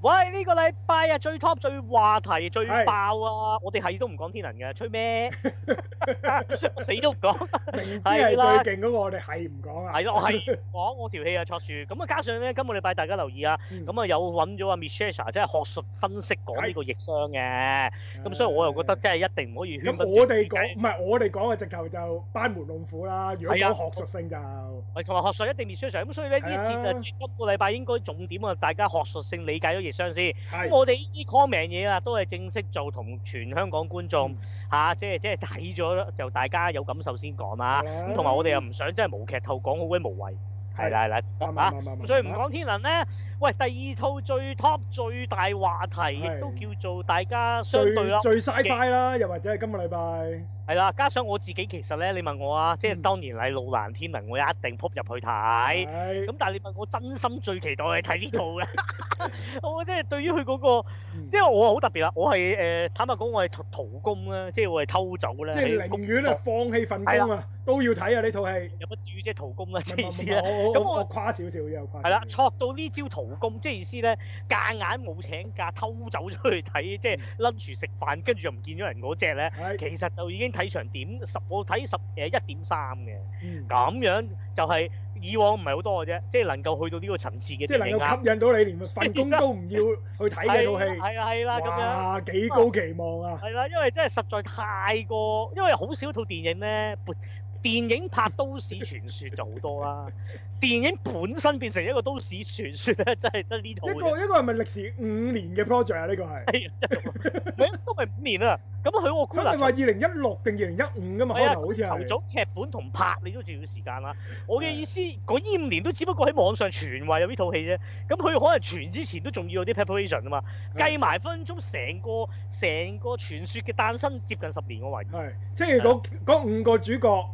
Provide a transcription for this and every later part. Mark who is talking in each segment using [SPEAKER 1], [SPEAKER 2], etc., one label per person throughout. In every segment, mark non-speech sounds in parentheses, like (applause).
[SPEAKER 1] 喂，呢、個禮拜啊，最 top 最話題最
[SPEAKER 2] 係
[SPEAKER 1] 爆啊！我哋係都唔講天能嘅，吹
[SPEAKER 2] (laughs)
[SPEAKER 1] 咩？我死都唔講。
[SPEAKER 2] 明知
[SPEAKER 1] (laughs) 係啦
[SPEAKER 2] 係最勁嗰個，我哋係唔講啊。
[SPEAKER 1] 係咯，我係講我條戲啊，卓樹。咁啊，加上咧，今個禮拜大家留意啊，
[SPEAKER 2] 嗯
[SPEAKER 1] 咁啊有揾咗啊 Michelle，即係學術分析講呢個逆商嘅。咁所以我又覺得真係一定唔可以圈不
[SPEAKER 2] 啊咁
[SPEAKER 1] 斷
[SPEAKER 2] 我哋
[SPEAKER 1] 理解
[SPEAKER 2] 講唔係我哋講嘅直頭就班門弄斧啦。如果
[SPEAKER 1] 係啊
[SPEAKER 2] 講學術性就
[SPEAKER 1] 喂，同埋學術一定 Michelle 咁，所以咧呢一節啊，
[SPEAKER 2] 係啊
[SPEAKER 1] 今個禮拜應該重點啊，大家學術性理解咗逆商先。咁
[SPEAKER 2] 係
[SPEAKER 1] 我哋呢啲 comment 嘢啊，都係正式做同全香港觀眾
[SPEAKER 2] 嗯
[SPEAKER 1] 嚇、啊即係即係睇咗就大家有感受先講啦。啊咁
[SPEAKER 2] 咁
[SPEAKER 1] 同埋我哋又唔想真係無劇透講，好鬼無謂。係啦係啦，
[SPEAKER 2] 啱
[SPEAKER 1] 嚇
[SPEAKER 2] 啱啱啱
[SPEAKER 1] 咁所以唔講天能咧，喂，第二套最 top 最大話題，亦都叫做大家相
[SPEAKER 2] 最
[SPEAKER 1] 對啦，
[SPEAKER 2] 最 sci-fi 啦，又或者係今個禮拜
[SPEAKER 1] 係啦。加上我自己其實咧，你問我啊，即係
[SPEAKER 2] 嗯
[SPEAKER 1] 當然係路蘭天能，我一定撲入去睇。
[SPEAKER 2] 係
[SPEAKER 1] 咁但係你問我真心最期待係睇呢套嘅， (laughs) 我即係對於佢嗰、個，
[SPEAKER 2] 嗯
[SPEAKER 1] 即係我好特別啦，我係誒、呃坦白講，我係逃逃工啦，即係我係偷走啦，
[SPEAKER 2] 即係寧願
[SPEAKER 1] 喺
[SPEAKER 2] 啊
[SPEAKER 1] 工作
[SPEAKER 2] 放棄份工
[SPEAKER 1] 係
[SPEAKER 2] 啊，都要睇啊呢套
[SPEAKER 1] (laughs)
[SPEAKER 2] 戲。
[SPEAKER 1] 有乜至於即係逃工啦，
[SPEAKER 2] 唔
[SPEAKER 1] 即
[SPEAKER 2] 係
[SPEAKER 1] 係
[SPEAKER 2] 唔
[SPEAKER 1] 意思
[SPEAKER 2] 係唔
[SPEAKER 1] 咧。啊
[SPEAKER 2] 係我
[SPEAKER 1] 咁
[SPEAKER 2] 我
[SPEAKER 1] 我
[SPEAKER 2] 我誇少少嘅，我誇
[SPEAKER 1] 係啦，
[SPEAKER 2] 少少
[SPEAKER 1] 錯到呢招逃工，即係意思咧，夾硬冇請假偷走出去睇，即係
[SPEAKER 2] 嗯
[SPEAKER 1] lunch 食飯，跟住又唔見咗人嗰只咧，
[SPEAKER 2] 係
[SPEAKER 1] 其實就已經睇場點十，我睇十誒一點三嘅，
[SPEAKER 2] 嗯
[SPEAKER 1] 咁樣就係以往唔係好多嘅啫，即係能夠去到呢個層次嘅
[SPEAKER 2] 即係能
[SPEAKER 1] 電影啊
[SPEAKER 2] 夠吸引到你，連份工都唔要去睇嘅套戲。
[SPEAKER 1] 係啦係啊啦咁樣。哦
[SPEAKER 2] 哇！幾高期望啊！
[SPEAKER 1] 係啦，因為真係實在太過，因為好少套電影咧，本電影拍都市傳說就好多
[SPEAKER 2] (laughs)
[SPEAKER 1] 啦。電影本身變成一個都市傳說咧，真係得呢套
[SPEAKER 2] 一
[SPEAKER 1] 嘅啫。
[SPEAKER 2] 個一個係咪歷時五年嘅 project 啊？呢個係
[SPEAKER 1] 係啊，真係咪都咪五年啦。咁佢啊我估
[SPEAKER 2] 佢
[SPEAKER 1] 嗱
[SPEAKER 2] 哋，話二零一六定二零一五噶嘛？
[SPEAKER 1] 係
[SPEAKER 2] 開
[SPEAKER 1] 啊，
[SPEAKER 2] 頭好似
[SPEAKER 1] 籌
[SPEAKER 2] 係。
[SPEAKER 1] 組劇本同拍你都仲要時間啦。我嘅意思，嗰依五年都只不過喺網上傳話有呢套戲啫。咁佢可能傳之前都仲要有啲 preparation 啊嘛。
[SPEAKER 2] 係
[SPEAKER 1] 計埋分鐘，成個成個傳說嘅誕生接近十年，我懷疑。
[SPEAKER 2] 係，即係嗰
[SPEAKER 1] 啊
[SPEAKER 2] 嗰五個主角，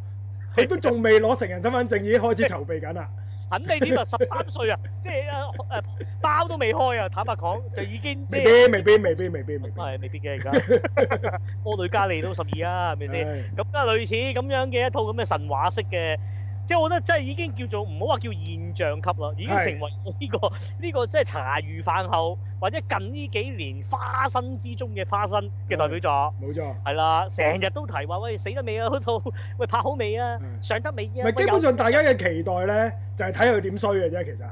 [SPEAKER 2] 佢都仲未攞成人身份證，已經開始籌備
[SPEAKER 1] (laughs)
[SPEAKER 2] 緊啦。
[SPEAKER 1] 肯定添
[SPEAKER 2] (laughs)
[SPEAKER 1] 啊，十三歲啊，即係誒誒包都未開啊，坦白講就已經即
[SPEAKER 2] 未
[SPEAKER 1] 係
[SPEAKER 2] 必，未必，未必，未必，未必。
[SPEAKER 1] 係未必嘅而
[SPEAKER 2] (laughs)
[SPEAKER 1] 家，魔女加利都十二啊，係咪先？
[SPEAKER 2] 係
[SPEAKER 1] 咁啊，類似咁樣嘅一套咁嘅神話式嘅，即係我覺得真係已經叫做唔好話叫現象級啦，已經
[SPEAKER 2] 係
[SPEAKER 1] 成為呢、個呢、個即係茶餘飯後或者近呢幾年花生之中嘅花生嘅代表作。
[SPEAKER 2] 冇錯。
[SPEAKER 1] 係啦，成日都提話喂死得未啊嗰套，喂拍好未啊，
[SPEAKER 2] 嗯
[SPEAKER 1] 上得未啊？
[SPEAKER 2] 唔
[SPEAKER 1] 喂
[SPEAKER 2] 係，基
[SPEAKER 1] 有
[SPEAKER 2] 本上大家嘅期待咧，就係睇佢點衰嘅啫。其實係，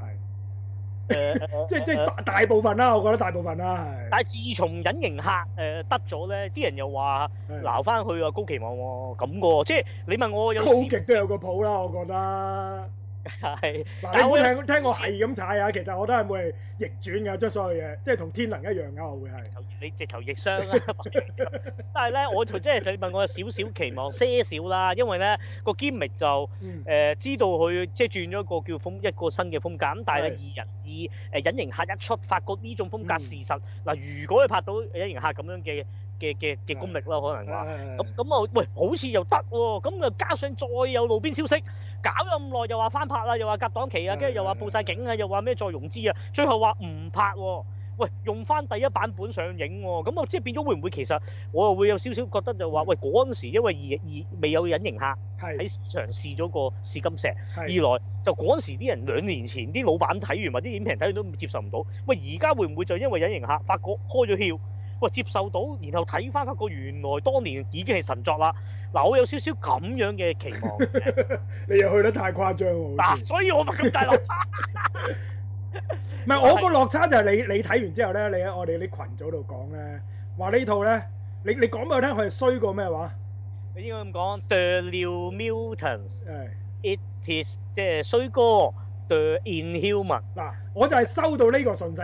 [SPEAKER 1] 誒誒
[SPEAKER 2] 即係即
[SPEAKER 1] 誒
[SPEAKER 2] 係大大部分啦，我覺得大部分啦係。
[SPEAKER 1] 但係自從隱形客誒、呃得咗咧，啲人又話
[SPEAKER 2] 係
[SPEAKER 1] 鬧翻去啊高期望喎咁嘅喎，即係你問我有
[SPEAKER 2] 高極都有個譜啦，我覺得。
[SPEAKER 1] (laughs) 係
[SPEAKER 2] 嗱，
[SPEAKER 1] 但
[SPEAKER 2] 你
[SPEAKER 1] 係我
[SPEAKER 2] 唔好
[SPEAKER 1] 有
[SPEAKER 2] 聽聽我係咁踩啊，其實我都係會逆轉㗎，將所有嘢，即係同天能一樣㗎，我
[SPEAKER 1] (laughs)
[SPEAKER 2] 會係。
[SPEAKER 1] 你直頭逆商啊！ (laughs) 但係咧，我就即係你問我有少少期望，些少啦，因為咧個 g i m 就誒、
[SPEAKER 2] 嗯，
[SPEAKER 1] 呃知道佢即係轉咗一個叫風一個新嘅風格，咁但係
[SPEAKER 2] 係
[SPEAKER 1] 二人二誒隱形客一出，發覺呢種風格
[SPEAKER 2] 嗯
[SPEAKER 1] 事實嗱、如果佢拍到隱形客咁樣嘅嘅嘅嘅功力啦，可能話。咁
[SPEAKER 2] 咁
[SPEAKER 1] 咁啊，喂，好似又得喎，咁啊加上再有路邊消息，搞咗咁耐，又話翻拍啦，又話夾檔期啊，
[SPEAKER 2] 係
[SPEAKER 1] 跟住又話報晒警啊，又話咩再融資啊，最後話唔拍喎。喂，用翻第一版本上映喎，咁我啊即係變咗會唔會其實我又會有少少覺得就話，喂嗰陣時因為二二未有隱形客
[SPEAKER 2] 係
[SPEAKER 1] 喺市場試咗個試金石，二
[SPEAKER 2] 係
[SPEAKER 1] 來就嗰陣時啲人兩年前啲老闆睇完或者啲影評人睇完都接受唔到，喂而家會唔會就因為隱形客發覺開咗竅，喂接受到，然後睇翻發覺原來當年已經係神作啦。啊嗱，我有少少咁樣 (laughs) 嘅期望
[SPEAKER 2] (laughs) 你又去得太誇張喎，好
[SPEAKER 1] 嗱，
[SPEAKER 2] 似。
[SPEAKER 1] 所以我咪咁大落差。
[SPEAKER 2] 唔係我個落差就係你你睇完之後咧，你喺我哋啲群組度講咧，話呢套咧，你你講俾我聽，佢係衰過咩話？
[SPEAKER 1] (laughs) 你應該咁講，The New Mutants
[SPEAKER 2] 誒
[SPEAKER 1] (laughs) It is 即係衰哥 The Inhuman
[SPEAKER 2] 嗱，我就係收到呢個信息，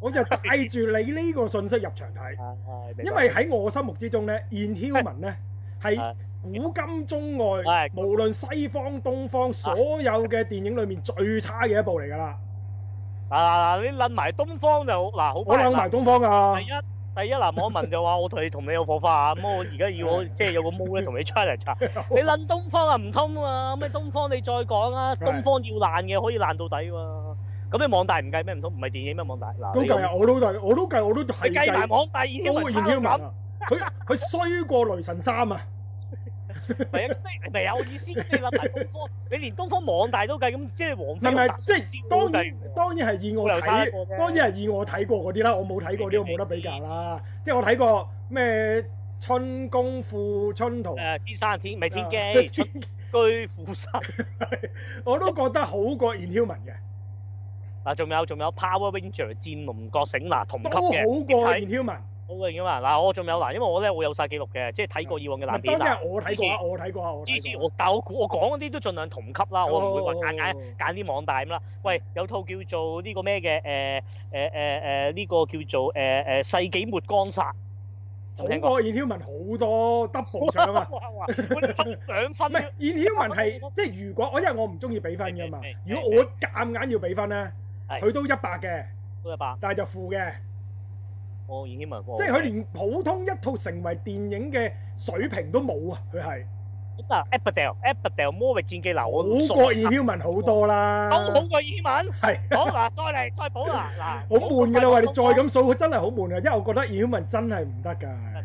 [SPEAKER 2] 我就帶住你呢個信息入
[SPEAKER 1] (laughs)
[SPEAKER 2] 場睇。因為喺我心目之中咧，Inhuman 咧係
[SPEAKER 1] 係
[SPEAKER 2] 古今中外
[SPEAKER 1] 係，
[SPEAKER 2] 無論西方、東方所有嘅電影裏面最差嘅一部嚟㗎啦。
[SPEAKER 1] 嗱嗱，你撚埋東方就嗱好
[SPEAKER 2] 我
[SPEAKER 1] 難
[SPEAKER 2] 諗
[SPEAKER 1] 啦
[SPEAKER 2] 埋東方啊
[SPEAKER 1] 第，一第一嗱，網民就話我同你同你有火花啊， (laughs) 咁我而家要我即係有個毛咧同你 challenge 啊
[SPEAKER 2] (laughs)
[SPEAKER 1] 你撚東方啊唔通啊，咁你東方你再講啊，
[SPEAKER 2] 係
[SPEAKER 1] 東方要爛嘅可以爛到底喎。咁你網大唔計咩唔通？唔係電影咩網大嗱？
[SPEAKER 2] 都
[SPEAKER 1] 你
[SPEAKER 2] 計啊，我都計，我都計，我都係
[SPEAKER 1] 你計埋
[SPEAKER 2] 計
[SPEAKER 1] 網大已經啊
[SPEAKER 2] 高
[SPEAKER 1] 係差
[SPEAKER 2] Inhuman
[SPEAKER 1] 咁，
[SPEAKER 2] 啊，佢佢衰過雷神三啊，
[SPEAKER 1] 唔係啊，即係唔係啊？我意思你諗埋東
[SPEAKER 2] (laughs)
[SPEAKER 1] 方，你連東方網大都計，咁即係黃
[SPEAKER 2] 唔
[SPEAKER 1] 飛
[SPEAKER 2] 係唔
[SPEAKER 1] 鴻
[SPEAKER 2] 係，即係當然當然係以我
[SPEAKER 1] 我又睇過
[SPEAKER 2] 睇，
[SPEAKER 1] 啫
[SPEAKER 2] 當然係以我睇過嗰啲啦，我冇睇過呢個冇得比較啦。即係我睇過咩春宮富春啊圖，
[SPEAKER 1] 誒天生天咪天
[SPEAKER 2] 啊
[SPEAKER 1] 機
[SPEAKER 2] (laughs)
[SPEAKER 1] 出居富生
[SPEAKER 2] 我都覺得好過 Inhuman 嘅，
[SPEAKER 1] 嗱，仲有仲有 Power Ranger 戰龍角醒嗱同級
[SPEAKER 2] 都
[SPEAKER 1] 嘅，
[SPEAKER 2] 好過
[SPEAKER 1] 睇
[SPEAKER 2] Inhuman。
[SPEAKER 1] 好嘅咁啊嗱，我仲有嗱，因為我咧我有晒記錄嘅，即係睇過以往嘅爛
[SPEAKER 2] 當
[SPEAKER 1] 片
[SPEAKER 2] 然
[SPEAKER 1] 嗱。
[SPEAKER 2] 嗯係我睇過啊，我睇過啊，我
[SPEAKER 1] 知知
[SPEAKER 2] 睇過
[SPEAKER 1] 我，但我估我講嗰啲都盡量同級啦，我唔會話揀
[SPEAKER 2] 哦嗯
[SPEAKER 1] 揀揀啲網大咁啦。喂，有套叫做呃呢個咩嘅誒誒誒誒呃呢個叫做誒誒世紀末光殺，
[SPEAKER 2] 好過 Inhuman 好多 double 上 (laughs)
[SPEAKER 1] (laughs)
[SPEAKER 2] 啊！
[SPEAKER 1] 哇哇！我哋分兩
[SPEAKER 2] 唔
[SPEAKER 1] 分
[SPEAKER 2] 係
[SPEAKER 1] 嘅，
[SPEAKER 2] Inhuman 係即係如果我因為我唔中意俾分㗎嘛
[SPEAKER 1] 係係，係
[SPEAKER 2] 如果我夾硬要俾分咧，
[SPEAKER 1] 係
[SPEAKER 2] 佢都一百嘅，
[SPEAKER 1] 都一百。
[SPEAKER 2] 但係就負嘅。
[SPEAKER 1] 我袁天文，
[SPEAKER 2] 即係佢連普通一套成為電影嘅水平都冇啊！佢係
[SPEAKER 1] 嗱 a b e d e l a b e d e l 魔域戰記流，我唔
[SPEAKER 2] 好
[SPEAKER 1] 熟
[SPEAKER 2] 過 Inhuman 好多啦，
[SPEAKER 1] 都好過袁天文。
[SPEAKER 2] 係
[SPEAKER 1] 好嗱，再嚟再補啦嗱，
[SPEAKER 2] (laughs) 好悶㗎啦！喂，你
[SPEAKER 1] (laughs)
[SPEAKER 2] 再
[SPEAKER 1] 咁
[SPEAKER 2] 咁數，佢真係好悶啊！因為我覺得 Inhuman 真係唔得㗎，
[SPEAKER 1] 啊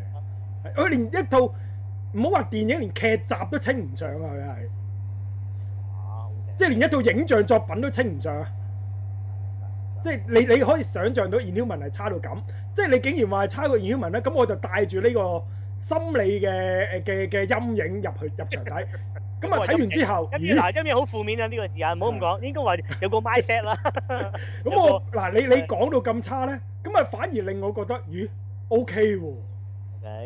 [SPEAKER 2] 係佢連一套唔好話電影，連劇集都稱唔上啊！佢係即係連一套影像作品都稱唔上啊！即係你你可以想像到 Inhuman 係差到咁，即係你竟然話係差過 Inhuman 咧，咁我就帶住呢個心理嘅嘅嘅陰影入去入場睇，咁啊睇完之後，
[SPEAKER 1] 一
[SPEAKER 2] 咦
[SPEAKER 1] 啲？嗱，一啲好負面啊呢個字啊，唔好咁講，應該話有個 mindset 啦。
[SPEAKER 2] 咁我嗱你你講到咁差咧，咁啊反而令我覺得，咦，OK 喎，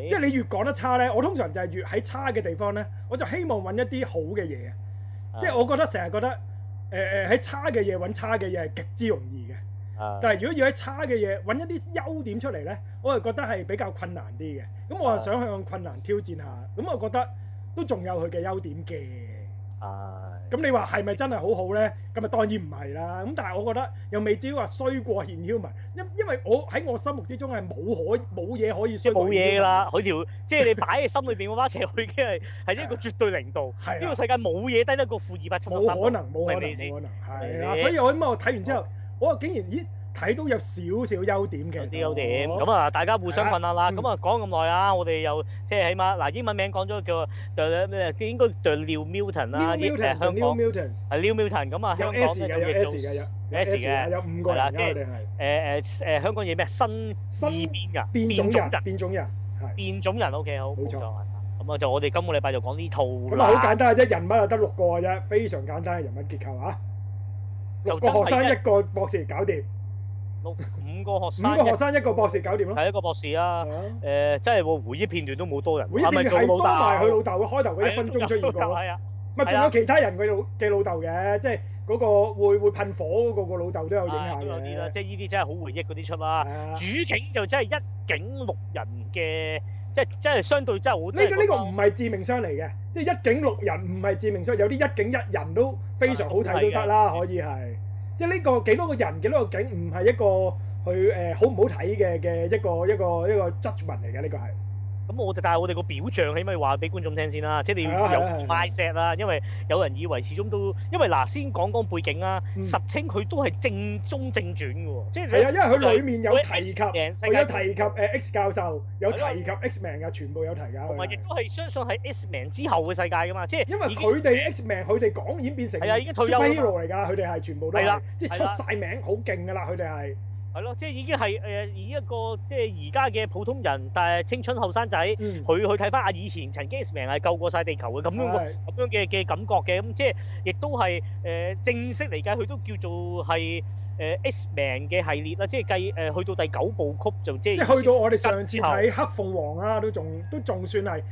[SPEAKER 2] 即係你越講得差咧，我通常就係越喺差嘅地方咧，我就希望揾一啲好嘅嘢，即係我覺得成日覺得誒誒喺差嘅嘢揾差嘅嘢係極之容易嘅，
[SPEAKER 1] 啊
[SPEAKER 2] 但係如果要喺差嘅嘢揾一啲優點出嚟咧，我係覺得係比較困難啲嘅，咁
[SPEAKER 1] 啊
[SPEAKER 2] 我係想向困難挑戰下，咁我覺得都仲有佢嘅優點嘅。
[SPEAKER 1] 係
[SPEAKER 2] 咁你話係咪真係好好呢？咁啊當然唔係啦。咁但係我覺得又未至於話衰過 Inhuman，因因為我喺我心目之中係冇可冇嘢可以
[SPEAKER 1] 即
[SPEAKER 2] 衰
[SPEAKER 1] 係
[SPEAKER 2] 過
[SPEAKER 1] 冇嘢
[SPEAKER 2] Inhuman
[SPEAKER 1] 㗎啦，佢條即係你擺喺心裏邊嗰把尺，佢已經係係一個絕對零度。
[SPEAKER 2] 係啊
[SPEAKER 1] 呢個世界冇嘢低得過負二百七十三。
[SPEAKER 2] 冇可能，冇可能，
[SPEAKER 1] 明你意思
[SPEAKER 2] 冇可能，係
[SPEAKER 1] 明
[SPEAKER 2] 啦。
[SPEAKER 1] 你
[SPEAKER 2] 所以我咁我睇完之後，我竟然咦睇到有少少優點嘅，哦
[SPEAKER 1] 有啲優點，咁啊大家互相瞓下啦。咁啊講咁耐啊，我哋又即係起碼嗱英文名講咗叫就咩應該就 New Milton 啦，
[SPEAKER 2] New
[SPEAKER 1] 英誒
[SPEAKER 2] Mutants
[SPEAKER 1] 香
[SPEAKER 2] New
[SPEAKER 1] 港
[SPEAKER 2] Mutants
[SPEAKER 1] 係 New Milton 咁啊，
[SPEAKER 2] 有
[SPEAKER 1] 香
[SPEAKER 2] S
[SPEAKER 1] 港咧
[SPEAKER 2] 嘅，
[SPEAKER 1] 就
[SPEAKER 2] 有
[SPEAKER 1] 叫
[SPEAKER 2] S
[SPEAKER 1] 做誒
[SPEAKER 2] 嘅，有
[SPEAKER 1] S à, 嘅
[SPEAKER 2] 嘅，有五個
[SPEAKER 1] 係
[SPEAKER 2] 人
[SPEAKER 1] 啦
[SPEAKER 2] 㗎，我
[SPEAKER 1] 即
[SPEAKER 2] 哋係
[SPEAKER 1] 誒誒香港嘢咩新
[SPEAKER 2] 新
[SPEAKER 1] 異變人
[SPEAKER 2] 變種人
[SPEAKER 1] 人，
[SPEAKER 2] 變種人係。
[SPEAKER 1] 變種人 OK 好
[SPEAKER 2] 冇錯
[SPEAKER 1] 係啦咁啊就我哋今個禮拜就講呢套
[SPEAKER 2] 咁啊，好
[SPEAKER 1] 啦
[SPEAKER 2] 簡。單嘅啫，人物就得六個嘅啫，非常簡單嘅人物結構嚇。
[SPEAKER 1] 就
[SPEAKER 2] 六個學生
[SPEAKER 1] 真係
[SPEAKER 2] 一個博士搞掂，
[SPEAKER 1] 六五個學生，
[SPEAKER 2] 五個學生一個博士搞掂咯。
[SPEAKER 1] 係一個博士啊。誒、真係喎，回憶片段都冇多人，
[SPEAKER 2] 每一
[SPEAKER 1] 係咪
[SPEAKER 2] 邊
[SPEAKER 1] 做
[SPEAKER 2] 係
[SPEAKER 1] 老
[SPEAKER 2] 多埋佢
[SPEAKER 1] 豆？
[SPEAKER 2] 老豆嘅，開頭嗰一分鐘出現過，
[SPEAKER 1] (laughs) 係啊，
[SPEAKER 2] 唔係仲有其他人佢老嘅老豆嘅，即係嗰個會會噴火嗰個個老豆都有影
[SPEAKER 1] 啊
[SPEAKER 2] 下
[SPEAKER 1] 都有啲啦，
[SPEAKER 2] 嘅。
[SPEAKER 1] 即係呢啲真係好回憶嗰啲出啦。
[SPEAKER 2] 啊
[SPEAKER 1] 主景就真係一景六人嘅，即係真係相對真係好。
[SPEAKER 2] 呢個呢個
[SPEAKER 1] 唔
[SPEAKER 2] 唔係致命傷嚟嘅，即係一景六人唔係致命傷，有啲一景一人都非常好睇都得啦，
[SPEAKER 1] 係
[SPEAKER 2] 可以係。即係呢個幾多個人幾多個景唔係一個佢誒好唔好睇嘅嘅一個一個一個 judgment 嚟嘅呢個係。
[SPEAKER 1] 咁我哋但係我哋個表象起碼要話俾觀眾聽先啦，即係你要
[SPEAKER 2] 係啊係啊
[SPEAKER 1] 有
[SPEAKER 2] 係啊
[SPEAKER 1] mindset 啦，因為有人以為始終都因為嗱先講講背景啦，
[SPEAKER 2] 嗯
[SPEAKER 1] 實稱佢都係正宗正傳嘅喎，即係你
[SPEAKER 2] 係啊，因為佢裡面有提及，
[SPEAKER 1] 佢係
[SPEAKER 2] 佢有提及誒 X 教授，有提及 X Man 噶，全部有提噶。
[SPEAKER 1] 同埋亦
[SPEAKER 2] 佢
[SPEAKER 1] 都係相信係 X-Men 之後嘅世界噶嘛，即係
[SPEAKER 2] 因為
[SPEAKER 1] 已經
[SPEAKER 2] 佢哋 X Man 佢哋講已經變成
[SPEAKER 1] 係啊已經退休啦
[SPEAKER 2] superhero 嚟㗎，佢哋係全部都
[SPEAKER 1] 係
[SPEAKER 2] 係
[SPEAKER 1] 啦
[SPEAKER 2] 即係
[SPEAKER 1] 係啦
[SPEAKER 2] 出晒名，好勁㗎啦，佢哋係
[SPEAKER 1] 係咯，即係已經係誒以一個即係而家嘅普通人，但係青春後生仔，佢
[SPEAKER 2] 嗯
[SPEAKER 1] 去睇翻啊以前曾經 X-Men 係救過晒地球嘅咁樣個
[SPEAKER 2] 係
[SPEAKER 1] 咁樣嘅嘅感覺嘅，咁即係亦都係誒正式嚟計，佢都叫做係誒 X-Men 嘅系列啦，即係計誒去到第九部曲就即
[SPEAKER 2] 即
[SPEAKER 1] 係
[SPEAKER 2] 係去到我哋上次睇黑鳳凰啦，都仲都仲算係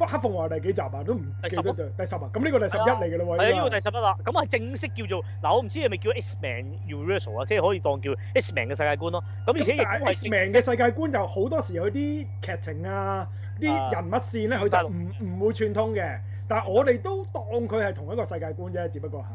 [SPEAKER 2] 黑鳳凰係第幾集啊？都唔記得咗第十啊，咁呢個第十一嚟㗎啦
[SPEAKER 1] 係啊，
[SPEAKER 2] 喎，
[SPEAKER 1] 呢個
[SPEAKER 2] 應
[SPEAKER 1] 第十一啦，咁係正式叫做嗱，我唔知係咪叫 X-Men Universal 啊，即係可以當叫 X-Men 嘅世界觀咯。咁而且亦
[SPEAKER 2] 該。
[SPEAKER 1] 都
[SPEAKER 2] 咁但係
[SPEAKER 1] 係
[SPEAKER 2] X Man 嘅世界觀就好多時佢啲劇情啊、啲
[SPEAKER 1] 啊
[SPEAKER 2] 人物線咧，佢就唔唔會串通嘅。但係我哋都當佢係同一個世界觀啫，只不
[SPEAKER 1] 啊
[SPEAKER 2] 過係。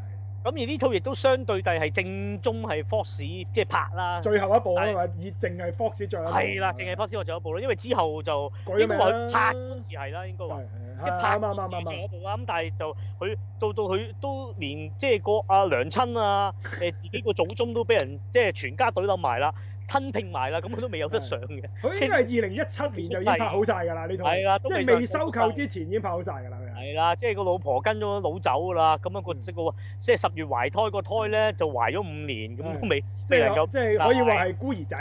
[SPEAKER 1] 咁而呢套亦都相對地係正宗係 Fox 即係拍啦，
[SPEAKER 2] 最後一部啊嘛，以淨係 Fox 最後一部啊
[SPEAKER 1] 係啦，淨係 Fox 我做一部啦，因為之後就
[SPEAKER 2] 改
[SPEAKER 1] 應該
[SPEAKER 2] 咗名
[SPEAKER 1] 話
[SPEAKER 2] 啦
[SPEAKER 1] 佢拍嗰陣時係啦，應該話。
[SPEAKER 2] 係
[SPEAKER 1] 即係
[SPEAKER 2] 係
[SPEAKER 1] 拍
[SPEAKER 2] 啱
[SPEAKER 1] 嗰
[SPEAKER 2] 啱
[SPEAKER 1] 時
[SPEAKER 2] 啱
[SPEAKER 1] 做
[SPEAKER 2] 啱
[SPEAKER 1] 一部啦，咁但係就佢到到佢都連即係個阿娘親
[SPEAKER 2] (laughs)
[SPEAKER 1] 啊，誒自己個祖宗都俾人即係全家隊冧埋啦，吞並埋啦，咁佢都未有得上嘅。
[SPEAKER 2] 佢應該係二零一七年就已經拍好晒㗎啦呢套，啊
[SPEAKER 1] 係啦啊
[SPEAKER 2] 即
[SPEAKER 1] 都
[SPEAKER 2] 係
[SPEAKER 1] 未
[SPEAKER 2] 未收購之前已經拍好晒㗎啦佢係。
[SPEAKER 1] 係啦，即係個老婆跟咗老走㗎啦，咁樣啊
[SPEAKER 2] 嗯
[SPEAKER 1] 個即個即係十月懷胎個胎咧就懷咗五年，咁都未
[SPEAKER 2] 即
[SPEAKER 1] 未能夠
[SPEAKER 2] 係即係可以話係孤兒仔，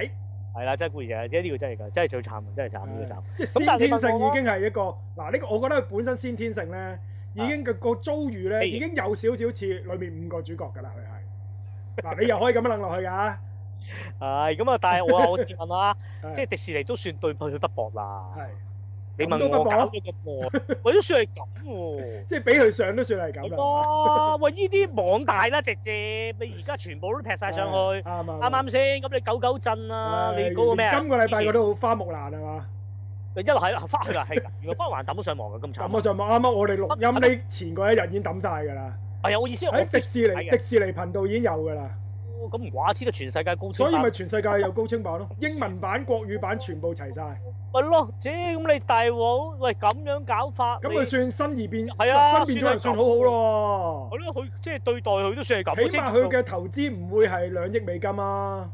[SPEAKER 1] 係啦，真係攰嘅，即係呢個真係㗎，真係最慘，啊真係慘呢個慘。
[SPEAKER 2] 即係
[SPEAKER 1] 咁但
[SPEAKER 2] 先
[SPEAKER 1] 係你
[SPEAKER 2] 天
[SPEAKER 1] 問
[SPEAKER 2] 性
[SPEAKER 1] 我
[SPEAKER 2] 已經係一個嗱呢個，我覺得佢本身先天性咧已經個個遭遇咧
[SPEAKER 1] 係
[SPEAKER 2] 已經有少少似裏面五個主角㗎啦，
[SPEAKER 1] (laughs)
[SPEAKER 2] 佢係嗱你又可以咁樣諗落去㗎，
[SPEAKER 1] 係咁啊，但係我啊，我自問啦，(laughs)
[SPEAKER 2] 係
[SPEAKER 1] 即係迪士尼都算對佢不薄啦。
[SPEAKER 2] 嗯係
[SPEAKER 1] 你問我搞咗咁耐，喂都算係咁喎。
[SPEAKER 2] 即係俾佢上都算係咁
[SPEAKER 1] 係
[SPEAKER 2] 啦，
[SPEAKER 1] 咯，喂呢啲網大啦，直接你而家全部都劈晒上去，
[SPEAKER 2] 啱啱
[SPEAKER 1] 啱唔啱先？咁你九九震啊，你嗰個咩啊？
[SPEAKER 2] 今個禮拜
[SPEAKER 1] 之
[SPEAKER 2] 嗰
[SPEAKER 1] 前
[SPEAKER 2] 度花木蘭係嘛？
[SPEAKER 1] 一路係花
[SPEAKER 2] (laughs)
[SPEAKER 1] 係㗎係㗎，原來花環抌咗上網㗎，咁
[SPEAKER 2] 咁我
[SPEAKER 1] 慘。
[SPEAKER 2] 就啱啱我哋錄音呢前嗰一日已經抌晒㗎啦，
[SPEAKER 1] 係啊，我意思係我
[SPEAKER 2] 喺迪士尼
[SPEAKER 1] 睇嘅
[SPEAKER 2] 迪士尼頻道已經有㗎啦，
[SPEAKER 1] (laughs) 咁唔怪之得全世界高清
[SPEAKER 2] 所以
[SPEAKER 1] 版
[SPEAKER 2] 咪全世界有高清版咯，英文版、國語版全部齊晒。
[SPEAKER 1] 咪咯，即咁你大鑊，喂咁樣搞法，
[SPEAKER 2] 咁
[SPEAKER 1] 你
[SPEAKER 2] 佢算新而變，
[SPEAKER 1] 係啊
[SPEAKER 2] 新變咗人算好好咯
[SPEAKER 1] 係。咯，佢即係對待佢都算係咁，
[SPEAKER 2] 起
[SPEAKER 1] 即係
[SPEAKER 2] 碼佢嘅投資唔會係兩億美金啊，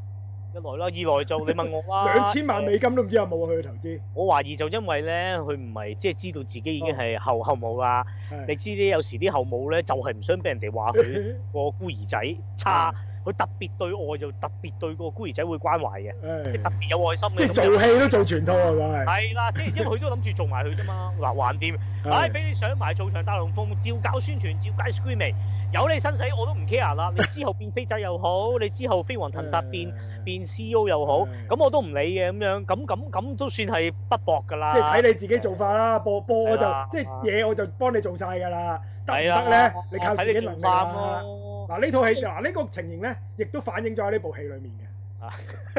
[SPEAKER 1] 一來啦，二來就你問我啦，
[SPEAKER 2] (laughs) 兩千萬
[SPEAKER 1] 誒
[SPEAKER 2] 美金都唔知有冇啊佢嘅投資。
[SPEAKER 1] 我懷疑就因為咧，佢唔係即係知道自己已經係後後母啦。你
[SPEAKER 2] 係
[SPEAKER 1] 知啲有時啲後母咧，就係唔想俾人哋
[SPEAKER 2] (laughs)
[SPEAKER 1] 話佢個孤兒仔差，佢特別對外就特別對個孤兒仔會關懷嘅，
[SPEAKER 2] 唉
[SPEAKER 1] 即係特別有愛心
[SPEAKER 2] 嗯即
[SPEAKER 1] 嘅。咁就
[SPEAKER 2] 係做戲都做全套啊，梗係。
[SPEAKER 1] 係啦，即係因為佢都諗住做埋佢啫
[SPEAKER 2] (laughs)
[SPEAKER 1] 嘛。嗱，橫掂，
[SPEAKER 2] 係
[SPEAKER 1] 唉，俾你上埋做場大龍鳳，照搞宣傳，照搞 screaming，有你生死我都唔 care 啦。你之後變飛仔又
[SPEAKER 2] (laughs)
[SPEAKER 1] 好，你之後飛黃騰達
[SPEAKER 2] 嗯
[SPEAKER 1] 變
[SPEAKER 2] 唉
[SPEAKER 1] 變 CEO 又好，
[SPEAKER 2] 係
[SPEAKER 1] 咁我都唔理嘅咁樣，咁咁咁都算係不薄㗎啦。
[SPEAKER 2] 即係睇你自己做法啦，播播我就
[SPEAKER 1] 係啦
[SPEAKER 2] 即係嘢我就幫你做晒㗎啦，得唔
[SPEAKER 1] 係啦
[SPEAKER 2] 得咧？你靠自己
[SPEAKER 1] 睇你做
[SPEAKER 2] 能力
[SPEAKER 1] 法
[SPEAKER 2] 啊啦。
[SPEAKER 1] 咯，
[SPEAKER 2] 嗱呢套戲嗱呢個情形咧，亦都反映咗喺呢部戲裡面嘅，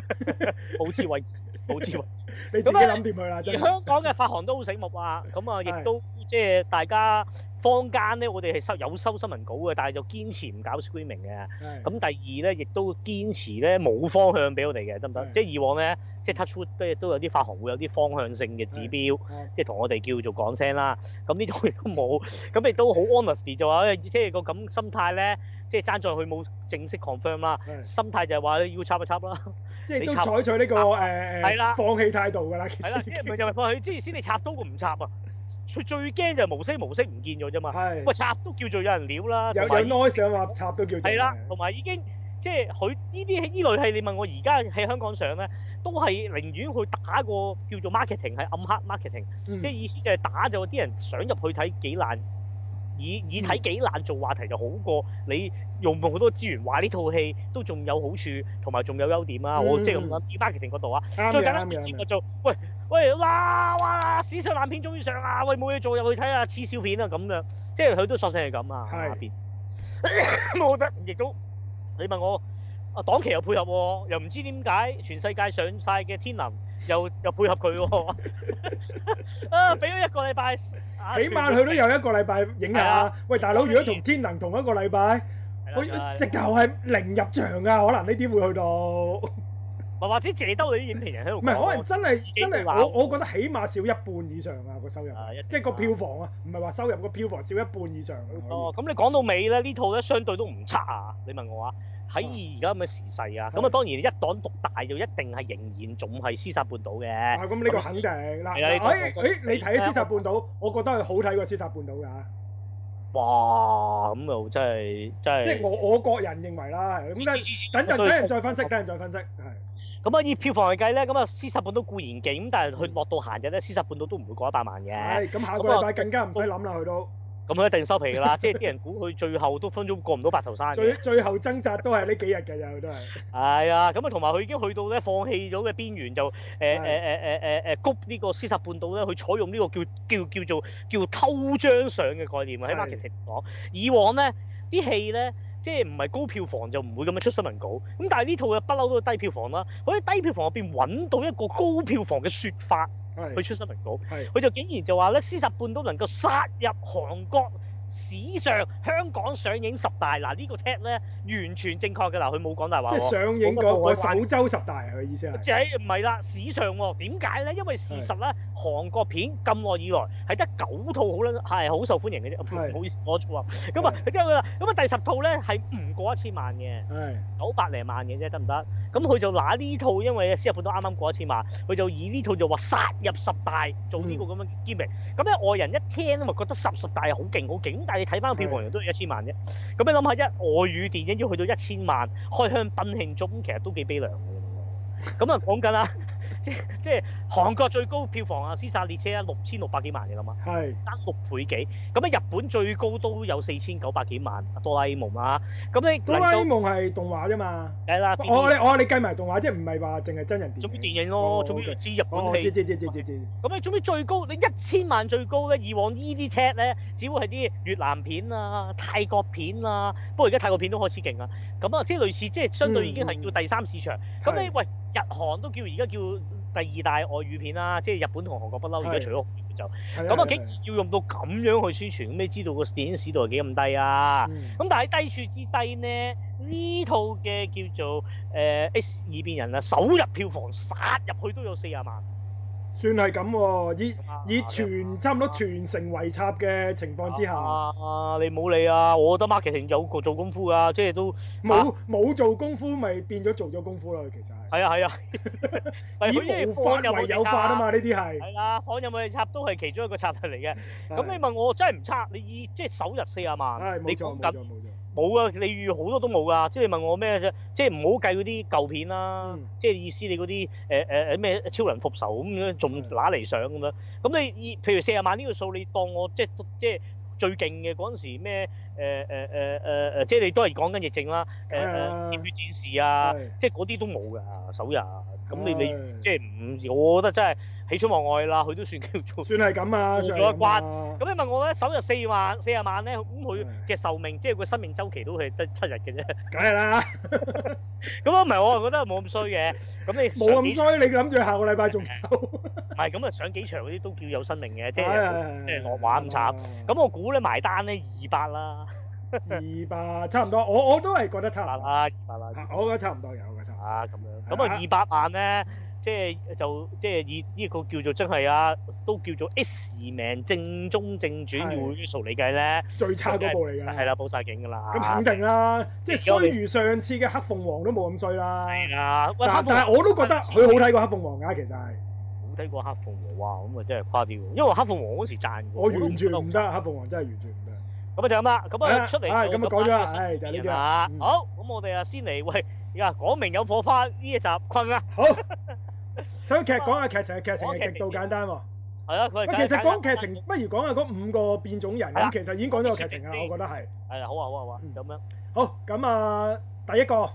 [SPEAKER 1] 好似為止，好似為止。
[SPEAKER 2] 你自己諗掂佢啦，真
[SPEAKER 1] 而
[SPEAKER 2] 係。
[SPEAKER 1] 香港嘅發行都好醒目啊，咁啊
[SPEAKER 2] 係
[SPEAKER 1] 亦都即係大家坊間咧，我哋係收有收新聞稿嘅，但係就堅持唔搞 screaming 嘅。
[SPEAKER 2] 係
[SPEAKER 1] 咁第二咧，亦都堅持咧冇方向俾我哋嘅，得唔得？
[SPEAKER 2] 係
[SPEAKER 1] 即係以往咧，即係 touch wood 都都有啲發行會有啲方向性嘅指標
[SPEAKER 2] 係，
[SPEAKER 1] 即係同我哋叫做講聲啦。咁呢度亦 (laughs) 都冇，咁亦都好 honest 就話，哎即係個咁心態咧，即係爭在佢冇正式 confirm 啦。
[SPEAKER 2] 係
[SPEAKER 1] 心態就係話哎要插就插啦，
[SPEAKER 2] 即係
[SPEAKER 1] 你
[SPEAKER 2] 都
[SPEAKER 1] 插
[SPEAKER 2] 採取呢個誒
[SPEAKER 1] 係
[SPEAKER 2] 誒
[SPEAKER 1] 啦
[SPEAKER 2] 放棄態度㗎啦，其
[SPEAKER 1] (laughs) 係啦，
[SPEAKER 2] 實
[SPEAKER 1] 即係咪就係放佢之前先你插到個唔插啊？佢最驚就係無聲無息唔見咗啫嘛。
[SPEAKER 2] (laughs) 係
[SPEAKER 1] 喂，插都叫做有人料啦，
[SPEAKER 2] 有
[SPEAKER 1] 同埋
[SPEAKER 2] 有 noise 啊嘛，插都叫做
[SPEAKER 1] 係啦
[SPEAKER 2] 係，
[SPEAKER 1] 同埋已經即係佢呢啲呢類戲，你問我而家喺香港上咧，都係寧願去打個叫做 marketing 係暗黑 marketing，、
[SPEAKER 2] 嗯
[SPEAKER 1] 即係意思就係打就啲人想入去睇幾爛，以
[SPEAKER 2] 嗯
[SPEAKER 1] 以睇幾爛做話題就好過你用好多資源話呢套戲都仲有好處，同埋仲有優點啊！我即係咁諗，以 marketing 角度啊，
[SPEAKER 2] 啱
[SPEAKER 1] 最
[SPEAKER 2] 嘅
[SPEAKER 1] 簡單
[SPEAKER 2] 啱
[SPEAKER 1] 直
[SPEAKER 2] 嘅
[SPEAKER 1] 接
[SPEAKER 2] 啱
[SPEAKER 1] 我
[SPEAKER 2] 嘅，
[SPEAKER 1] 就喂喂哇哇史上爛片終於上啊！喂冇嘢做入去睇下黐笑片啊咁樣，即係佢都索性係咁啊
[SPEAKER 2] 係
[SPEAKER 1] 下邊。 (coughs) 咁我覺得亦都你問我啊檔期又配合喎、又唔知點解全世界上晒嘅天能又又配合佢喎、 (laughs) 啊俾咗一個禮拜，啊
[SPEAKER 2] 起碼佢都有一個禮拜影下
[SPEAKER 1] 係
[SPEAKER 2] 啊。喂，大佬，如果同天能同一個禮拜，我
[SPEAKER 1] 係啦
[SPEAKER 2] 直頭係零入場啊，可能呢啲會去到，唔
[SPEAKER 1] 咪或者借兜你啲影評人喺度講
[SPEAKER 2] 係可能真係
[SPEAKER 1] 自己
[SPEAKER 2] 真
[SPEAKER 1] 都
[SPEAKER 2] 係
[SPEAKER 1] 鬧
[SPEAKER 2] 我我覺得起碼少一半以上啊個收入
[SPEAKER 1] 啊一定，
[SPEAKER 2] 即係個
[SPEAKER 1] 啊
[SPEAKER 2] 票房啊，唔係話收入個票房少一半以上啊。
[SPEAKER 1] 哦，咁你講到尾咧，呢套咧相對都唔差啊！你問我啊，喺而家咁嘅時勢啊，咁
[SPEAKER 2] 係
[SPEAKER 1] 啊當然一黨獨大就一定係仍然仲係屍殺半島嘅，
[SPEAKER 2] 啊，咁呢個肯定
[SPEAKER 1] 係
[SPEAKER 2] 嗱，
[SPEAKER 1] 啊啦呢個
[SPEAKER 2] 誒
[SPEAKER 1] 我覺得
[SPEAKER 2] 誒，你睇《屍殺半島》，我覺得係好睇過《屍殺半島》㗎。
[SPEAKER 1] 哇！咁又真係真
[SPEAKER 2] 即係
[SPEAKER 1] 係，
[SPEAKER 2] 我我個人認為啦，係
[SPEAKER 1] 黐
[SPEAKER 2] 咁等
[SPEAKER 1] 線
[SPEAKER 2] 等陣
[SPEAKER 1] 所
[SPEAKER 2] 等
[SPEAKER 1] 以
[SPEAKER 2] 陣再分析，等陣再分析，係
[SPEAKER 1] 咁啊以票房嚟計咧，咁啊屍殺半島固然勁，咁但係佢落到閒日咧，屍殺半島都唔會過一百萬嘅，
[SPEAKER 2] 係咁下個禮拜更加唔使諗啦，去到
[SPEAKER 1] 咁佢一定收皮㗎啦，即係啲人估佢最後都分鐘過唔到白頭山嘅
[SPEAKER 2] 最最後掙扎都係呢幾日嘅咋，佢都係
[SPEAKER 1] 係啊，咁啊，同埋佢已經去到咧放棄咗嘅邊緣，就誒誒誒
[SPEAKER 2] 係
[SPEAKER 1] 誒誒誒谷呢個屍殺半島咧，佢採用呢個叫叫叫做叫偷張相嘅概念啊，喺
[SPEAKER 2] 係
[SPEAKER 1] marketing 講。以往咧啲戲咧，即係唔係高票房就唔會咁樣出新聞稿，咁但係呢套嘅不嬲都係低票房啦，佢喺低票房入邊揾到一個高票房嘅説法去
[SPEAKER 2] 係
[SPEAKER 1] 出新聞稿，
[SPEAKER 2] 係
[SPEAKER 1] 佢就竟然就話咧屍殺半島能夠殺入韓國。史上香港上映十大嗱呢個 tag 咧完全正確嘅嗱，佢冇講大話
[SPEAKER 2] 即
[SPEAKER 1] 喎
[SPEAKER 2] 係。上映
[SPEAKER 1] 我覺得
[SPEAKER 2] 嗰
[SPEAKER 1] 我
[SPEAKER 2] 個
[SPEAKER 1] 玩
[SPEAKER 2] 首周十大啊，佢意思係
[SPEAKER 1] 即係唔係啦，史上喎點解咧？因為事實咧，韓國片咁耐以來係得九套好撚係好受歡迎嘅啫，
[SPEAKER 2] 係
[SPEAKER 1] 唔好意思，我錯啊。咁啊，之後佢話咁啊，第十套咧係唔過一千萬嘅，九百零萬嘅啫，得唔得？咁佢就拿呢套，因為《私日本都啱啱過一千萬，佢就以呢套就話殺入十大做呢個咁樣嘅 g i 咁咧外人一聽咪覺得十十大係好勁好勁，咁但係你睇翻票房量都係一千萬啫。咁你諗下，一外語電影要去到一千萬，開香檳慶祝，咁其實都幾悲涼嘅喎。咁啊講緊啦，即即係韓國最高票房啊，《屍殺列車》啊，六千六百幾萬嘅啦嘛。爭六倍幾，咁啊咧日本最高都有四千九百幾萬，哆啦 A 夢啊，咁你能夠計啦，變總之
[SPEAKER 2] 嗯
[SPEAKER 1] 電影咯，
[SPEAKER 2] 哦
[SPEAKER 1] 總之知日本戲，咁你總之最高你一千萬最高咧，以往呢啲 tag 咧，只會係啲越南片啊、泰國片啊，不過而家泰國片都開始勁啦，咁啊，即係類似即係相對已經係叫第三市場，咁、你
[SPEAKER 2] 嗯係
[SPEAKER 1] 喂日韓都叫而家叫第二大外語片啦，即係日本同韓國不嬲，而家
[SPEAKER 2] 係
[SPEAKER 1] 除咗韓國就。咁啊，竟然要用到咁樣去宣傳，咁你知道個電影市道係幾咁低啊？
[SPEAKER 2] 嗯
[SPEAKER 1] 咁但係低處之低呢，呢套嘅叫做誒、呃 X 二變人啊，首日票房殺入去都有四廿萬，啊，你冇理啊！我覺得 marketing 有個做功夫啊㗎，即係都係啊係 (laughs) 啊，係佢因為房有冇啊地插係啦，房有冇地插都係其中一個策略嚟嘅。咁你問我真係唔差，你以即係首日四廿萬，你講緊冇啊！你預好多都冇㗎，即係你問我咩啫？即係唔好計嗰啲舊片啦，
[SPEAKER 2] 嗯
[SPEAKER 1] 即係意思你嗰啲誒誒誒咩超人復仇咁樣，仲揦嚟上咁樣。咁你以譬如四十萬呢個數，你當我即係即係最勁嘅嗰陣時咩呃誒誒誒誒誒，呃即係你都係講緊疫症啦，誒
[SPEAKER 2] 梗係
[SPEAKER 1] 誒
[SPEAKER 2] 啦
[SPEAKER 1] 熱血戰士啊，即係嗰啲都冇㗎首日。咁你你即係唔，我覺得真係喜出望外啦，佢都算叫做。咁你問我咧，首日四萬四十萬咧，咁佢嘅壽命即係佢生命周期都係得七日嘅啫。咁啊，唔係我啊覺得冇咁衰嘅。咁你上幾唔係咁啊，上幾場嗰啲都叫有生命 (laughs) 嘅，即係咁我估咧埋單咧二百啦，
[SPEAKER 2] 二百差唔多，我我都係覺得差
[SPEAKER 1] 百
[SPEAKER 2] 唔
[SPEAKER 1] 啦
[SPEAKER 2] 多，
[SPEAKER 1] 二百啦
[SPEAKER 2] 啊我覺得差唔多有，我覺得差唔
[SPEAKER 1] 啊咁樣。咁
[SPEAKER 2] (laughs)
[SPEAKER 1] 啊二百萬咧，即係就即係以呢個叫做真係啊，都叫做 S 名正宗正傳
[SPEAKER 2] 係
[SPEAKER 1] usual 嚟計咧，
[SPEAKER 2] 多，最差嗰部嚟㗎，
[SPEAKER 1] 係啦，報晒警㗎啦。啊
[SPEAKER 2] 咁肯定啦，即係
[SPEAKER 1] 而家
[SPEAKER 2] 雖如上次嘅黑鳳凰都冇咁衰啦，
[SPEAKER 1] 係啦，啊喂，
[SPEAKER 2] 啊但但係我都覺得佢好睇過黑鳳凰㗎，其實係，
[SPEAKER 1] 冇睇過黑鳳凰，哇！咁啊真係誇啲喎，因為黑鳳凰嗰時賺過
[SPEAKER 2] 我完全唔
[SPEAKER 1] 咁
[SPEAKER 2] 得，黑鳳凰真係完全唔得，
[SPEAKER 1] 啊就咁啦，咁啊
[SPEAKER 2] 係啊
[SPEAKER 1] 出嚟
[SPEAKER 2] 係
[SPEAKER 1] 就
[SPEAKER 2] 咁
[SPEAKER 1] 講
[SPEAKER 2] 啊講咗啦
[SPEAKER 1] 翻
[SPEAKER 2] 係就係呢啲
[SPEAKER 1] 人
[SPEAKER 2] 啦
[SPEAKER 1] 啦
[SPEAKER 2] 嗯
[SPEAKER 1] 好，咁我哋啊先嚟喂，而家講明有火花呢一集困啦，
[SPEAKER 2] (laughs) 好，首劇講下劇情，劇情係極度簡單喎，
[SPEAKER 1] 係啦，佢
[SPEAKER 2] 喂，其實講劇情不如講下嗰五個變種人，
[SPEAKER 1] 係啦
[SPEAKER 2] 咁其實已經講咗個劇情啦，我覺得係。
[SPEAKER 1] 係啊，好啊好啊好啊，
[SPEAKER 2] 嗯
[SPEAKER 1] 咁樣
[SPEAKER 2] 好，咁啊，第一個，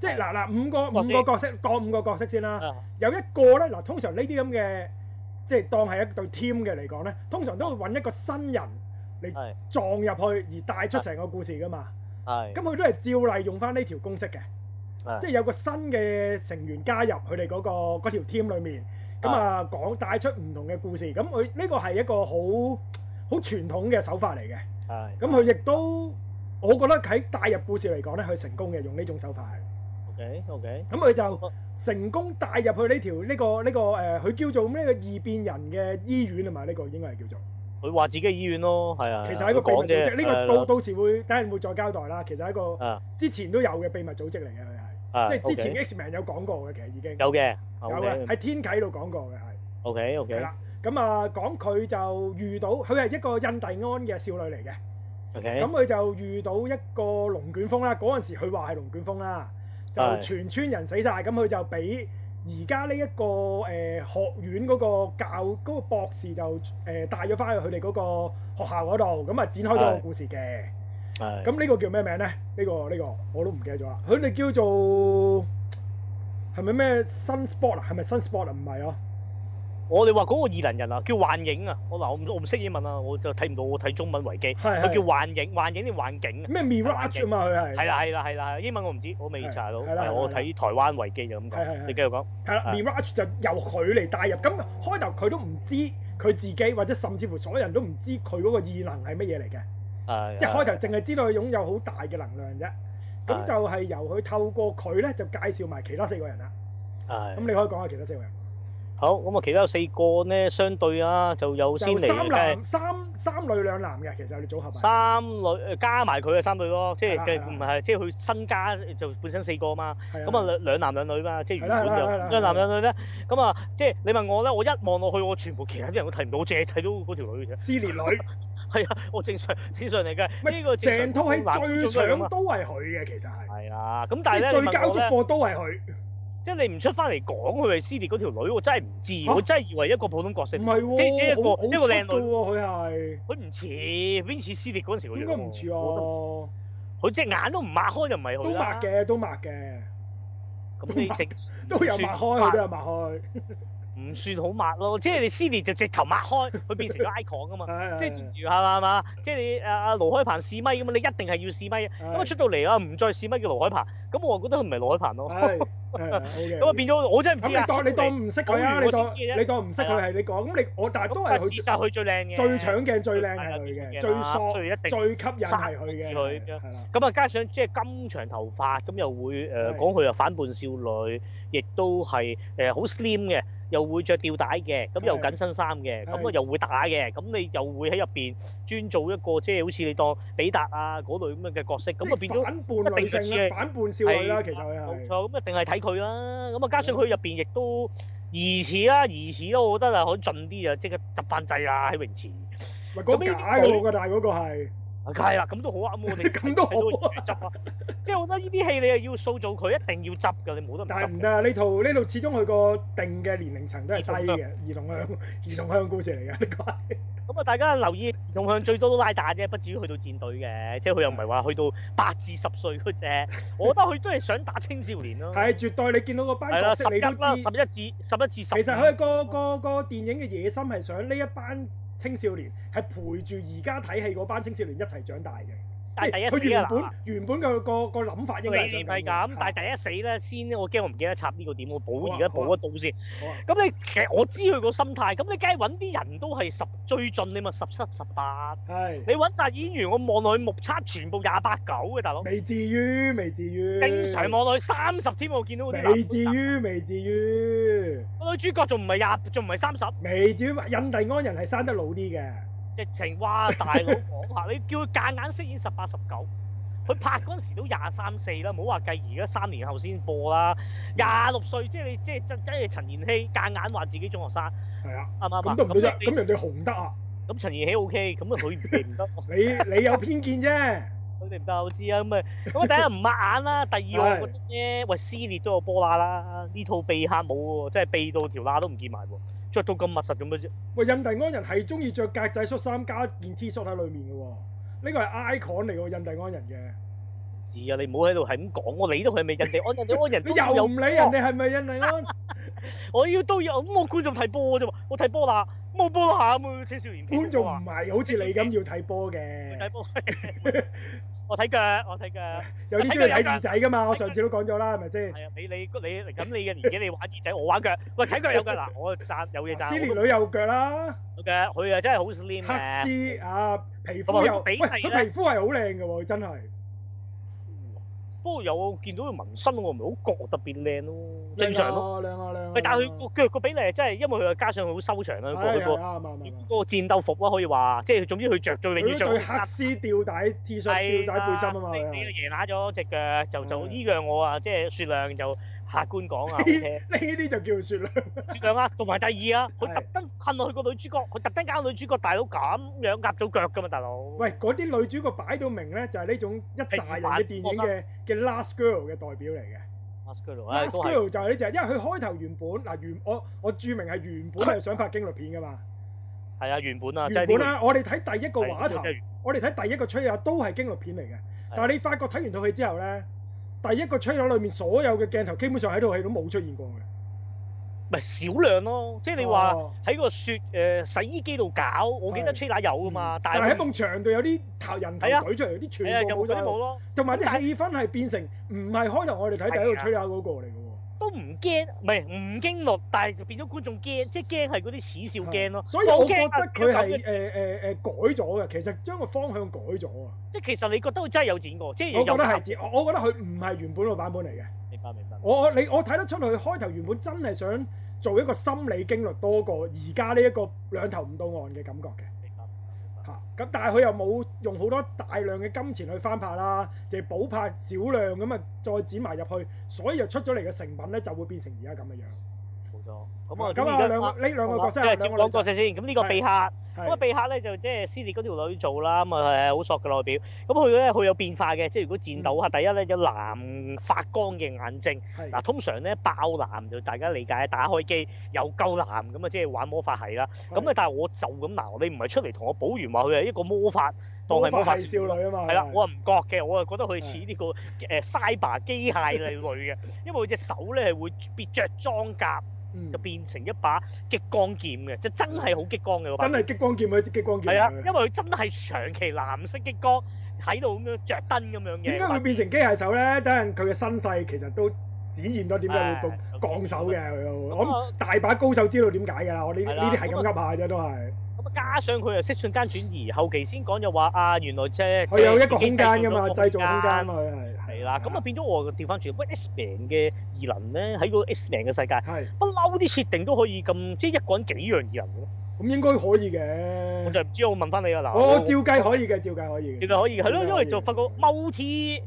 [SPEAKER 2] 即係嗱嗱五個
[SPEAKER 1] 角色
[SPEAKER 2] 五個角色，當五個角色先啦。
[SPEAKER 1] 啊
[SPEAKER 2] 有一個咧，嗱，通常呢啲咁嘅，即係當係一隊 team 嘅嚟講咧，通常都會揾一個新人
[SPEAKER 1] 係
[SPEAKER 2] 嚟撞入去，而帶出成個故事噶嘛。
[SPEAKER 1] 係
[SPEAKER 2] 咁佢都係照例用翻呢條公式嘅，
[SPEAKER 1] 係
[SPEAKER 2] 即係有個新嘅成員加入佢哋嗰個嗰條 team 裏面，咁啊講帶出唔同嘅故事。咁佢呢個係一個好好傳統嘅手法嚟嘅。
[SPEAKER 1] 係
[SPEAKER 2] 咁佢亦都，我覺得喺帶入故事嚟講咧，佢成功嘅用呢種手法係。
[SPEAKER 1] OK OK
[SPEAKER 2] 咁佢
[SPEAKER 1] 哦
[SPEAKER 2] 就成功帶入去呢條呢、個呢、個誒，佢、叫做咩呢個異變人嘅醫院啊嘛？呢、個應該係叫做，
[SPEAKER 1] 佢話自己醫院咯，係啊，
[SPEAKER 2] 其實係一個秘
[SPEAKER 1] 佢
[SPEAKER 2] 密組織。呢、個到
[SPEAKER 1] 係啦
[SPEAKER 2] 到時會等陣會再交代啦。其實係一個
[SPEAKER 1] 啊
[SPEAKER 2] 之前都有嘅秘密組織嚟嘅，佢
[SPEAKER 1] 啊
[SPEAKER 2] 係即係之
[SPEAKER 1] OK，
[SPEAKER 2] 前 X Man 有講過嘅，其實已經
[SPEAKER 1] 有嘅
[SPEAKER 2] 有嘅，喺天啟度講過嘅係
[SPEAKER 1] OK OK
[SPEAKER 2] 係啦。咁啊，講佢就遇到佢係一個印第安嘅少女嚟嘅。
[SPEAKER 1] OK
[SPEAKER 2] 咁佢就遇到一個龍捲風啦，嗰陣時佢話係龍捲風啦，就
[SPEAKER 1] 係
[SPEAKER 2] 全村人死晒，咁佢就俾而家呢一個誒、呃、學院嗰個教嗰、個博士就誒、呃、帶咗翻去佢哋嗰個學校嗰度，咁啊展開咗個
[SPEAKER 1] 係
[SPEAKER 2] 故事嘅。
[SPEAKER 1] 係啊
[SPEAKER 2] 咁呢個叫咩名咧？呢、個呢、個我都唔記得咗啦。佢哋叫做係咪咩 Sunspot 啊？係咪 Sunspot 啊？唔係啊，
[SPEAKER 1] 我哋話嗰個異能人啊，叫幻影啊！我嗱，我唔我唔識英文啊，我就睇唔到，我睇中文維基。佢
[SPEAKER 2] 係係
[SPEAKER 1] 叫幻影，幻影定幻境啊？
[SPEAKER 2] 咩 Mirage 啊嘛？佢係
[SPEAKER 1] 係啦係啦係啦，英文我唔知，我未查到。
[SPEAKER 2] 係係啦
[SPEAKER 1] 係我
[SPEAKER 2] 係啦
[SPEAKER 1] 睇台灣維基就咁
[SPEAKER 2] 係係
[SPEAKER 1] 講。
[SPEAKER 2] 係
[SPEAKER 1] 你繼續講。
[SPEAKER 2] 係啦
[SPEAKER 1] 啊
[SPEAKER 2] ，Mirage 就由佢嚟帶入，咁開頭佢都唔知佢自己，或者甚至乎所有人都唔知佢嗰個異能係乜嘢嚟嘅，
[SPEAKER 1] 係。啊
[SPEAKER 2] 即係開頭淨係知道佢擁有好大嘅能量啫。咁
[SPEAKER 1] 係
[SPEAKER 2] 就係由佢透過佢咧就介紹埋其他四個人啦。
[SPEAKER 1] 係
[SPEAKER 2] 咁你可以講下其他四個人。
[SPEAKER 1] 好，咁啊，其他有四個咧，相對啊，就有先嚟
[SPEAKER 2] 就三
[SPEAKER 1] 嘅，梗係
[SPEAKER 2] 男三三女兩男嘅，其實我哋組合啊係
[SPEAKER 1] 三女呃加埋佢啊，三女咯，即係嘅
[SPEAKER 2] 係啦係啦
[SPEAKER 1] 唔係，即係佢身家就本身四個嘛。
[SPEAKER 2] 係
[SPEAKER 1] 咁啊兩兩男兩女嘛，即係原本
[SPEAKER 2] 係啦係啦係啦
[SPEAKER 1] 就兩男兩女咧。咁啊，即係你問我咧，我一望落去，我全部其他啲人我睇唔到，我淨係睇到嗰條女嘅啫。 (laughs)
[SPEAKER 2] 撕裂女，唔
[SPEAKER 1] 係啊，我正常正常嚟嘅。呢
[SPEAKER 2] 係
[SPEAKER 1] 個正
[SPEAKER 2] 成套戲
[SPEAKER 1] 常
[SPEAKER 2] 最
[SPEAKER 1] 正常啊
[SPEAKER 2] 搶都係佢嘅，其實係。
[SPEAKER 1] 係啊，咁
[SPEAKER 2] 即
[SPEAKER 1] 但係咧，
[SPEAKER 2] 係
[SPEAKER 1] 你
[SPEAKER 2] 最交
[SPEAKER 1] 問我
[SPEAKER 2] 足
[SPEAKER 1] 咧，
[SPEAKER 2] 貨都係佢，
[SPEAKER 1] 即係你唔出翻嚟講佢係撕裂嗰條女，我真係唔知，
[SPEAKER 2] 嚇
[SPEAKER 1] 我真係以為一個普通角色
[SPEAKER 2] 唔。係喎，
[SPEAKER 1] 即即一個
[SPEAKER 2] 好好
[SPEAKER 1] 一個靚女
[SPEAKER 2] 出㗎喎，
[SPEAKER 1] 佢唔似邊似撕裂嗰陣時個
[SPEAKER 2] 佢係
[SPEAKER 1] 樣
[SPEAKER 2] 應該唔似啊
[SPEAKER 1] 我覺得唔
[SPEAKER 2] 喎，
[SPEAKER 1] 佢隻眼都唔擘開，就唔係
[SPEAKER 2] 都
[SPEAKER 1] 佢啦
[SPEAKER 2] 抹。嘅，都抹嘅，
[SPEAKER 1] 咁你直
[SPEAKER 2] 都有抹開，佢都有抹開，
[SPEAKER 1] 唔算好抹
[SPEAKER 2] (laughs)
[SPEAKER 1] 咯，即係你撕裂就直頭擘開，佢變成咗 icon 啊嘛。
[SPEAKER 2] 係
[SPEAKER 1] 即係正如係嘛，即係你阿阿盧海鵬試咪咁，你一定係要試咪嘅。咁啊出到嚟啊，唔再試咪叫盧海鵬，咁我覺得佢唔係盧海鵬咯。(laughs)
[SPEAKER 2] 係係係 OK，
[SPEAKER 1] 咁啊變咗，我真係唔
[SPEAKER 2] 咁
[SPEAKER 1] 知啊。
[SPEAKER 2] 你當你
[SPEAKER 1] 出到嚟
[SPEAKER 2] 當唔識佢
[SPEAKER 1] 講
[SPEAKER 2] 啊？
[SPEAKER 1] 完
[SPEAKER 2] 你
[SPEAKER 1] 我
[SPEAKER 2] 當
[SPEAKER 1] 先知嘅啫
[SPEAKER 2] 你當唔識佢係你講，咁你我但係都係
[SPEAKER 1] 咁事
[SPEAKER 2] 佢
[SPEAKER 1] 實佢最靚嘅，
[SPEAKER 2] 最搶鏡、最靚
[SPEAKER 1] 係
[SPEAKER 2] 係
[SPEAKER 1] 啊
[SPEAKER 2] 佢嘅，
[SPEAKER 1] 最
[SPEAKER 2] 最
[SPEAKER 1] 搶鏡啦
[SPEAKER 2] 索、
[SPEAKER 1] 所以一定
[SPEAKER 2] 最吸引係佢嘅，
[SPEAKER 1] 殺佢咁樣
[SPEAKER 2] 係啦，
[SPEAKER 1] 咁啊，加上即係金長頭髮，咁又會誒、呃、
[SPEAKER 2] 係
[SPEAKER 1] 講佢又反叛少女，亦都係誒好 slim 嘅，又會着吊帶嘅，咁又
[SPEAKER 2] 係
[SPEAKER 1] 緊身衫嘅，咁啊
[SPEAKER 2] 係
[SPEAKER 1] 又會打嘅，咁你又會喺入邊專做一個即係好似你當比達啊嗰類咁樣嘅角色，咁啊
[SPEAKER 2] 即
[SPEAKER 1] 變
[SPEAKER 2] 係
[SPEAKER 1] 咗。
[SPEAKER 2] 反叛女
[SPEAKER 1] 一定似
[SPEAKER 2] 性
[SPEAKER 1] 嘅
[SPEAKER 2] 啦，反叛少女啦，其實佢
[SPEAKER 1] 冇
[SPEAKER 2] 係
[SPEAKER 1] 錯，咁一定係睇佢啦。咁啊，加上佢入邊亦都疑似啦，疑似咯，我覺得啊，可以盡啲啊，即刻執翻掣啦喺泳池。
[SPEAKER 2] 咪
[SPEAKER 1] 咁
[SPEAKER 2] 嗰
[SPEAKER 1] 呢
[SPEAKER 2] 假
[SPEAKER 1] 啲
[SPEAKER 2] 嘅喎，但係嗰個係
[SPEAKER 1] 啊，梗係啦，咁都好啱我哋
[SPEAKER 2] 咁都好啊
[SPEAKER 1] 睇到
[SPEAKER 2] (laughs)
[SPEAKER 1] 執啊。即係我覺得呢啲戲你又要塑造佢，一定要執㗎，你冇得唔
[SPEAKER 2] 但係
[SPEAKER 1] 執
[SPEAKER 2] 唔
[SPEAKER 1] 㗎。
[SPEAKER 2] 得啊！呢套呢套始終佢個定嘅年齡層都係低嘅，兒童向兒童向故事嚟嘅呢個係。
[SPEAKER 1] 咁啊，大家留意同向最多都拉大啫，不至於去到戰隊嘅，即係佢又唔係話去到八至十歲嗰
[SPEAKER 2] (laughs)
[SPEAKER 1] 隻。我覺得佢都係想打青少年咯。
[SPEAKER 2] 係啊絕對你見到嗰班
[SPEAKER 1] 嗯係啦，
[SPEAKER 2] 角
[SPEAKER 1] 十
[SPEAKER 2] 色你都
[SPEAKER 1] 一啦，
[SPEAKER 2] 知。
[SPEAKER 1] 十一至十一至十。
[SPEAKER 2] 其實佢個個個電影嘅野心係想呢一班青少年係陪住而家睇戲嗰班青少年一齊長大嘅。
[SPEAKER 1] 但係第一
[SPEAKER 2] 佢
[SPEAKER 1] 死
[SPEAKER 2] 原
[SPEAKER 1] 啊嗱
[SPEAKER 2] 本。原本個個個諗法應該
[SPEAKER 1] 理
[SPEAKER 2] 係
[SPEAKER 1] 念
[SPEAKER 2] 想
[SPEAKER 1] 係
[SPEAKER 2] 嘅
[SPEAKER 1] 咁，但係第一死咧先，我驚我唔記得插呢個點，我補
[SPEAKER 2] 好啊
[SPEAKER 1] 而家
[SPEAKER 2] 好啊
[SPEAKER 1] 補得到先。
[SPEAKER 2] 好啊
[SPEAKER 1] 咁你其實我知佢個心態，咁你梗係揾啲人都係十最盡你咪十七十八，
[SPEAKER 2] 係
[SPEAKER 1] 你揾晒演員，我望落去目測全部廿八九嘅大佬，
[SPEAKER 2] 未至於，未至於。
[SPEAKER 1] 正常望落去三十添，我見到嗰啲男
[SPEAKER 2] 未至於，未至於，
[SPEAKER 1] 個女主角仲唔係廿，仲唔係三十，
[SPEAKER 2] 未至於。印第安人係生得老啲嘅，
[SPEAKER 1] 直情哇大佬講下，你叫佢夾硬飾演十八十九。佢拍嗰陣時都廿三四啦，唔好話計而家三年後先播啦。廿六歲，即係你即係真真係陳妍希夾硬話自己中學生，
[SPEAKER 2] 係啊。
[SPEAKER 1] 啱唔啱啊？
[SPEAKER 2] 咁都唔得啫，
[SPEAKER 1] 你
[SPEAKER 2] 咁人哋紅得啊！
[SPEAKER 1] 咁陳妍希 O K，咁啊佢唔哋唔得， (laughs)
[SPEAKER 2] 你你有偏見啫，
[SPEAKER 1] 佢哋唔得，我知啊。咁啊，咁啊，第一唔抹眼啦，第二我覺得咧，喂撕裂都有波罅啦，呢套避客冇喎，真係避到條罅都唔見埋喎，着到咁密實咁嘅啫。
[SPEAKER 2] 喂，印第安人係中意着格仔恤衫加件 T 恤喺裏面嘅喎，呢個係 icon 嚟喎，印第安人嘅。
[SPEAKER 1] 知啊，你唔好喺度係咁講，我理得佢係咪人哋安人哋安人
[SPEAKER 2] 你
[SPEAKER 1] 都
[SPEAKER 2] (laughs) 又
[SPEAKER 1] 有
[SPEAKER 2] 唔理人哋係咪印第安？
[SPEAKER 1] 我要都有咁我觀眾睇波啫喎，我睇波罅冇波罅咁啊，青少年片
[SPEAKER 2] (laughs) 觀眾唔係好似你咁要睇
[SPEAKER 1] 冇
[SPEAKER 2] 波
[SPEAKER 1] 睇
[SPEAKER 2] 嘅， (laughs)
[SPEAKER 1] 波，啊 (laughs) 我睇腳，我睇腳。
[SPEAKER 2] 有啲中意睇耳仔噶嘛，我上次都講咗啦，係咪先？
[SPEAKER 1] 係啊，你你你咁你嘅年紀，你玩耳仔，我玩腳。喂，睇腳有腳嗱，我讚有嘢讚。
[SPEAKER 2] 斯年女有腳啦，
[SPEAKER 1] 有嘅，佢啊真係好 slim
[SPEAKER 2] 黑
[SPEAKER 1] 嘅。
[SPEAKER 2] 絲啊，皮膚又
[SPEAKER 1] 同埋佢比
[SPEAKER 2] 喂，
[SPEAKER 1] 例呢
[SPEAKER 2] 佢皮膚係好靚嘅喎，真係
[SPEAKER 1] 不過有見到佢紋身，我唔係好覺特別靚咯，正常咯。
[SPEAKER 2] 咯，靚啊靚啊！
[SPEAKER 1] 喂，但係佢個腳個比例真係，因為佢又加上佢好修長啦，
[SPEAKER 2] 係
[SPEAKER 1] 佢
[SPEAKER 2] 係
[SPEAKER 1] 個
[SPEAKER 2] 哎啱啊
[SPEAKER 1] 佢
[SPEAKER 2] 啱啱啱
[SPEAKER 1] 嗰。個戰鬥服啦，可以話，即係總之佢着最永
[SPEAKER 2] 嗯佢
[SPEAKER 1] 遠
[SPEAKER 2] 嗰
[SPEAKER 1] 着
[SPEAKER 2] 對黑絲吊帶 T 恤、吊帶背心啊嘛，
[SPEAKER 1] 你
[SPEAKER 2] 佢
[SPEAKER 1] 你
[SPEAKER 2] 係嗯
[SPEAKER 1] 又贏乸咗只腳，就就
[SPEAKER 2] 係，
[SPEAKER 1] 呢樣我啊，即係雪亮就客觀講啊
[SPEAKER 2] (laughs)
[SPEAKER 1] OK
[SPEAKER 2] 呢啲就叫雪亮，
[SPEAKER 1] 雪亮啊，同埋第二啊，佢
[SPEAKER 2] 係
[SPEAKER 1] 特登困落去個女主角，佢特登搞女主角大佬咁樣夾咗腳㗎嘛，大佬。
[SPEAKER 2] 喂，嗰啲女主角擺到明咧，就係呢種一紮人嘅電影嘅嘅 Last Girl 嘅代表嚟嘅。
[SPEAKER 1] ，Last Girl，唉
[SPEAKER 2] Last
[SPEAKER 1] 都係
[SPEAKER 2] Girl 就係呢只，因為佢開頭原本嗱原我我注明係原本係想拍驚慄片噶嘛，
[SPEAKER 1] 係啊，原本啊，即
[SPEAKER 2] 原
[SPEAKER 1] 係
[SPEAKER 2] 本
[SPEAKER 1] 呢
[SPEAKER 2] 啦，我哋睇第一個
[SPEAKER 1] 個係呢個
[SPEAKER 2] 畫頭
[SPEAKER 1] 真係，原
[SPEAKER 2] 我哋睇第一個吹啊都係驚慄片嚟嘅，但係你發覺睇完套戲之後咧，第一個吹啊裏面所有嘅鏡頭基本上喺套戲都冇出現過嘅。
[SPEAKER 1] 唔係少量咯，即係你話。
[SPEAKER 2] 哦
[SPEAKER 1] 喺個雪誒、呃洗衣機度搞，我記得
[SPEAKER 2] 係
[SPEAKER 1] c
[SPEAKER 2] 嗯
[SPEAKER 1] h 有噶嘛，但
[SPEAKER 2] 但係喺
[SPEAKER 1] 係
[SPEAKER 2] 埲牆度有啲頭人頭
[SPEAKER 1] 係啊
[SPEAKER 2] 舉出嚟，啲
[SPEAKER 1] 係啊，
[SPEAKER 2] 全
[SPEAKER 1] 就冇
[SPEAKER 2] 部冇晒
[SPEAKER 1] 啲。冇咯，
[SPEAKER 2] 同埋啲氣氛係變成唔係開頭我
[SPEAKER 1] 啊
[SPEAKER 2] 哋睇第一度吹打嗰個嚟嘅喎，
[SPEAKER 1] 都唔驚，唔係唔驚落，但係就變咗觀眾驚，即係驚係嗰啲恥笑驚咯。
[SPEAKER 2] 所以我
[SPEAKER 1] 好
[SPEAKER 2] 覺
[SPEAKER 1] 驚啊
[SPEAKER 2] 得佢
[SPEAKER 1] 驚
[SPEAKER 2] 係誒
[SPEAKER 1] 啊
[SPEAKER 2] 誒誒改咗嘅，其實將個方向改咗啊！
[SPEAKER 1] 即係其實你覺得佢真係有剪過，即係
[SPEAKER 2] 我
[SPEAKER 1] 有
[SPEAKER 2] 覺得係
[SPEAKER 1] 搞
[SPEAKER 2] 自我我覺得佢唔係原本個版本嚟嘅。
[SPEAKER 1] 明白明白。
[SPEAKER 2] 我我你我睇得出佢開頭原本真係想做一個心理經歷多過而家呢一個兩頭唔到岸嘅感覺嘅。嚇。咁但係佢又冇用好多大量嘅金錢去翻拍啦，就係補拍少量咁啊，再剪埋入去，所以就出咗嚟嘅成品咧就會變成而家咁嘅樣。
[SPEAKER 1] 冇錯。咁啊，
[SPEAKER 2] 咁啊，兩個呢兩個角色
[SPEAKER 1] 即係
[SPEAKER 2] 係
[SPEAKER 1] 接
[SPEAKER 2] 兩個
[SPEAKER 1] 講
[SPEAKER 2] 女
[SPEAKER 1] 角
[SPEAKER 2] 仔
[SPEAKER 1] 色先。咁呢個
[SPEAKER 2] 係
[SPEAKER 1] 秘客。咁啊，
[SPEAKER 2] 係
[SPEAKER 1] 秘客咧就即係撕裂嗰條女做啦，咁啊係好索嘅內表。咁佢咧佢有變化嘅，即係如果戰鬥嚇，第一咧有藍發光嘅眼睛。
[SPEAKER 2] 係
[SPEAKER 1] 嗱，通常咧爆藍就大家理解，打開機又夠藍咁啊，即係玩魔法係啦。咁啊，但係我就咁嗱，你唔係出嚟同我補完話佢係一個魔法，當係魔法
[SPEAKER 2] 少
[SPEAKER 1] 女。
[SPEAKER 2] 女啊嘛，
[SPEAKER 1] 係啦，我啊唔覺嘅，我啊覺得佢似呢個誒 cyber 機械類類嘅，因為佢隻手咧係會變着裝甲
[SPEAKER 2] 嗯
[SPEAKER 1] 就變成一把激光劍嘅，就真係好激光嘅嗰把
[SPEAKER 2] 真
[SPEAKER 1] 劍。
[SPEAKER 2] 係激光劍啊！激光劍
[SPEAKER 1] 係啊，
[SPEAKER 2] 嚟嘅
[SPEAKER 1] 因為佢真係長期藍色激光喺度咁樣着燈咁樣嘅。
[SPEAKER 2] 點解會變成機械手咧？等陣佢嘅身世其實都展現咗點解會到降手嘅佢又
[SPEAKER 1] 啊
[SPEAKER 2] 我諗大把高手知道點解㗎啦。我呢
[SPEAKER 1] 係
[SPEAKER 2] 呢
[SPEAKER 1] 啦
[SPEAKER 2] 啲係咁噏下啫，都係
[SPEAKER 1] 咁啊，加上佢又識瞬間轉移，後期先講就話啊，原來即係
[SPEAKER 2] 佢有一個空間㗎嘛，
[SPEAKER 1] 自己
[SPEAKER 2] 製
[SPEAKER 1] 咗
[SPEAKER 2] 造
[SPEAKER 1] 個
[SPEAKER 2] 空間。嘛，佢係
[SPEAKER 1] 係啦，咁啊變咗我調翻轉，喂 X-Men 嘅異能咧喺個 X-Men 嘅世界，
[SPEAKER 2] 係
[SPEAKER 1] 不嬲啲設定都可以咁，即係一個人幾樣異能嘅。
[SPEAKER 2] 咁應該可以
[SPEAKER 1] 我
[SPEAKER 2] 嘅。
[SPEAKER 1] 就唔知，我問翻你啊嗱。
[SPEAKER 2] 我我照啊計可以嘅，照計可以
[SPEAKER 1] 原
[SPEAKER 2] 嘅。
[SPEAKER 1] 來可以，係咯，因為就
[SPEAKER 2] 原來可以
[SPEAKER 1] 發覺 multi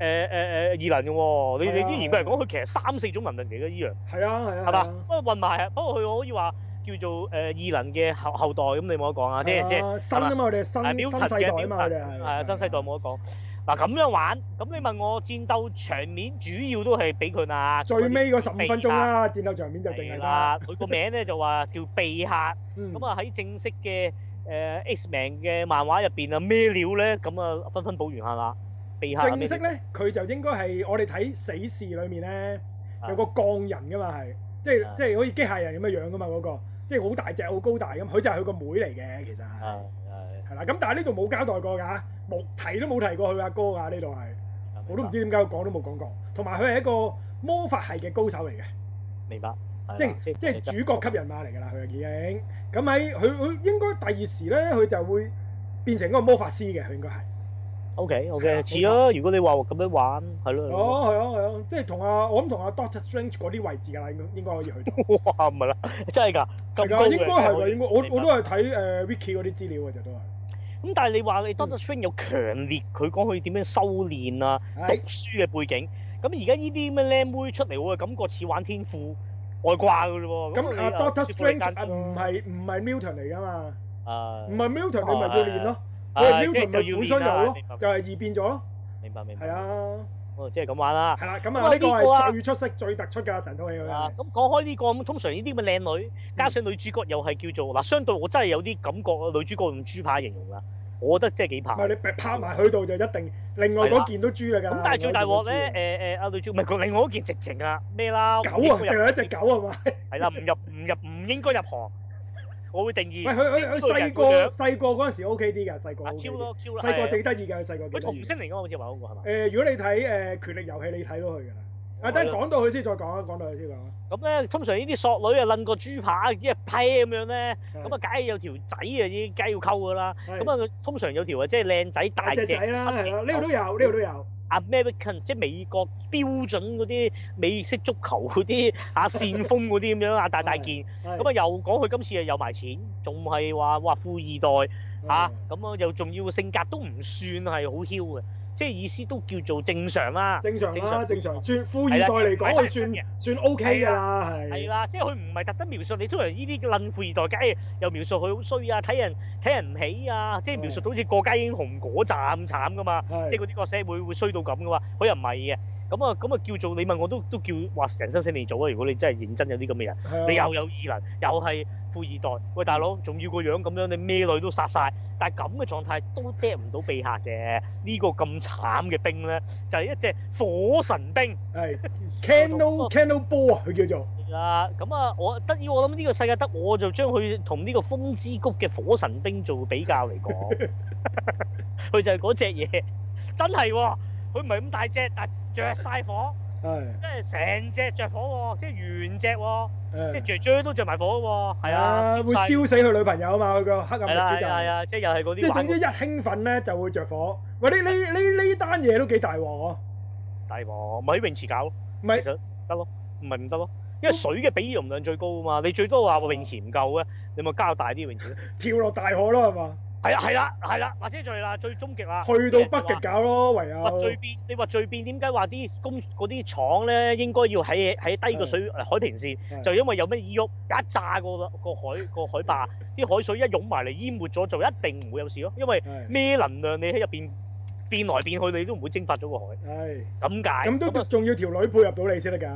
[SPEAKER 1] 呃誒誒誒異能嘅喎，你
[SPEAKER 2] 係啊
[SPEAKER 1] 你啲研究嚟講，佢其實三四種能力嚟嘅依樣。
[SPEAKER 2] 係啊係啊，
[SPEAKER 1] 係
[SPEAKER 2] 係
[SPEAKER 1] 嘛
[SPEAKER 2] 啊？
[SPEAKER 1] 不過混埋，不過佢可以話叫做誒異能嘅後後代咁，你冇得講啊！即係即係
[SPEAKER 2] 啊新啊嘛，我哋係新
[SPEAKER 1] 啊
[SPEAKER 2] 新
[SPEAKER 1] Milton
[SPEAKER 2] 世代啊
[SPEAKER 1] 嘅
[SPEAKER 2] 嘛，我哋
[SPEAKER 1] Milton，
[SPEAKER 2] 係
[SPEAKER 1] 係啊新世代冇得講。嗱咁樣玩，咁你問我戰鬥場面主要都係俾佢啦。
[SPEAKER 2] 最尾嗰十五分鐘啦，戰鬥場面就淨係
[SPEAKER 1] 係
[SPEAKER 2] 得
[SPEAKER 1] 啦，佢個名咧就話叫秘客。
[SPEAKER 2] 嗯
[SPEAKER 1] 咁啊喺正式嘅誒 Xman 嘅漫畫入邊啊咩料咧？咁啊紛紛補完下啦，秘客啊
[SPEAKER 2] 正
[SPEAKER 1] 咩
[SPEAKER 2] 式
[SPEAKER 1] 料？
[SPEAKER 2] 咧，佢就應該係我哋睇《死侍》裏面咧
[SPEAKER 1] 啊
[SPEAKER 2] 有個鋼人噶嘛，係即係
[SPEAKER 1] 啊
[SPEAKER 2] 即係好似機械人咁樣樣噶嘛嗰個，即係好大隻、好高大咁。佢就係佢個妹嚟嘅，其實係
[SPEAKER 1] 係係
[SPEAKER 2] 係啦。咁但係呢度冇交代過㗎，冇提都冇提過佢阿哥㗎。呢度係我都唔知點解佢講都冇講過。同埋佢係一個魔法系嘅高手嚟嘅，
[SPEAKER 1] 明白。
[SPEAKER 2] 即係即係主角級人馬嚟㗎啦。佢已經咁喺佢佢應該第二時咧，佢就會變成一個魔法師嘅，佢應該係。
[SPEAKER 1] O K O
[SPEAKER 2] 係啦
[SPEAKER 1] K，
[SPEAKER 2] 啊
[SPEAKER 1] 似咯。如果你話咁樣玩，係咯。係咯
[SPEAKER 2] 哦，係啊，係啊，即係同阿我諗同阿 Doctor Strange 嗰啲位置㗎啦，應該應該可以去到。
[SPEAKER 1] 哇，唔係啦，真係㗎， (laughs) 咁
[SPEAKER 2] 係
[SPEAKER 1] 高
[SPEAKER 2] 㗎，
[SPEAKER 1] 嘅
[SPEAKER 2] 應該係㗎，應該我我
[SPEAKER 1] 明
[SPEAKER 2] 都
[SPEAKER 1] 白
[SPEAKER 2] 係睇誒 Wiki 嗰啲資料嘅就都係。
[SPEAKER 1] 咁但係你話你
[SPEAKER 2] 嗯
[SPEAKER 1] Doctor Strange 有強烈佢講佢點樣修練啊、讀
[SPEAKER 2] 係
[SPEAKER 1] 書嘅背景，咁而家呢啲咩靚妹出嚟，我嘅感覺似玩天賦外掛㗎咯喎。
[SPEAKER 2] 咁
[SPEAKER 1] 你
[SPEAKER 2] 阿 Doctor
[SPEAKER 1] 說服你
[SPEAKER 2] Strange
[SPEAKER 1] 間
[SPEAKER 2] 啊唔係唔係 Milton 嚟㗎嘛？
[SPEAKER 1] 啊
[SPEAKER 2] 唔係 Milton 你咪要練咯，
[SPEAKER 1] 啊
[SPEAKER 2] 佢
[SPEAKER 1] 即係
[SPEAKER 2] Milton 咪
[SPEAKER 1] 就要
[SPEAKER 2] 本身
[SPEAKER 1] 練啦
[SPEAKER 2] 有咯
[SPEAKER 1] 明白，
[SPEAKER 2] 就係異變咗咯。
[SPEAKER 1] 明白明白。
[SPEAKER 2] 係，啊，
[SPEAKER 1] 哦，即係咁玩啦。
[SPEAKER 2] 係啦，咁
[SPEAKER 1] 咁啊
[SPEAKER 2] 啊呢個
[SPEAKER 1] 呢個啊
[SPEAKER 2] 係最出色、最突出㗎成套戲佢
[SPEAKER 1] 啊
[SPEAKER 2] 係。，
[SPEAKER 1] 咁講開呢個咁，通常呢啲咁嘅靚女，加上女主角又係叫做嗱，相對我真係有啲感覺，女主角用豬扒形容啦，我覺得真係幾
[SPEAKER 2] 唔
[SPEAKER 1] 怕。
[SPEAKER 2] 係你拍埋去度就一定，另外
[SPEAKER 1] 係啦
[SPEAKER 2] 嗰件都豬啦㗎啦。
[SPEAKER 1] 咁但係最大鑊
[SPEAKER 2] 另外嗰件
[SPEAKER 1] 咧，誒誒阿女主唔係佢另外一件直情啊咩啦，
[SPEAKER 2] 都
[SPEAKER 1] 唔
[SPEAKER 2] 豬
[SPEAKER 1] 應
[SPEAKER 2] 啦狗啊，
[SPEAKER 1] 該
[SPEAKER 2] 淨
[SPEAKER 1] 入
[SPEAKER 2] 係一隻狗係嘛？
[SPEAKER 1] 係啦，唔入唔入唔應該入行，我會定義
[SPEAKER 2] 喂，佢佢佢細個
[SPEAKER 1] 呢個就係咁樣
[SPEAKER 2] 細個嗰陣時 OK 啲嘅，細個
[SPEAKER 1] 啊
[SPEAKER 2] OK 啲
[SPEAKER 1] Q 咯 Q 啦，
[SPEAKER 2] 細個
[SPEAKER 1] 係
[SPEAKER 2] 幾得意嘅，佢細個
[SPEAKER 1] 佢
[SPEAKER 2] 幾得
[SPEAKER 1] 童
[SPEAKER 2] 意。
[SPEAKER 1] 星嚟㗎嘛，好似話嗰個係咪？
[SPEAKER 2] 誒，如果你睇誒權力遊戲，你睇到佢㗎啦。
[SPEAKER 1] 哦
[SPEAKER 2] 啊，等陣講到佢先再講啊，講到佢先講啊。
[SPEAKER 1] 咁咧，通常呢啲索女啊，攆個豬扒一批咁樣咧，咁啊，梗係有條仔啊，已經梗係要溝㗎啦。
[SPEAKER 2] 係
[SPEAKER 1] 咁啊，佢通常有條啊，即係靚仔大
[SPEAKER 2] 大
[SPEAKER 1] 隻哦啊
[SPEAKER 2] 隻仔啦，係啦，啊呢度都有，呢度都有。
[SPEAKER 1] American 即係美國標準嗰啲美式足球嗰
[SPEAKER 2] (laughs)
[SPEAKER 1] 啲啊，扇風嗰啲咁樣啊，大大件。咁
[SPEAKER 2] 咁
[SPEAKER 1] 啊，又講佢今次啊有埋錢，仲係話哇富二代。嚇，咁啊又仲要性格都唔算係好囂嘅，即係意思都叫做正常啦。
[SPEAKER 2] 正常啦，
[SPEAKER 1] 正
[SPEAKER 2] 正
[SPEAKER 1] 常
[SPEAKER 2] 常。算富二代嚟講，佢
[SPEAKER 1] 係啦
[SPEAKER 2] 算算 OK 㗎啦，
[SPEAKER 1] 係
[SPEAKER 2] 係。
[SPEAKER 1] 啦，即係佢唔係特登描述你，通常呢啲撚富二代，梗係又描述佢好衰啊，睇人睇人唔起啊，即係描述到好似過街英雄嗰站咁慘噶嘛，
[SPEAKER 2] 係
[SPEAKER 1] 即係嗰啲角色會會衰到咁噶嘛，佢又唔係嘅。咁啊，咁啊叫做你問我都都叫話人生勝利組啊！如果你真係認真有啲咁嘅人，
[SPEAKER 2] 係啊
[SPEAKER 1] 你又有異能，又係富二代，喂大佬，仲要個樣咁樣，你咩女都殺晒，但係咁嘅狀態都嗲唔到避客嘅。呢、個咁慘嘅兵咧，就係、一隻火神兵。
[SPEAKER 2] 係
[SPEAKER 1] (laughs)
[SPEAKER 2] Candle Candle Ball 啊，佢叫做
[SPEAKER 1] 啊，咁啊，我得意，我諗呢個世界得我就將佢同呢個風之谷嘅火神兵做比較嚟
[SPEAKER 2] (laughs)
[SPEAKER 1] 講，佢就係嗰只嘢，真係喎、佢唔係咁大隻，但係着晒火，
[SPEAKER 2] 係
[SPEAKER 1] 即係成隻着火喎、即係原隻喎、即係
[SPEAKER 2] 誒。
[SPEAKER 1] 雀雀都着埋火喎、係啊，
[SPEAKER 2] 會
[SPEAKER 1] 晒，
[SPEAKER 2] 燒死佢女朋友啊嘛，佢個黑
[SPEAKER 1] 係
[SPEAKER 2] 暗歷
[SPEAKER 1] 啦
[SPEAKER 2] 史就
[SPEAKER 1] 係啊係啊，即係又係嗰啲
[SPEAKER 2] 即係
[SPEAKER 1] 玩
[SPEAKER 2] 總之一興奮咧就會着火。喂，呢呢呢呢單嘢都幾大鑊喎！
[SPEAKER 1] 大鑊，咪喺泳池搞咯，
[SPEAKER 2] 唔
[SPEAKER 1] 其
[SPEAKER 2] 係
[SPEAKER 1] 實得咯，唔係唔得咯，因為水嘅比容量最高啊嘛，你最多話泳池唔夠嘅，你咪加大啲泳池咯。
[SPEAKER 2] 跳落大海咯，係嘛？
[SPEAKER 1] 係啊係啦係啦，或者最啦最終極啦，
[SPEAKER 2] 去到北極搞咯，唯
[SPEAKER 1] 話
[SPEAKER 2] 有。
[SPEAKER 1] 最變，你話最變點解話啲工嗰啲廠咧應該要喺喺低
[SPEAKER 2] 嗯
[SPEAKER 1] 個水呃海平線，
[SPEAKER 2] 係
[SPEAKER 1] 就因為有咩醫喐一炸個個海個海壩，啲海水一湧埋嚟淹沒咗，就一定唔會有事咯。因為
[SPEAKER 2] 係
[SPEAKER 1] 咩能量你喺入邊變來變去，你都唔會蒸發咗個海，
[SPEAKER 2] 係
[SPEAKER 1] 咁解。
[SPEAKER 2] 咁都
[SPEAKER 1] 啊
[SPEAKER 2] 仲要條女配合到你先得㗎。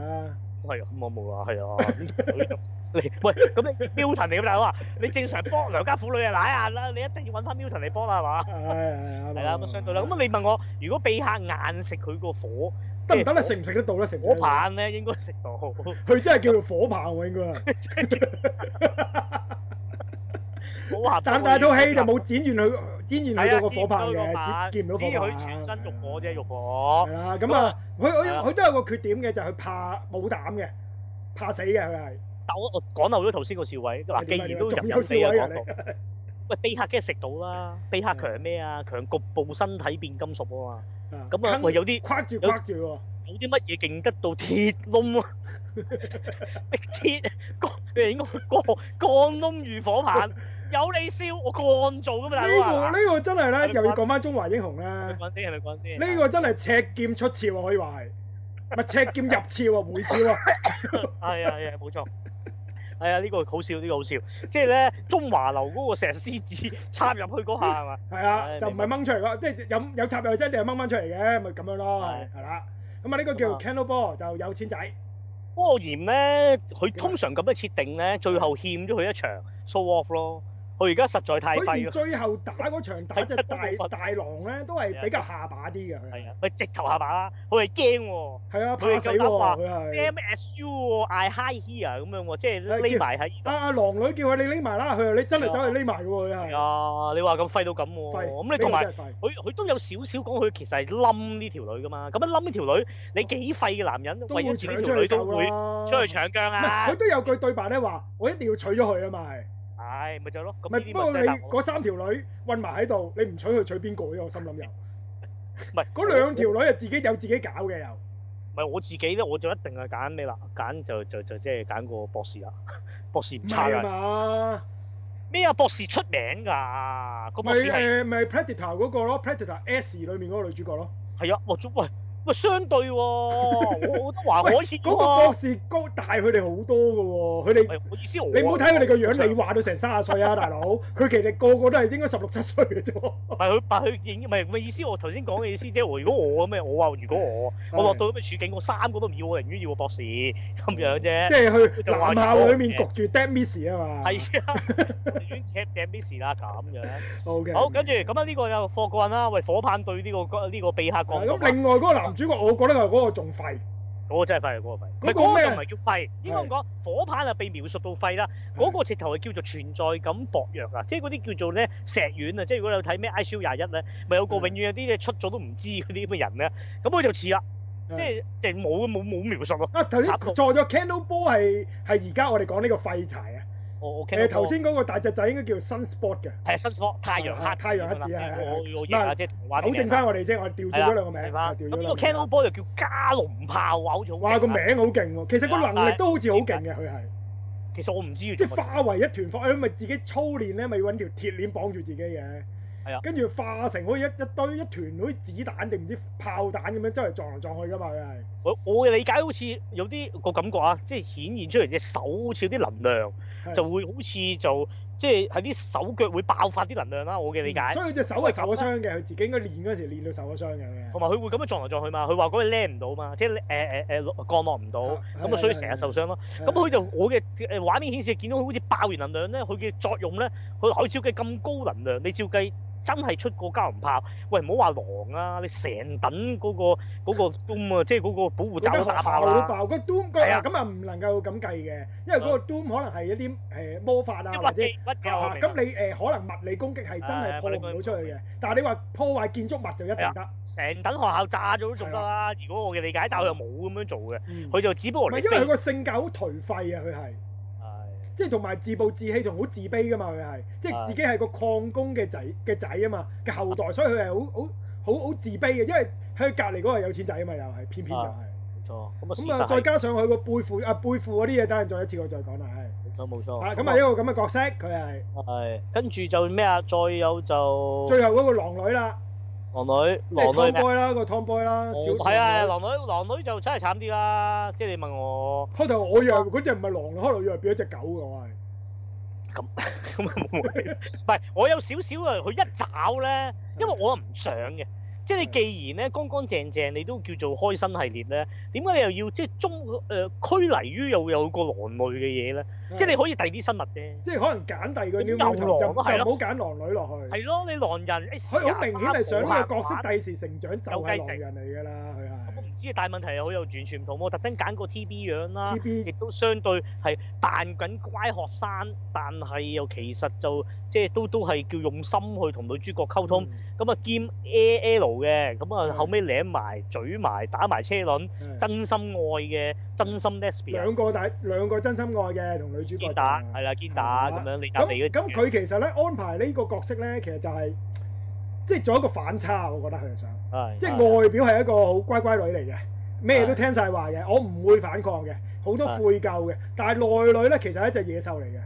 [SPEAKER 1] 係啊，咁我冇啊，係啊。 (laughs) 你喂，咁你 Milton 嚟㗎大佬啊！你正常幫良家婦女啊，奶啊啦，你一定要揾翻 Milton 嚟幫啦，係嘛？
[SPEAKER 2] 係係啱
[SPEAKER 1] 係啦，咁啊相對啦。咁你問我，如果俾客硬食佢個火
[SPEAKER 2] 得唔得咧？食唔食得到咧？食唔
[SPEAKER 1] 火
[SPEAKER 2] 食得到
[SPEAKER 1] 棒咧，應該食到。 (laughs)
[SPEAKER 2] 佢真係叫做火棒喎，應該係。
[SPEAKER 1] 我話
[SPEAKER 2] (laughs) 但但係套戲就冇展現佢展現佢
[SPEAKER 1] 係
[SPEAKER 2] 到
[SPEAKER 1] 啊
[SPEAKER 2] 個火棒嘅，
[SPEAKER 1] 見唔
[SPEAKER 2] 見唔
[SPEAKER 1] 到
[SPEAKER 2] 到
[SPEAKER 1] 個
[SPEAKER 2] 火
[SPEAKER 1] 棒
[SPEAKER 2] 棒。
[SPEAKER 1] 只係佢全身浴火啫，浴火
[SPEAKER 2] 係。啦，咁
[SPEAKER 1] 咁
[SPEAKER 2] 啊
[SPEAKER 1] 啊，
[SPEAKER 2] 佢佢
[SPEAKER 1] 係啊
[SPEAKER 2] 佢都有個缺點嘅，就係佢怕冇膽嘅，怕死嘅佢係。
[SPEAKER 1] 但我我講漏咗頭先個少偉，嗱，既然都
[SPEAKER 2] 仲
[SPEAKER 1] 入
[SPEAKER 2] 有
[SPEAKER 1] 入
[SPEAKER 2] 少
[SPEAKER 1] 地啊
[SPEAKER 2] 位
[SPEAKER 1] 講
[SPEAKER 2] 人
[SPEAKER 1] 到， (laughs) 喂，秘客梗係食到啦，秘客強咩啊？強局部身體變金屬啊嘛。
[SPEAKER 2] 嚟
[SPEAKER 1] 咁啊，喂，有啲
[SPEAKER 2] 框住框住喎，
[SPEAKER 1] 有啲乜嘢勁得到鐵窿
[SPEAKER 2] (laughs)
[SPEAKER 1] 啊？ (laughs) 鐵 (laughs) 鋼你應該鋼鋼窿遇火棒，有你笑我鋼做噶嘛，大佬
[SPEAKER 2] 呢
[SPEAKER 1] 啊！
[SPEAKER 2] 個呢個真係咧，又要講翻中華英雄啦
[SPEAKER 1] 你。講先，你講先。
[SPEAKER 2] 呢個真係赤劍出鞘啊喎，可以話係，咪赤劍入鞘啊，回鞘啊，
[SPEAKER 1] (laughs) 係啊係啊，冇錯。係啊，呢個好笑，呢個好笑。即係咧，中華樓嗰個石獅子插入去嗰下係
[SPEAKER 2] (laughs)
[SPEAKER 1] 嘛？
[SPEAKER 2] 係
[SPEAKER 1] 唉
[SPEAKER 2] 啊，就唔
[SPEAKER 1] 明白
[SPEAKER 2] 係掹出嚟咯，即係有有插入去先，你係掹翻出嚟嘅，咪咁樣咯，
[SPEAKER 1] 係
[SPEAKER 2] 係啦。咁啊，呢個叫
[SPEAKER 1] 咁啊
[SPEAKER 2] Candle Ball 就有錢仔，
[SPEAKER 1] 波鹽咧，佢通常咁嘅設定咧，最後欠咗佢一場 show off 咯。佢而家實在太
[SPEAKER 2] 佢
[SPEAKER 1] 廢
[SPEAKER 2] 連
[SPEAKER 1] 啦。
[SPEAKER 2] 最後打嗰
[SPEAKER 1] (laughs)
[SPEAKER 2] 場打只大
[SPEAKER 1] 係啊
[SPEAKER 2] 大狼咧，都係比較下把啲嘅，
[SPEAKER 1] 係
[SPEAKER 2] 佢
[SPEAKER 1] 啊，佢直頭下巴啦，佢係驚喎。
[SPEAKER 2] 係啊，
[SPEAKER 1] 佢
[SPEAKER 2] 怕
[SPEAKER 1] 係
[SPEAKER 2] 死
[SPEAKER 1] 夠
[SPEAKER 2] 喎，
[SPEAKER 1] 膽話
[SPEAKER 2] 佢係
[SPEAKER 1] Sam as you 喎，I high here 啊咁樣喎，即係
[SPEAKER 2] 係
[SPEAKER 1] 匿埋喺呢度
[SPEAKER 2] 啊。阿狼女叫佢你匿埋啦，佢話你真係
[SPEAKER 1] 係啊
[SPEAKER 2] 走去匿埋嘅喎，佢
[SPEAKER 1] 係
[SPEAKER 2] 係
[SPEAKER 1] 啊，你話咁廢到咁喎，
[SPEAKER 2] 廢
[SPEAKER 1] 咁你
[SPEAKER 2] 呢個
[SPEAKER 1] 同埋
[SPEAKER 2] 真係廢
[SPEAKER 1] 佢佢都有少少講佢其實係冧呢條女噶嘛，咁樣冧呢條女，你幾廢嘅男人
[SPEAKER 2] 都
[SPEAKER 1] 為
[SPEAKER 2] 會
[SPEAKER 1] 咗自己
[SPEAKER 2] 搶出
[SPEAKER 1] 條女
[SPEAKER 2] 去
[SPEAKER 1] 都會
[SPEAKER 2] 救啦，
[SPEAKER 1] 出去搶姜
[SPEAKER 2] 唔
[SPEAKER 1] 啊
[SPEAKER 2] 係，佢，都有句對白咧話，我一定要娶咗佢啊嘛係。
[SPEAKER 1] 唉，咪就係咯，咁
[SPEAKER 2] 咪
[SPEAKER 1] 呢
[SPEAKER 2] 不
[SPEAKER 1] 啲
[SPEAKER 2] 過
[SPEAKER 1] 咪
[SPEAKER 2] 你
[SPEAKER 1] 真係答我，
[SPEAKER 2] 嗰三條女混埋喺度，你唔娶佢娶邊個啫？我心諗又
[SPEAKER 1] 唔係
[SPEAKER 2] 嗰兩條，女啊，自己有自己搞嘅又。
[SPEAKER 1] 唔係我自己咧，我就一定係揀你啦，揀就就就即係揀個博士啦， (laughs) 博士
[SPEAKER 2] 唔
[SPEAKER 1] 唔差
[SPEAKER 2] 係
[SPEAKER 1] 㗎，
[SPEAKER 2] 啊嘛，
[SPEAKER 1] 咩啊博士出名㗎，個
[SPEAKER 2] 咪
[SPEAKER 1] 博士係
[SPEAKER 2] 誒咪 Predator 嗰個咯，Predator S 裏面嗰個女主角咯。
[SPEAKER 1] 係啊，哇仲喂喂相
[SPEAKER 2] (laughs)
[SPEAKER 1] 對喎，我覺得話可以
[SPEAKER 2] 嗰個
[SPEAKER 1] 喎
[SPEAKER 2] 博，士高大佢哋好多嘅喎，佢哋
[SPEAKER 1] 喂我意思我
[SPEAKER 2] 你唔好睇佢哋個樣，你
[SPEAKER 1] 你
[SPEAKER 2] 話到成三十歲
[SPEAKER 1] (laughs)
[SPEAKER 2] 啊，大佬，佢其實個個都係應該十六七歲嘅啫喎。
[SPEAKER 1] 唔係佢，但係佢影唔係唔係意思。我頭先講嘅意思即係，我如果我咁嘅，我話如果我 (laughs) 我落到咁嘅處境，我三個都唔要，我寧願要個博士咁樣啫。
[SPEAKER 2] (laughs) 即係去
[SPEAKER 1] 就話
[SPEAKER 2] 男校裏面焗住 Dead Miss 啊 (laughs) 嘛。
[SPEAKER 1] 係啊，寧願踢正 miss 啦咁樣。
[SPEAKER 2] O K。
[SPEAKER 1] 好，跟住咁啊，呢個有霍棍啦，喂，火棒對呢個呢個避客降
[SPEAKER 2] 咁
[SPEAKER 1] 咁啊
[SPEAKER 2] 另外嗰個男主角，我覺得係嗰個仲廢。
[SPEAKER 1] 嗰個真係廢，啊嗰個廢。唔
[SPEAKER 2] 嗰
[SPEAKER 1] 係
[SPEAKER 2] 個
[SPEAKER 1] 嗰個
[SPEAKER 2] 咩
[SPEAKER 1] 就唔係叫廢，應該咁講，火棒啊被描述到廢啦。嗰個直頭係叫做存在感薄弱啊，即係嗰啲叫做咧石丸啊，即係如果你有睇咩 ICU 廿一咧，咪有個
[SPEAKER 2] 嗯
[SPEAKER 1] 永遠有啲嘢出咗都唔知嗰啲咁嘅人咧，咁佢就似啦，
[SPEAKER 2] 係
[SPEAKER 1] 即係即係冇冇冇描述咯。
[SPEAKER 2] 啊，頭先
[SPEAKER 1] 插到
[SPEAKER 2] 錯咗 Candle Ball 係係而家我哋講呢個廢柴啊。
[SPEAKER 1] 我我
[SPEAKER 2] 誒
[SPEAKER 1] Candle
[SPEAKER 2] 頭先嗰個大隻仔應該叫 Sunspot 嘅，
[SPEAKER 1] 係啊新科太陽黑
[SPEAKER 2] 太陽黑
[SPEAKER 1] 子咁
[SPEAKER 2] 子
[SPEAKER 1] 樣啦
[SPEAKER 2] 係係係
[SPEAKER 1] 我我認啊，
[SPEAKER 2] 嗱
[SPEAKER 1] 即係童話
[SPEAKER 2] 糾正翻我哋啫，我哋調轉咗兩個名，
[SPEAKER 1] 係
[SPEAKER 2] 啊
[SPEAKER 1] 嘛？
[SPEAKER 2] 調
[SPEAKER 1] 咁
[SPEAKER 2] 咗
[SPEAKER 1] 呢
[SPEAKER 2] 兩
[SPEAKER 1] 個
[SPEAKER 2] 個名。
[SPEAKER 1] Candle Ball 就叫加龍炮啊，好似好
[SPEAKER 2] 哇，個
[SPEAKER 1] 勁
[SPEAKER 2] 名
[SPEAKER 1] 啊
[SPEAKER 2] 好勁喎，其實個能力都好似好勁嘅，佢係
[SPEAKER 1] 其實我唔知佢
[SPEAKER 2] 即
[SPEAKER 1] 做
[SPEAKER 2] 係
[SPEAKER 1] 乜
[SPEAKER 2] 化為一團火，佢咪自己操練咧，咪揾條鐵鏈綁住自己嘅。
[SPEAKER 1] 係啊
[SPEAKER 2] 跟住化成好似一一堆一團好似子彈定唔知炮彈咁樣，周圍撞嚟撞去噶嘛，佢係
[SPEAKER 1] 我我嘅理解好似有啲個感覺啊，即係顯現出嚟隻手好似有啲能量，
[SPEAKER 2] 係
[SPEAKER 1] 就會好似就即係喺啲手腳會爆發啲能量啦。我嘅理解。
[SPEAKER 2] 嗯所以佢隻手係受咗傷嘅，佢自己應該練嗰陣時練到受咗傷嘅。佢係
[SPEAKER 1] 同埋佢會咁樣撞嚟撞去嘛，佢話嗰個孭唔到嘛，即係誒誒誒降落唔到，
[SPEAKER 2] 啊係
[SPEAKER 1] 咁啊所以成日受傷咯。咁佢就我嘅誒畫面顯示見到佢好似爆完能量咧，佢嘅作用咧，佢海照計咁高能量，你照計真係出過加龍炮，喂唔好話狼啊，你成等嗰、個嗰、個 Doom 啊，即係嗰個保護罩
[SPEAKER 2] 間
[SPEAKER 1] 都
[SPEAKER 2] 學
[SPEAKER 1] 打爆
[SPEAKER 2] 校都
[SPEAKER 1] 啦。
[SPEAKER 2] 爆，個 Doom 個
[SPEAKER 1] 係啊
[SPEAKER 2] 咁啊唔能夠咁計嘅，因為嗰個 Doom 可能係一啲誒魔法啊
[SPEAKER 1] 即係
[SPEAKER 2] 或
[SPEAKER 1] 屈
[SPEAKER 2] 者。
[SPEAKER 1] 機屈
[SPEAKER 2] 嚇嚇
[SPEAKER 1] 嘅，
[SPEAKER 2] 咁你誒可能物理攻擊係真係破唔到出去嘅，但係你話破壞建築物就一定
[SPEAKER 1] 啊
[SPEAKER 2] 得。
[SPEAKER 1] 成等學校炸咗都仲得啦。如果我嘅理解，但係佢又冇咁樣做嘅，
[SPEAKER 2] 嗯
[SPEAKER 1] 佢就只不
[SPEAKER 2] 唔
[SPEAKER 1] 過
[SPEAKER 2] 係
[SPEAKER 1] 嚟
[SPEAKER 2] 因為佢
[SPEAKER 1] 飛。
[SPEAKER 2] 個性格好頹廢啊，佢係即係同埋自暴自棄同好自卑噶嘛，佢係即
[SPEAKER 1] 啊
[SPEAKER 2] 係自己係個礦工嘅仔嘅仔啊嘛嘅後代，所以佢係好好好好自卑嘅，因為喺佢隔離嗰個有錢仔啊嘛，又係偏偏就係
[SPEAKER 1] 冇錯，咁啊事
[SPEAKER 2] 咁
[SPEAKER 1] 實
[SPEAKER 2] 啊，再
[SPEAKER 1] 係
[SPEAKER 2] 加上佢個背負啊背負嗰啲嘢，等陣再一次過再講啦，係。
[SPEAKER 1] 冇錯冇錯。
[SPEAKER 2] 啊，咁啊一個咁嘅角色，佢係
[SPEAKER 1] 係跟住就咩啊？再有就
[SPEAKER 2] 最後嗰個狼女啦，
[SPEAKER 1] 狼女，
[SPEAKER 2] 即
[SPEAKER 1] 狼
[SPEAKER 2] 係
[SPEAKER 1] 女
[SPEAKER 2] Tom
[SPEAKER 1] 咩？
[SPEAKER 2] Boy 啦，個 Tom Boy 啦，小
[SPEAKER 1] 係啊，狼女狼女就真係慘啲啦。即係你問
[SPEAKER 2] (laughs)
[SPEAKER 1] 我
[SPEAKER 2] 開頭我以為嗰只唔係狼，開頭以為變咗只狗嘅，我係。
[SPEAKER 1] 咁咁啊冇謂，唔係我有少少啊，佢一找咧，因為我唔想嘅。即係你既然咧乾乾淨淨，你都叫做開新系列咧，點解你又要即係中誒、呃、拘泥於又有個狼類嘅嘢咧？
[SPEAKER 2] 嗯
[SPEAKER 1] 即係你可以遞啲生物啫。
[SPEAKER 2] 即係可能揀第二個 new
[SPEAKER 1] 有狼
[SPEAKER 2] mutant 就就唔好
[SPEAKER 1] 咯係咯
[SPEAKER 2] 揀狼女落去。
[SPEAKER 1] 係咯，你狼人，哎佢
[SPEAKER 2] 佢好明顯係想呢個角色
[SPEAKER 1] 第。
[SPEAKER 2] 第時成長就係狼人嚟㗎啦，
[SPEAKER 1] 我
[SPEAKER 2] 佢
[SPEAKER 1] 唔知，但係問題係好有完全唔同喎。我特登揀個 TB 樣啦
[SPEAKER 2] 係。，
[SPEAKER 1] 亦
[SPEAKER 2] TB
[SPEAKER 1] 都相對係扮緊乖學生，但係又其實就即係都都係叫用心去同女主角溝通。咁啊兼 A L 嘅，咁啊
[SPEAKER 2] 嗯
[SPEAKER 1] 後尾舐埋、嘴埋、打埋車輪，
[SPEAKER 2] 嗯
[SPEAKER 1] 真心愛嘅，真心 lesbian
[SPEAKER 2] 兩個大兩個真心愛嘅同女主角
[SPEAKER 1] 堅打
[SPEAKER 2] 就係
[SPEAKER 1] 係啦，堅打
[SPEAKER 2] 係
[SPEAKER 1] 咁
[SPEAKER 2] 啦
[SPEAKER 1] 樣你打你
[SPEAKER 2] 咁
[SPEAKER 1] 嗰
[SPEAKER 2] 咁佢其實咧安排呢個角色咧，其實就係即係做一個反差，我覺得佢係想，
[SPEAKER 1] 係啊
[SPEAKER 2] 即係
[SPEAKER 1] 係
[SPEAKER 2] 外表係一個好乖乖女嚟嘅，咩都聽晒話嘅，我唔會反抗嘅，好多
[SPEAKER 1] 係
[SPEAKER 2] 悔疚嘅，但係內裏咧其實係一隻野獸嚟嘅。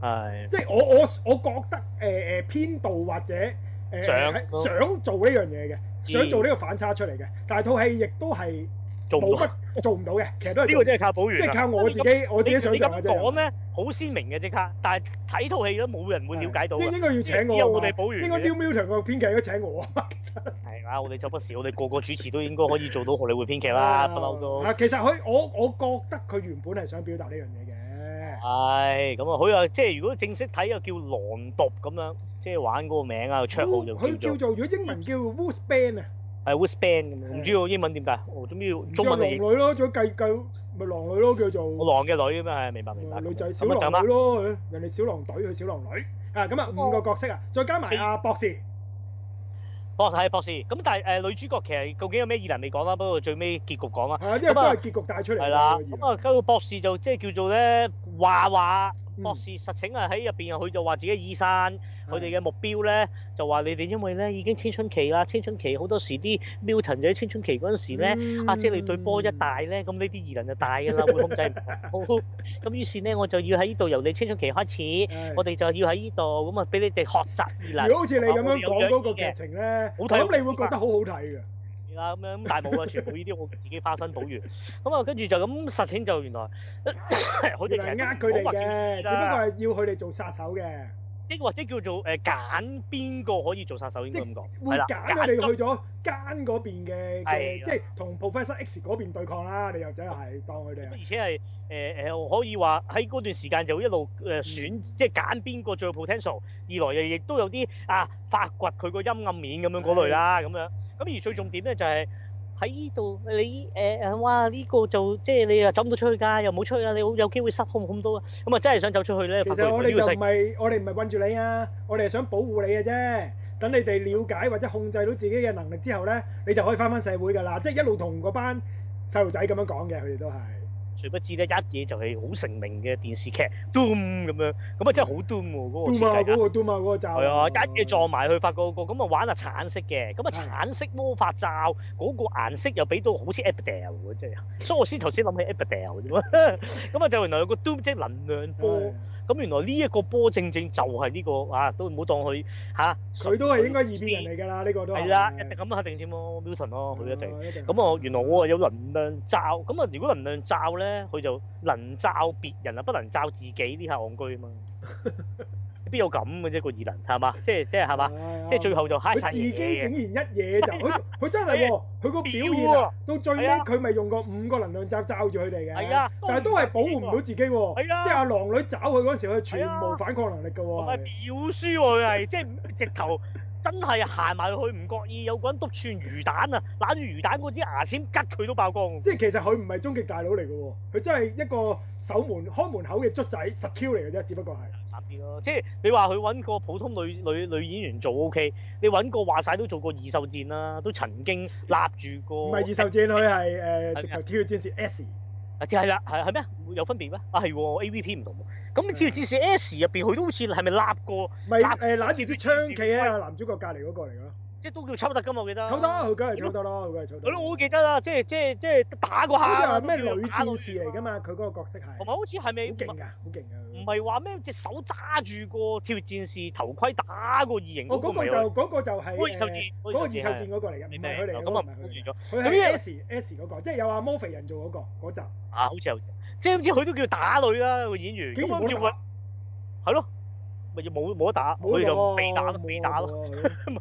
[SPEAKER 1] 係
[SPEAKER 2] 即係我我我覺得誒誒編導或者誒、呃、
[SPEAKER 1] 想
[SPEAKER 2] 係想做呢樣嘢嘅，
[SPEAKER 1] 嗯
[SPEAKER 2] 想做呢個反差出嚟嘅，但係套戲亦都係
[SPEAKER 1] 做唔
[SPEAKER 2] 冇
[SPEAKER 1] 到。
[SPEAKER 2] 乜做唔到
[SPEAKER 1] (laughs)
[SPEAKER 2] 嘅，其實都係
[SPEAKER 1] 呢
[SPEAKER 2] 做
[SPEAKER 1] 個
[SPEAKER 2] 唔到
[SPEAKER 1] 真係靠保
[SPEAKER 2] 即
[SPEAKER 1] 元
[SPEAKER 2] 係
[SPEAKER 1] 啦。
[SPEAKER 2] 靠我自己我自己想
[SPEAKER 1] 你
[SPEAKER 2] 像
[SPEAKER 1] 咁
[SPEAKER 2] 嘅啫
[SPEAKER 1] 講。咧，好鮮明嘅即刻，但係睇套戲都冇人會了解到
[SPEAKER 2] 應
[SPEAKER 1] 嘅。
[SPEAKER 2] 應該要請
[SPEAKER 1] 只有
[SPEAKER 2] 我啊
[SPEAKER 1] 我
[SPEAKER 2] 嘛，
[SPEAKER 1] 哋保完
[SPEAKER 2] 應該 New Milton 個編劇應該請我啊嘛，其實
[SPEAKER 1] 係啦，我哋周不時，我哋個個主持都應該可以做到荷里活編劇啦，不嬲都。
[SPEAKER 2] 啊，其實佢我我覺得佢原本係想表達呢樣嘢嘅。
[SPEAKER 1] 係咁啊，佢啊，即係如果正式睇又叫狼毒咁樣，即係玩嗰個名啊，綽號
[SPEAKER 2] 佢
[SPEAKER 1] 就叫做
[SPEAKER 2] 叫做如果英文叫 Wolf Band 啊，
[SPEAKER 1] 係 w h i s b a n 咁樣，唔知個英文點解，我總之中
[SPEAKER 2] 狼
[SPEAKER 1] 文
[SPEAKER 2] 女
[SPEAKER 1] 嚟
[SPEAKER 2] 咯，仲有計計咪狼女咯，叫做。
[SPEAKER 1] 狼嘅女咁樣，係明白明白。
[SPEAKER 2] 女仔
[SPEAKER 1] 咁
[SPEAKER 2] 小
[SPEAKER 1] 就咁
[SPEAKER 2] 狼
[SPEAKER 1] 啦
[SPEAKER 2] 女咯，人哋小狼隊佢小狼女啊，咁啊五個角色啊，再加埋阿博士，
[SPEAKER 1] 博士係博士，咁但係誒女主角其實究竟有咩意能未講啦，不過最尾結局
[SPEAKER 2] (laughs)
[SPEAKER 1] 講啦。
[SPEAKER 2] 係啊，因為都係結局帶出嚟嘅
[SPEAKER 1] 係啦，
[SPEAKER 2] 個疑
[SPEAKER 1] 咁
[SPEAKER 2] 問
[SPEAKER 1] 啊，嗰個博士就即係叫做咧話話
[SPEAKER 2] 嗯
[SPEAKER 1] 博士實情係喺入邊，佢就話自己係醫生，佢哋
[SPEAKER 2] 係
[SPEAKER 1] 嘅目標咧就話你哋因為咧已經青春期啦，青春期好多時啲 mutant 就喺青春期嗰陣時咧。
[SPEAKER 2] 嗯
[SPEAKER 1] 啊！即係你對波一大咧，咁呢啲異能就大㗎啦，會控制唔好。
[SPEAKER 2] (laughs)
[SPEAKER 1] 咁於是咧，我就要喺呢度由你青春期開始，
[SPEAKER 2] 係
[SPEAKER 1] 我哋就要喺呢度咁啊，俾你哋學習異能
[SPEAKER 2] 如果好似你咁
[SPEAKER 1] 啊我
[SPEAKER 2] 樣
[SPEAKER 1] 哋有
[SPEAKER 2] 講嗰個
[SPEAKER 1] 樣嘢
[SPEAKER 2] 劇情咧，
[SPEAKER 1] 好
[SPEAKER 2] 我
[SPEAKER 1] 睇
[SPEAKER 2] 諗你會覺得好好睇嘅，
[SPEAKER 1] 啦咁樣，咁但係冇啊，全部呢啲我自己花生補完。咁啊，跟住就咁實情就原
[SPEAKER 2] (laughs)
[SPEAKER 1] 來佢哋其實都唔好話叫
[SPEAKER 2] 原來係呃佢哋嘅，只不
[SPEAKER 1] 啦
[SPEAKER 2] 過係要佢哋做殺手嘅，
[SPEAKER 1] 即或者叫做誒揀邊個可以做殺手應該咁講，
[SPEAKER 2] 會
[SPEAKER 1] 係啦，
[SPEAKER 2] 揀佢哋
[SPEAKER 1] 中
[SPEAKER 2] 去咗奸嗰邊
[SPEAKER 1] 係
[SPEAKER 2] 嘅嘅，
[SPEAKER 1] 啦
[SPEAKER 2] 即係同 Professor X 嗰邊對抗啦，你又真係當佢哋
[SPEAKER 1] 而
[SPEAKER 2] 係
[SPEAKER 1] 且係誒誒可以話喺嗰段時間就一路誒、
[SPEAKER 2] 嗯
[SPEAKER 1] 呃、選，即係揀邊個最有 potential。二來又亦都有啲啊發掘佢個陰暗面咁樣嗰類啦，咁樣。咁而最重點咧就係、喺呢度，你誒誒，哇！呢、個就即係你又走唔到出去㗎，又冇出去啊！你好有機會失控咁多啊！咁啊，真係想走出去咧，
[SPEAKER 2] 其
[SPEAKER 1] 發覺
[SPEAKER 2] 實
[SPEAKER 1] 原
[SPEAKER 2] 我
[SPEAKER 1] 來
[SPEAKER 2] 哋
[SPEAKER 1] 呢個
[SPEAKER 2] 就
[SPEAKER 1] 世
[SPEAKER 2] 唔係我哋唔係困住你啊，我哋係想保護你嘅啫。等你哋了解或者控制到自己嘅能力之後咧，你就可以翻翻社會㗎啦。即係一路同嗰班細路仔咁樣講嘅，佢哋都係。
[SPEAKER 1] 誰不知咧，一嘢就係好成名嘅電視劇 Doom 咁樣，咁啊真係好 Doom 喎嗰個設
[SPEAKER 2] Doom 啊，
[SPEAKER 1] 計
[SPEAKER 2] 嗰個 Doom 啊，嗰個罩。
[SPEAKER 1] 係啊，一嘢撞埋去發覺個咁啊玩啊橙色嘅，咁啊橙色魔法罩嗰個顏色又俾到好似 Abdel 嘅真係，所以我先頭先諗起 Abdel 啫嘛。 (laughs) 咁啊就原來有個 Doom 即係能量波，咁原來呢一個波正正就係呢個啊，都唔好當佢嚇。
[SPEAKER 2] 佢都係應該二邊人嚟㗎啦，呢個都
[SPEAKER 1] 係啦，一定咁啊，一定添咯，Milton 咯，佢一定。
[SPEAKER 2] 定
[SPEAKER 1] 咁我原來我啊有能量罩，咁啊如果能量罩咧，佢就能罩別人啊，不能罩自己，呢下戇居啊
[SPEAKER 2] (laughs)
[SPEAKER 1] 嘛。邊有咁嘅啫個異能係嘛？即係即係係嘛？
[SPEAKER 2] 嘛
[SPEAKER 1] 即係最後就嗨
[SPEAKER 2] 佢
[SPEAKER 1] 晒
[SPEAKER 2] 自
[SPEAKER 1] 嘢
[SPEAKER 2] 己
[SPEAKER 1] 嘅。
[SPEAKER 2] 竟然一嘢就佢佢真係喎，佢個表現啊，到最尾佢咪用個五個能量罩罩住佢哋嘅。
[SPEAKER 1] 係啊，
[SPEAKER 2] 但係都係保護唔到自己喎，
[SPEAKER 1] 係啊
[SPEAKER 2] 即係阿狼女找佢嗰陣時，佢全無反抗能力嘅
[SPEAKER 1] 同埋
[SPEAKER 2] 喎，
[SPEAKER 1] 秒輸喎佢係，即係直頭真係行埋去唔覺意，有個人篤串魚蛋啊，攬住魚蛋嗰支牙籤吉佢都爆光。
[SPEAKER 2] 即係其實佢唔係終極大佬嚟嘅喎，佢真係一個守門開門口嘅卒仔實 Q 嚟嘅啫，只不過係
[SPEAKER 1] 慘啲咯，即係你話佢揾個普通女女女演員做 O K，你揾個話晒都做過二獸戰啦，都曾經立住個
[SPEAKER 2] 唔係二手戰，佢係
[SPEAKER 1] 係
[SPEAKER 2] 誒直頭 Q 戰士 S，
[SPEAKER 1] 啊，即係啦，係係咩？有分別咩？啊係喎，A V P 唔同喎。咁《
[SPEAKER 2] 嗯
[SPEAKER 1] 鐵血戰士 S》入邊佢都好似係咪立過？
[SPEAKER 2] 咪
[SPEAKER 1] 攬
[SPEAKER 2] 誒攬住支槍企喺阿男主角隔離嗰個嚟嘅咯，
[SPEAKER 1] 即即係都叫抽得㗎嘛，我記得。
[SPEAKER 2] 抽得，佢梗係抽得啦，佢梗係抽得。
[SPEAKER 1] 係咯，我都記得啊啦，即係即係即係打嗰
[SPEAKER 2] 好似
[SPEAKER 1] 下
[SPEAKER 2] 係
[SPEAKER 1] 都
[SPEAKER 2] 咩
[SPEAKER 1] 叫
[SPEAKER 2] 女
[SPEAKER 1] 打到啊
[SPEAKER 2] 戰士嚟㗎嘛？佢嗰個角色係
[SPEAKER 1] 同
[SPEAKER 2] 好
[SPEAKER 1] 埋好似係咪
[SPEAKER 2] 勁㗎，好勁啊㗎。
[SPEAKER 1] 唔係話咩隻手揸住個跳戰士頭盔打個異形
[SPEAKER 2] 我
[SPEAKER 1] 嗰個
[SPEAKER 2] 哦嗰個
[SPEAKER 1] 咪
[SPEAKER 2] 就
[SPEAKER 1] 佢？
[SPEAKER 2] 嗰個就係
[SPEAKER 1] 嗰個二手
[SPEAKER 2] 誒
[SPEAKER 1] 戰嗰
[SPEAKER 2] 嗰個二
[SPEAKER 1] 個二手
[SPEAKER 2] 手
[SPEAKER 1] 戰
[SPEAKER 2] 戰嗰個嚟嘅，唔
[SPEAKER 1] 你
[SPEAKER 2] 係
[SPEAKER 1] 咩？
[SPEAKER 2] 佢嚟嘅，
[SPEAKER 1] 咁啊
[SPEAKER 2] 唔係
[SPEAKER 1] 冇
[SPEAKER 2] 佢嚟
[SPEAKER 1] 住
[SPEAKER 2] 嘅
[SPEAKER 1] 咗咁
[SPEAKER 2] 佢
[SPEAKER 1] 呢
[SPEAKER 2] 係 S S 嗰個，即係有阿摩菲人做嗰個嗰集，
[SPEAKER 1] 啊！好似有，即係唔知佢都叫打女啦個演員，
[SPEAKER 2] 竟
[SPEAKER 1] 咁
[SPEAKER 2] 然
[SPEAKER 1] 啊
[SPEAKER 2] 冇
[SPEAKER 1] 叫
[SPEAKER 2] 打
[SPEAKER 1] 佢係咯，咪冇冇得打，
[SPEAKER 2] 冇
[SPEAKER 1] 佢就
[SPEAKER 2] 喎
[SPEAKER 1] 被打咯，
[SPEAKER 2] 冇
[SPEAKER 1] 被打咯，
[SPEAKER 2] 喎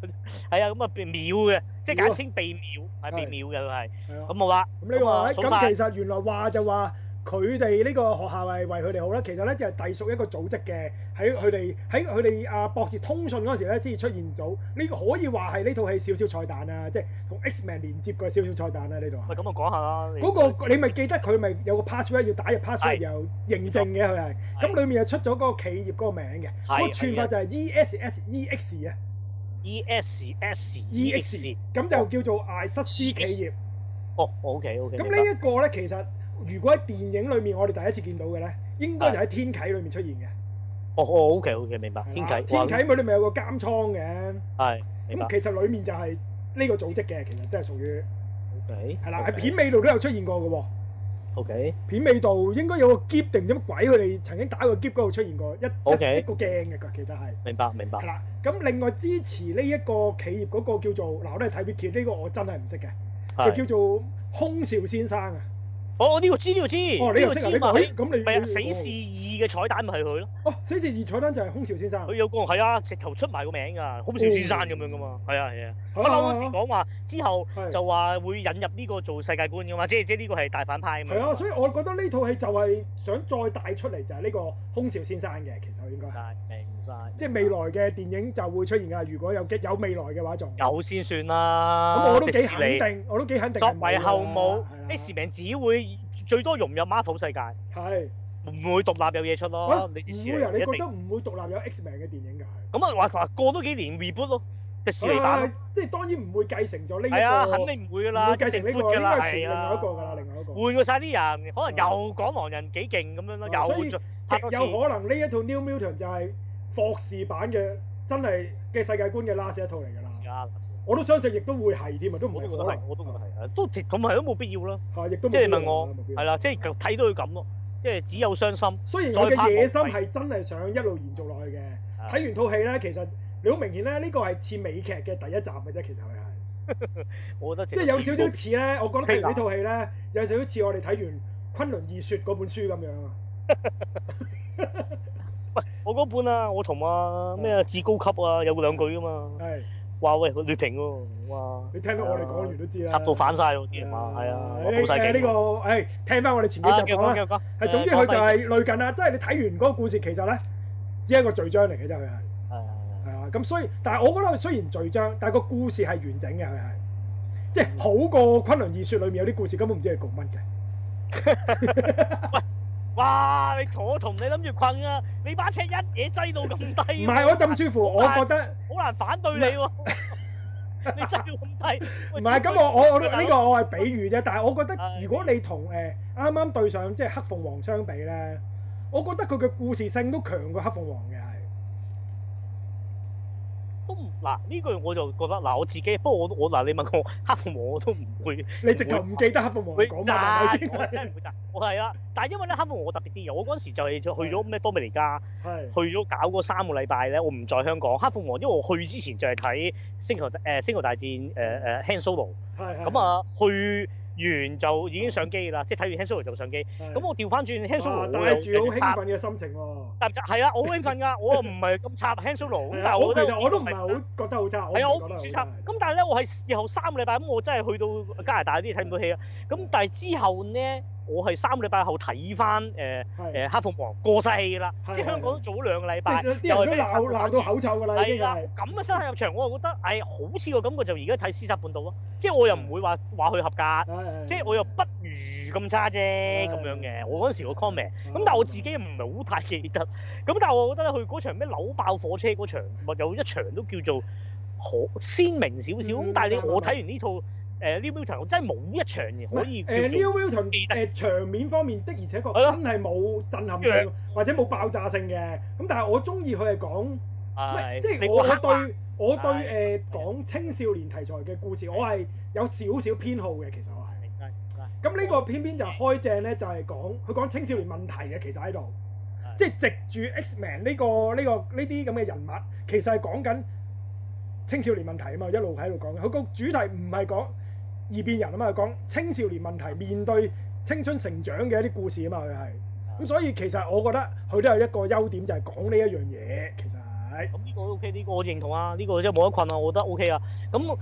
[SPEAKER 1] 係啊，咁啊被秒嘅，即係
[SPEAKER 2] 秒啊
[SPEAKER 1] 簡稱被秒，係被
[SPEAKER 2] 係
[SPEAKER 1] 秒嘅佢係，
[SPEAKER 2] 係啊
[SPEAKER 1] 咁好啦，
[SPEAKER 2] 咁呢個
[SPEAKER 1] 咁啊
[SPEAKER 2] 話
[SPEAKER 1] 數
[SPEAKER 2] 咁
[SPEAKER 1] 晒
[SPEAKER 2] 其實原來話就話佢哋呢個學校係為佢哋好啦，其實咧就係隸屬一個組織嘅，喺佢哋喺佢哋啊博士通訊嗰時咧先至出現組，呢個可以話係呢套戲少少彩蛋啊，即係同 X-Men 連接嘅少少彩蛋啊呢度啊
[SPEAKER 1] 喂。咁啊講下啦，你
[SPEAKER 2] 嗰個你咪記得佢咪有個 password 要打入
[SPEAKER 1] 係
[SPEAKER 2] password 又認證嘅佢係，
[SPEAKER 1] 係
[SPEAKER 2] 咁裡面又出咗嗰個企業嗰個名嘅，
[SPEAKER 1] 係
[SPEAKER 2] 嗰個串法就係 E S S E X 啊
[SPEAKER 1] E S S
[SPEAKER 2] ，E X 咁就叫做艾瑟斯企業。
[SPEAKER 1] 哦，OK OK，
[SPEAKER 2] 咁呢一個咧，其實如果喺電影裡面我哋第一次見到嘅咧，應該就喺《天啟》裡面出現嘅。
[SPEAKER 1] 哦哦 OK OK 明白，
[SPEAKER 2] 係
[SPEAKER 1] 天
[SPEAKER 2] 啦
[SPEAKER 1] 啟
[SPEAKER 2] 天
[SPEAKER 1] 哇
[SPEAKER 2] 啟佢哋咪有個監倉嘅，
[SPEAKER 1] 係明白
[SPEAKER 2] 咁其實裡面就係呢個組織嘅，其實真係屬於
[SPEAKER 1] ，OK
[SPEAKER 2] 係啦，喺片尾度都有出現過嘅喎。
[SPEAKER 1] OK
[SPEAKER 2] 片尾度應該有個劫定唔知乜鬼，佢哋曾經打過劫嗰度出現過一
[SPEAKER 1] OK
[SPEAKER 2] 一一個鏡嘅佢其實係
[SPEAKER 1] 明白明白
[SPEAKER 2] 係，啦。咁另外支持呢一個企業嗰個叫做嗱，我都係睇 wiki 呢個我真係唔識嘅，
[SPEAKER 1] 係
[SPEAKER 2] 就叫做空少先生啊。
[SPEAKER 1] 哦呢個知呢個知，
[SPEAKER 2] 哦，你
[SPEAKER 1] 呢
[SPEAKER 2] 又
[SPEAKER 1] 個
[SPEAKER 2] 識
[SPEAKER 1] 知
[SPEAKER 2] 啊？
[SPEAKER 1] 咪
[SPEAKER 2] 呢個
[SPEAKER 1] 係
[SPEAKER 2] 咁你
[SPEAKER 1] 咪啊
[SPEAKER 2] 你
[SPEAKER 1] 死侍二嘅彩蛋咪係佢咯。
[SPEAKER 2] 哦，死侍二彩蛋就係空少先生。
[SPEAKER 1] 佢有個係啊，直頭出埋個名㗎，好似先生咁樣㗎嘛，係啊係啊。
[SPEAKER 2] 不
[SPEAKER 1] 不嬲嗰時講話之後
[SPEAKER 2] 係
[SPEAKER 1] 就話會引入呢個做世界觀㗎嘛，即係即係呢個係大反派啊嘛。
[SPEAKER 2] 係啊，所以我覺得呢套戲就係想再帶出嚟就係呢個空少先生嘅，其實應該
[SPEAKER 1] 明
[SPEAKER 2] 係
[SPEAKER 1] 晒明晒，
[SPEAKER 2] 即係未來嘅電影就會出現㗎。如果有有未來嘅話，仲
[SPEAKER 1] 有先算啦。
[SPEAKER 2] 咁我都
[SPEAKER 1] 迪
[SPEAKER 2] 幾
[SPEAKER 1] 士
[SPEAKER 2] 肯
[SPEAKER 1] 尼
[SPEAKER 2] 定，我都幾肯定
[SPEAKER 1] 作
[SPEAKER 2] 係冇
[SPEAKER 1] 為
[SPEAKER 2] 㗎啦。
[SPEAKER 1] 後母
[SPEAKER 2] 係啦啊
[SPEAKER 1] ，X 名只會最多融入 Marvel 世界，
[SPEAKER 2] 係。
[SPEAKER 1] 唔會獨立有嘢出
[SPEAKER 2] 啊
[SPEAKER 1] 咯。你迪士
[SPEAKER 2] 唔會
[SPEAKER 1] 尼
[SPEAKER 2] 啊！你
[SPEAKER 1] 一
[SPEAKER 2] 覺得
[SPEAKER 1] 定
[SPEAKER 2] 唔會獨立有 X-Men 嘅電影㗎？
[SPEAKER 1] 咁啊話話過多幾年 reboot 咯，迪士尼
[SPEAKER 2] 係
[SPEAKER 1] 版
[SPEAKER 2] 啊
[SPEAKER 1] 咯，
[SPEAKER 2] 即係當然唔會繼承咗呢一個，
[SPEAKER 1] 係啊，肯定唔會㗎啦，一
[SPEAKER 2] 唔會繼
[SPEAKER 1] 定
[SPEAKER 2] 承呢
[SPEAKER 1] reboot
[SPEAKER 2] 個，
[SPEAKER 1] 㗎
[SPEAKER 2] 應
[SPEAKER 1] 啦，
[SPEAKER 2] 該係
[SPEAKER 1] 係
[SPEAKER 2] 全另外一個
[SPEAKER 1] 啊
[SPEAKER 2] 㗎。啦，另外一個。
[SPEAKER 1] 換過晒啲人，可能
[SPEAKER 2] 啊
[SPEAKER 1] 又講狼人幾勁咁樣咯，
[SPEAKER 2] 啊所
[SPEAKER 1] 又
[SPEAKER 2] 以
[SPEAKER 1] 再拍多
[SPEAKER 2] 極有
[SPEAKER 1] 次。
[SPEAKER 2] 可能呢一套 New Mutant 就係霍士版嘅真係嘅世界觀嘅 last 一套嚟㗎啦。
[SPEAKER 1] 啊
[SPEAKER 2] 我都相信亦都會係添啊，都唔
[SPEAKER 1] 我都
[SPEAKER 2] 係
[SPEAKER 1] 覺得
[SPEAKER 2] 可
[SPEAKER 1] 係，
[SPEAKER 2] 能，
[SPEAKER 1] 我都覺得係啊，都咁係都冇必要啦。
[SPEAKER 2] 係亦都冇
[SPEAKER 1] 即係你問我
[SPEAKER 2] 必要
[SPEAKER 1] 係啦，即係睇到佢咁咯，即係只有傷心。
[SPEAKER 2] 雖然
[SPEAKER 1] 再
[SPEAKER 2] 我嘅
[SPEAKER 1] 拍
[SPEAKER 2] 野
[SPEAKER 1] 我
[SPEAKER 2] 心
[SPEAKER 1] 睇
[SPEAKER 2] 係真係想一路延續落去嘅，
[SPEAKER 1] 啊
[SPEAKER 2] 睇完套戲咧，其實你好明顯咧，呢個係似美劇嘅第一集嘅啫，其實佢係。
[SPEAKER 1] 我覺得
[SPEAKER 2] 即係有少少似咧，我覺得睇完呢套戲咧，有少少似我哋睇完《昆崙二雪》嗰本書咁樣啊。
[SPEAKER 1] 我嗰本啊，我同
[SPEAKER 2] 嗯
[SPEAKER 1] 啊咩啊至高級啊有兩句噶嘛，
[SPEAKER 2] 係，
[SPEAKER 1] 話喂佢劣評喎，哇！
[SPEAKER 2] 你聽到我哋講完都知啦。
[SPEAKER 1] 插到反晒喎啲人話，係啊，話
[SPEAKER 2] 呢
[SPEAKER 1] 冇晒
[SPEAKER 2] 嗯誒
[SPEAKER 1] 勁。
[SPEAKER 2] 呢個誒，聽翻我哋前幾
[SPEAKER 1] 啊，
[SPEAKER 2] 集
[SPEAKER 1] 繼續
[SPEAKER 2] 講
[SPEAKER 1] 講，繼
[SPEAKER 2] 啦。
[SPEAKER 1] 續講。
[SPEAKER 2] 係，
[SPEAKER 1] 誒
[SPEAKER 2] 總之佢就
[SPEAKER 1] 講
[SPEAKER 2] 係類近啦，即係你睇完嗰個故事，其實咧只係一個序章嚟嘅啫，佢係
[SPEAKER 1] 第二係係係
[SPEAKER 2] 係啊。咁所以，但係我覺得佢雖然序章，但係個故事係完整嘅，佢係即係好過《昆崙二雪》裏面有啲故事根本唔知係講乜嘅。
[SPEAKER 1] (laughs) 哇！你我同你諗住困啊，你把尺一嘢擠到咁低。
[SPEAKER 2] 唔係，我浸舒乎，
[SPEAKER 1] 好
[SPEAKER 2] 我
[SPEAKER 1] 難
[SPEAKER 2] 覺得。
[SPEAKER 1] 好難反對你喎。 (laughs) 你真係要咁低？
[SPEAKER 2] 唔
[SPEAKER 1] 喂
[SPEAKER 2] 係，咁我我我呢個我係比喻啫，但係我覺得
[SPEAKER 1] 係
[SPEAKER 2] 如果你同誒啱啱對上即係黑鳳凰相比咧，我覺得佢嘅故事性都強過黑鳳凰嘅係。
[SPEAKER 1] 都唔嗱呢句我就覺得嗱我自己，不過我我嗱你問我黑鳳凰我都唔會
[SPEAKER 2] 你直頭唔記得黑鳳凰
[SPEAKER 1] 會
[SPEAKER 2] 講乜啦
[SPEAKER 1] 贊， (laughs)
[SPEAKER 2] 已經
[SPEAKER 1] 我真係唔會贊。我係啦，但係因為咧黑鳳凰我特別啲嘅，我嗰陣時就係去咗咩多米尼加，
[SPEAKER 2] 係
[SPEAKER 1] 去咗搞嗰三個禮拜咧，我唔在香港。黑鳳凰因為我去之前就係睇星球誒星球大戰誒
[SPEAKER 2] 嗯
[SPEAKER 1] 誒 Han Solo，
[SPEAKER 2] 係係
[SPEAKER 1] 咁，啊去完就已經上機啦，即係睇完 Han Solo 就上機。
[SPEAKER 2] 係
[SPEAKER 1] 咁我調翻轉 Han
[SPEAKER 2] 嗯哇
[SPEAKER 1] Solo，我
[SPEAKER 2] 帶
[SPEAKER 1] 又
[SPEAKER 2] 住
[SPEAKER 1] 繼
[SPEAKER 2] 好
[SPEAKER 1] 續
[SPEAKER 2] 興
[SPEAKER 1] 拍
[SPEAKER 2] 奮嘅心情喎。
[SPEAKER 1] 但係啊，我好興奮㗎，我唔係咁插 Han Solo，咁
[SPEAKER 2] 係
[SPEAKER 1] 但
[SPEAKER 2] 啊
[SPEAKER 1] 係我
[SPEAKER 2] 我
[SPEAKER 1] 覺
[SPEAKER 2] 其
[SPEAKER 1] 得
[SPEAKER 2] 實我都唔係好嗯覺得好差，
[SPEAKER 1] 係啊，我
[SPEAKER 2] 覺
[SPEAKER 1] 唔
[SPEAKER 2] 得好
[SPEAKER 1] 算
[SPEAKER 2] 差
[SPEAKER 1] 插。咁但係咧，我係以後三個禮拜咁，我真係去到加拿大啲睇唔到戲啦。啊
[SPEAKER 2] 嗯
[SPEAKER 1] 咁但係之後咧，我係三個禮拜後睇翻誒
[SPEAKER 2] 係
[SPEAKER 1] 誒黑鳳凰過晒氣啦，
[SPEAKER 2] 嗯係
[SPEAKER 1] 即係香港都做咗兩個禮
[SPEAKER 2] 即
[SPEAKER 1] 拜，
[SPEAKER 2] 係啲人都鬧鬧到口臭㗎啦，已經
[SPEAKER 1] 係啦
[SPEAKER 2] 係。，
[SPEAKER 1] 咁嘅身體入場，我又覺得誒好似個感覺就而家睇《屍殺半島》咯，即係我又唔會話話佢合格，
[SPEAKER 2] 係
[SPEAKER 1] 即係我又不如咁差啫咁樣嘅。我嗰陣時個 comment。咁但係我自己唔係好太記得，咁但係我覺得咧，佢嗰場咩扭爆火車嗰場，咪有一場都叫做好鮮明少少。咁、
[SPEAKER 2] 嗯
[SPEAKER 1] 但係你
[SPEAKER 2] 明白
[SPEAKER 1] 我睇完呢套誒呃 New Mutant，我真係冇一場
[SPEAKER 2] 呃
[SPEAKER 1] 嘢可以
[SPEAKER 2] 誒
[SPEAKER 1] 叫
[SPEAKER 2] New
[SPEAKER 1] 做
[SPEAKER 2] Wilton
[SPEAKER 1] 記得
[SPEAKER 2] 誒呃場面方面的而且確
[SPEAKER 1] 係咯
[SPEAKER 2] 真係冇震撼性
[SPEAKER 1] 弱
[SPEAKER 2] 或者冇爆炸性嘅，咁但係我中意佢係講唔係
[SPEAKER 1] 係
[SPEAKER 2] 即係
[SPEAKER 1] 啊你啊個
[SPEAKER 2] 我我
[SPEAKER 1] 黑馬
[SPEAKER 2] 對我對
[SPEAKER 1] 係
[SPEAKER 2] 誒講青少年題材嘅故事，我係有少少偏好嘅，其實我係。
[SPEAKER 1] 明晒明晒
[SPEAKER 2] 咁呢個偏偏就開正咧，就係講佢講青少年問題嘅，其實喺度，
[SPEAKER 1] 係
[SPEAKER 2] 即係藉住 X-Man 呢、個呢、個呢啲咁嘅人物，其實係講緊青少年問題啊嘛，一路喺度講。佢個主題唔係講異變人啊嘛，係講青少年問題面對青春成長嘅一啲故事啊嘛，佢係。咁所以其實我覺得佢都有一個優點，就係講呢一樣嘢，其實係。
[SPEAKER 1] 咁呢個 OK，呢個我認同啊，呢、個真係冇得困啊，我覺得 OK 啊。咁誒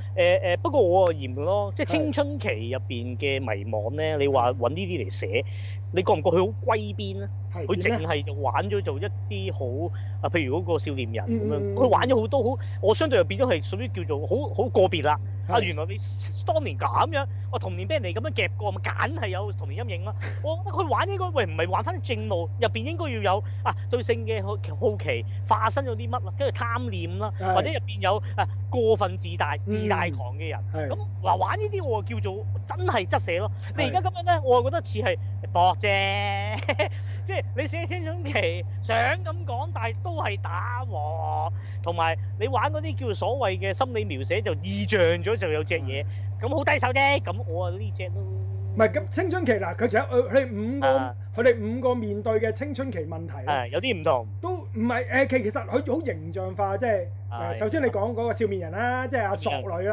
[SPEAKER 1] 誒，不過我啊嫌咯，即係
[SPEAKER 2] 係
[SPEAKER 1] 青春期入邊嘅迷惘咧，你話揾呢啲嚟寫，你覺唔覺佢好歸邊咧？
[SPEAKER 2] 係
[SPEAKER 1] 佢
[SPEAKER 2] 點
[SPEAKER 1] 淨
[SPEAKER 2] 咧
[SPEAKER 1] 係就玩咗做一啲好啊，譬如嗰個少年人咁樣，
[SPEAKER 2] 嗯
[SPEAKER 1] 佢、玩咗好多好，我相對又變咗係屬於叫做好好個別啦。啊，
[SPEAKER 2] 係
[SPEAKER 1] 原來你 (laughs) 當年咁樣，我童年俾人哋咁樣夾過，咪梗係有童年陰
[SPEAKER 2] (laughs)
[SPEAKER 1] 影啦。我覺得佢玩應該喂唔係玩翻正路，入邊應該要有啊對性嘅好好奇，化身咗啲乜啦，跟住貪念啦，
[SPEAKER 2] 係嗯
[SPEAKER 1] 或者入邊有啊過分自大、自大狂嘅人。
[SPEAKER 2] 係
[SPEAKER 1] 咁嗱玩呢啲我叫做真係質寫咯。你而
[SPEAKER 2] 係
[SPEAKER 1] 家咁樣咧，我覺得似係搏啫， (laughs) 即係你寫青春期想咁講，但係都係打和。同埋你玩嗰啲叫所謂嘅心理描寫就意象咗就有隻嘢，咁好低手啫。咁我啊呢只咯。
[SPEAKER 2] 嗯唔係咁青春期嗱，佢其實佢佢哋五
[SPEAKER 1] 啊
[SPEAKER 2] 個佢哋五個面對嘅青春期問題咧，
[SPEAKER 1] 係有啲唔同，
[SPEAKER 2] 都唔係誒其其實佢好形象化，即係
[SPEAKER 1] 係
[SPEAKER 2] 誒首先你講嗰個少面人啦，即係阿
[SPEAKER 1] 少
[SPEAKER 2] 索
[SPEAKER 1] 啊面人啊
[SPEAKER 2] 女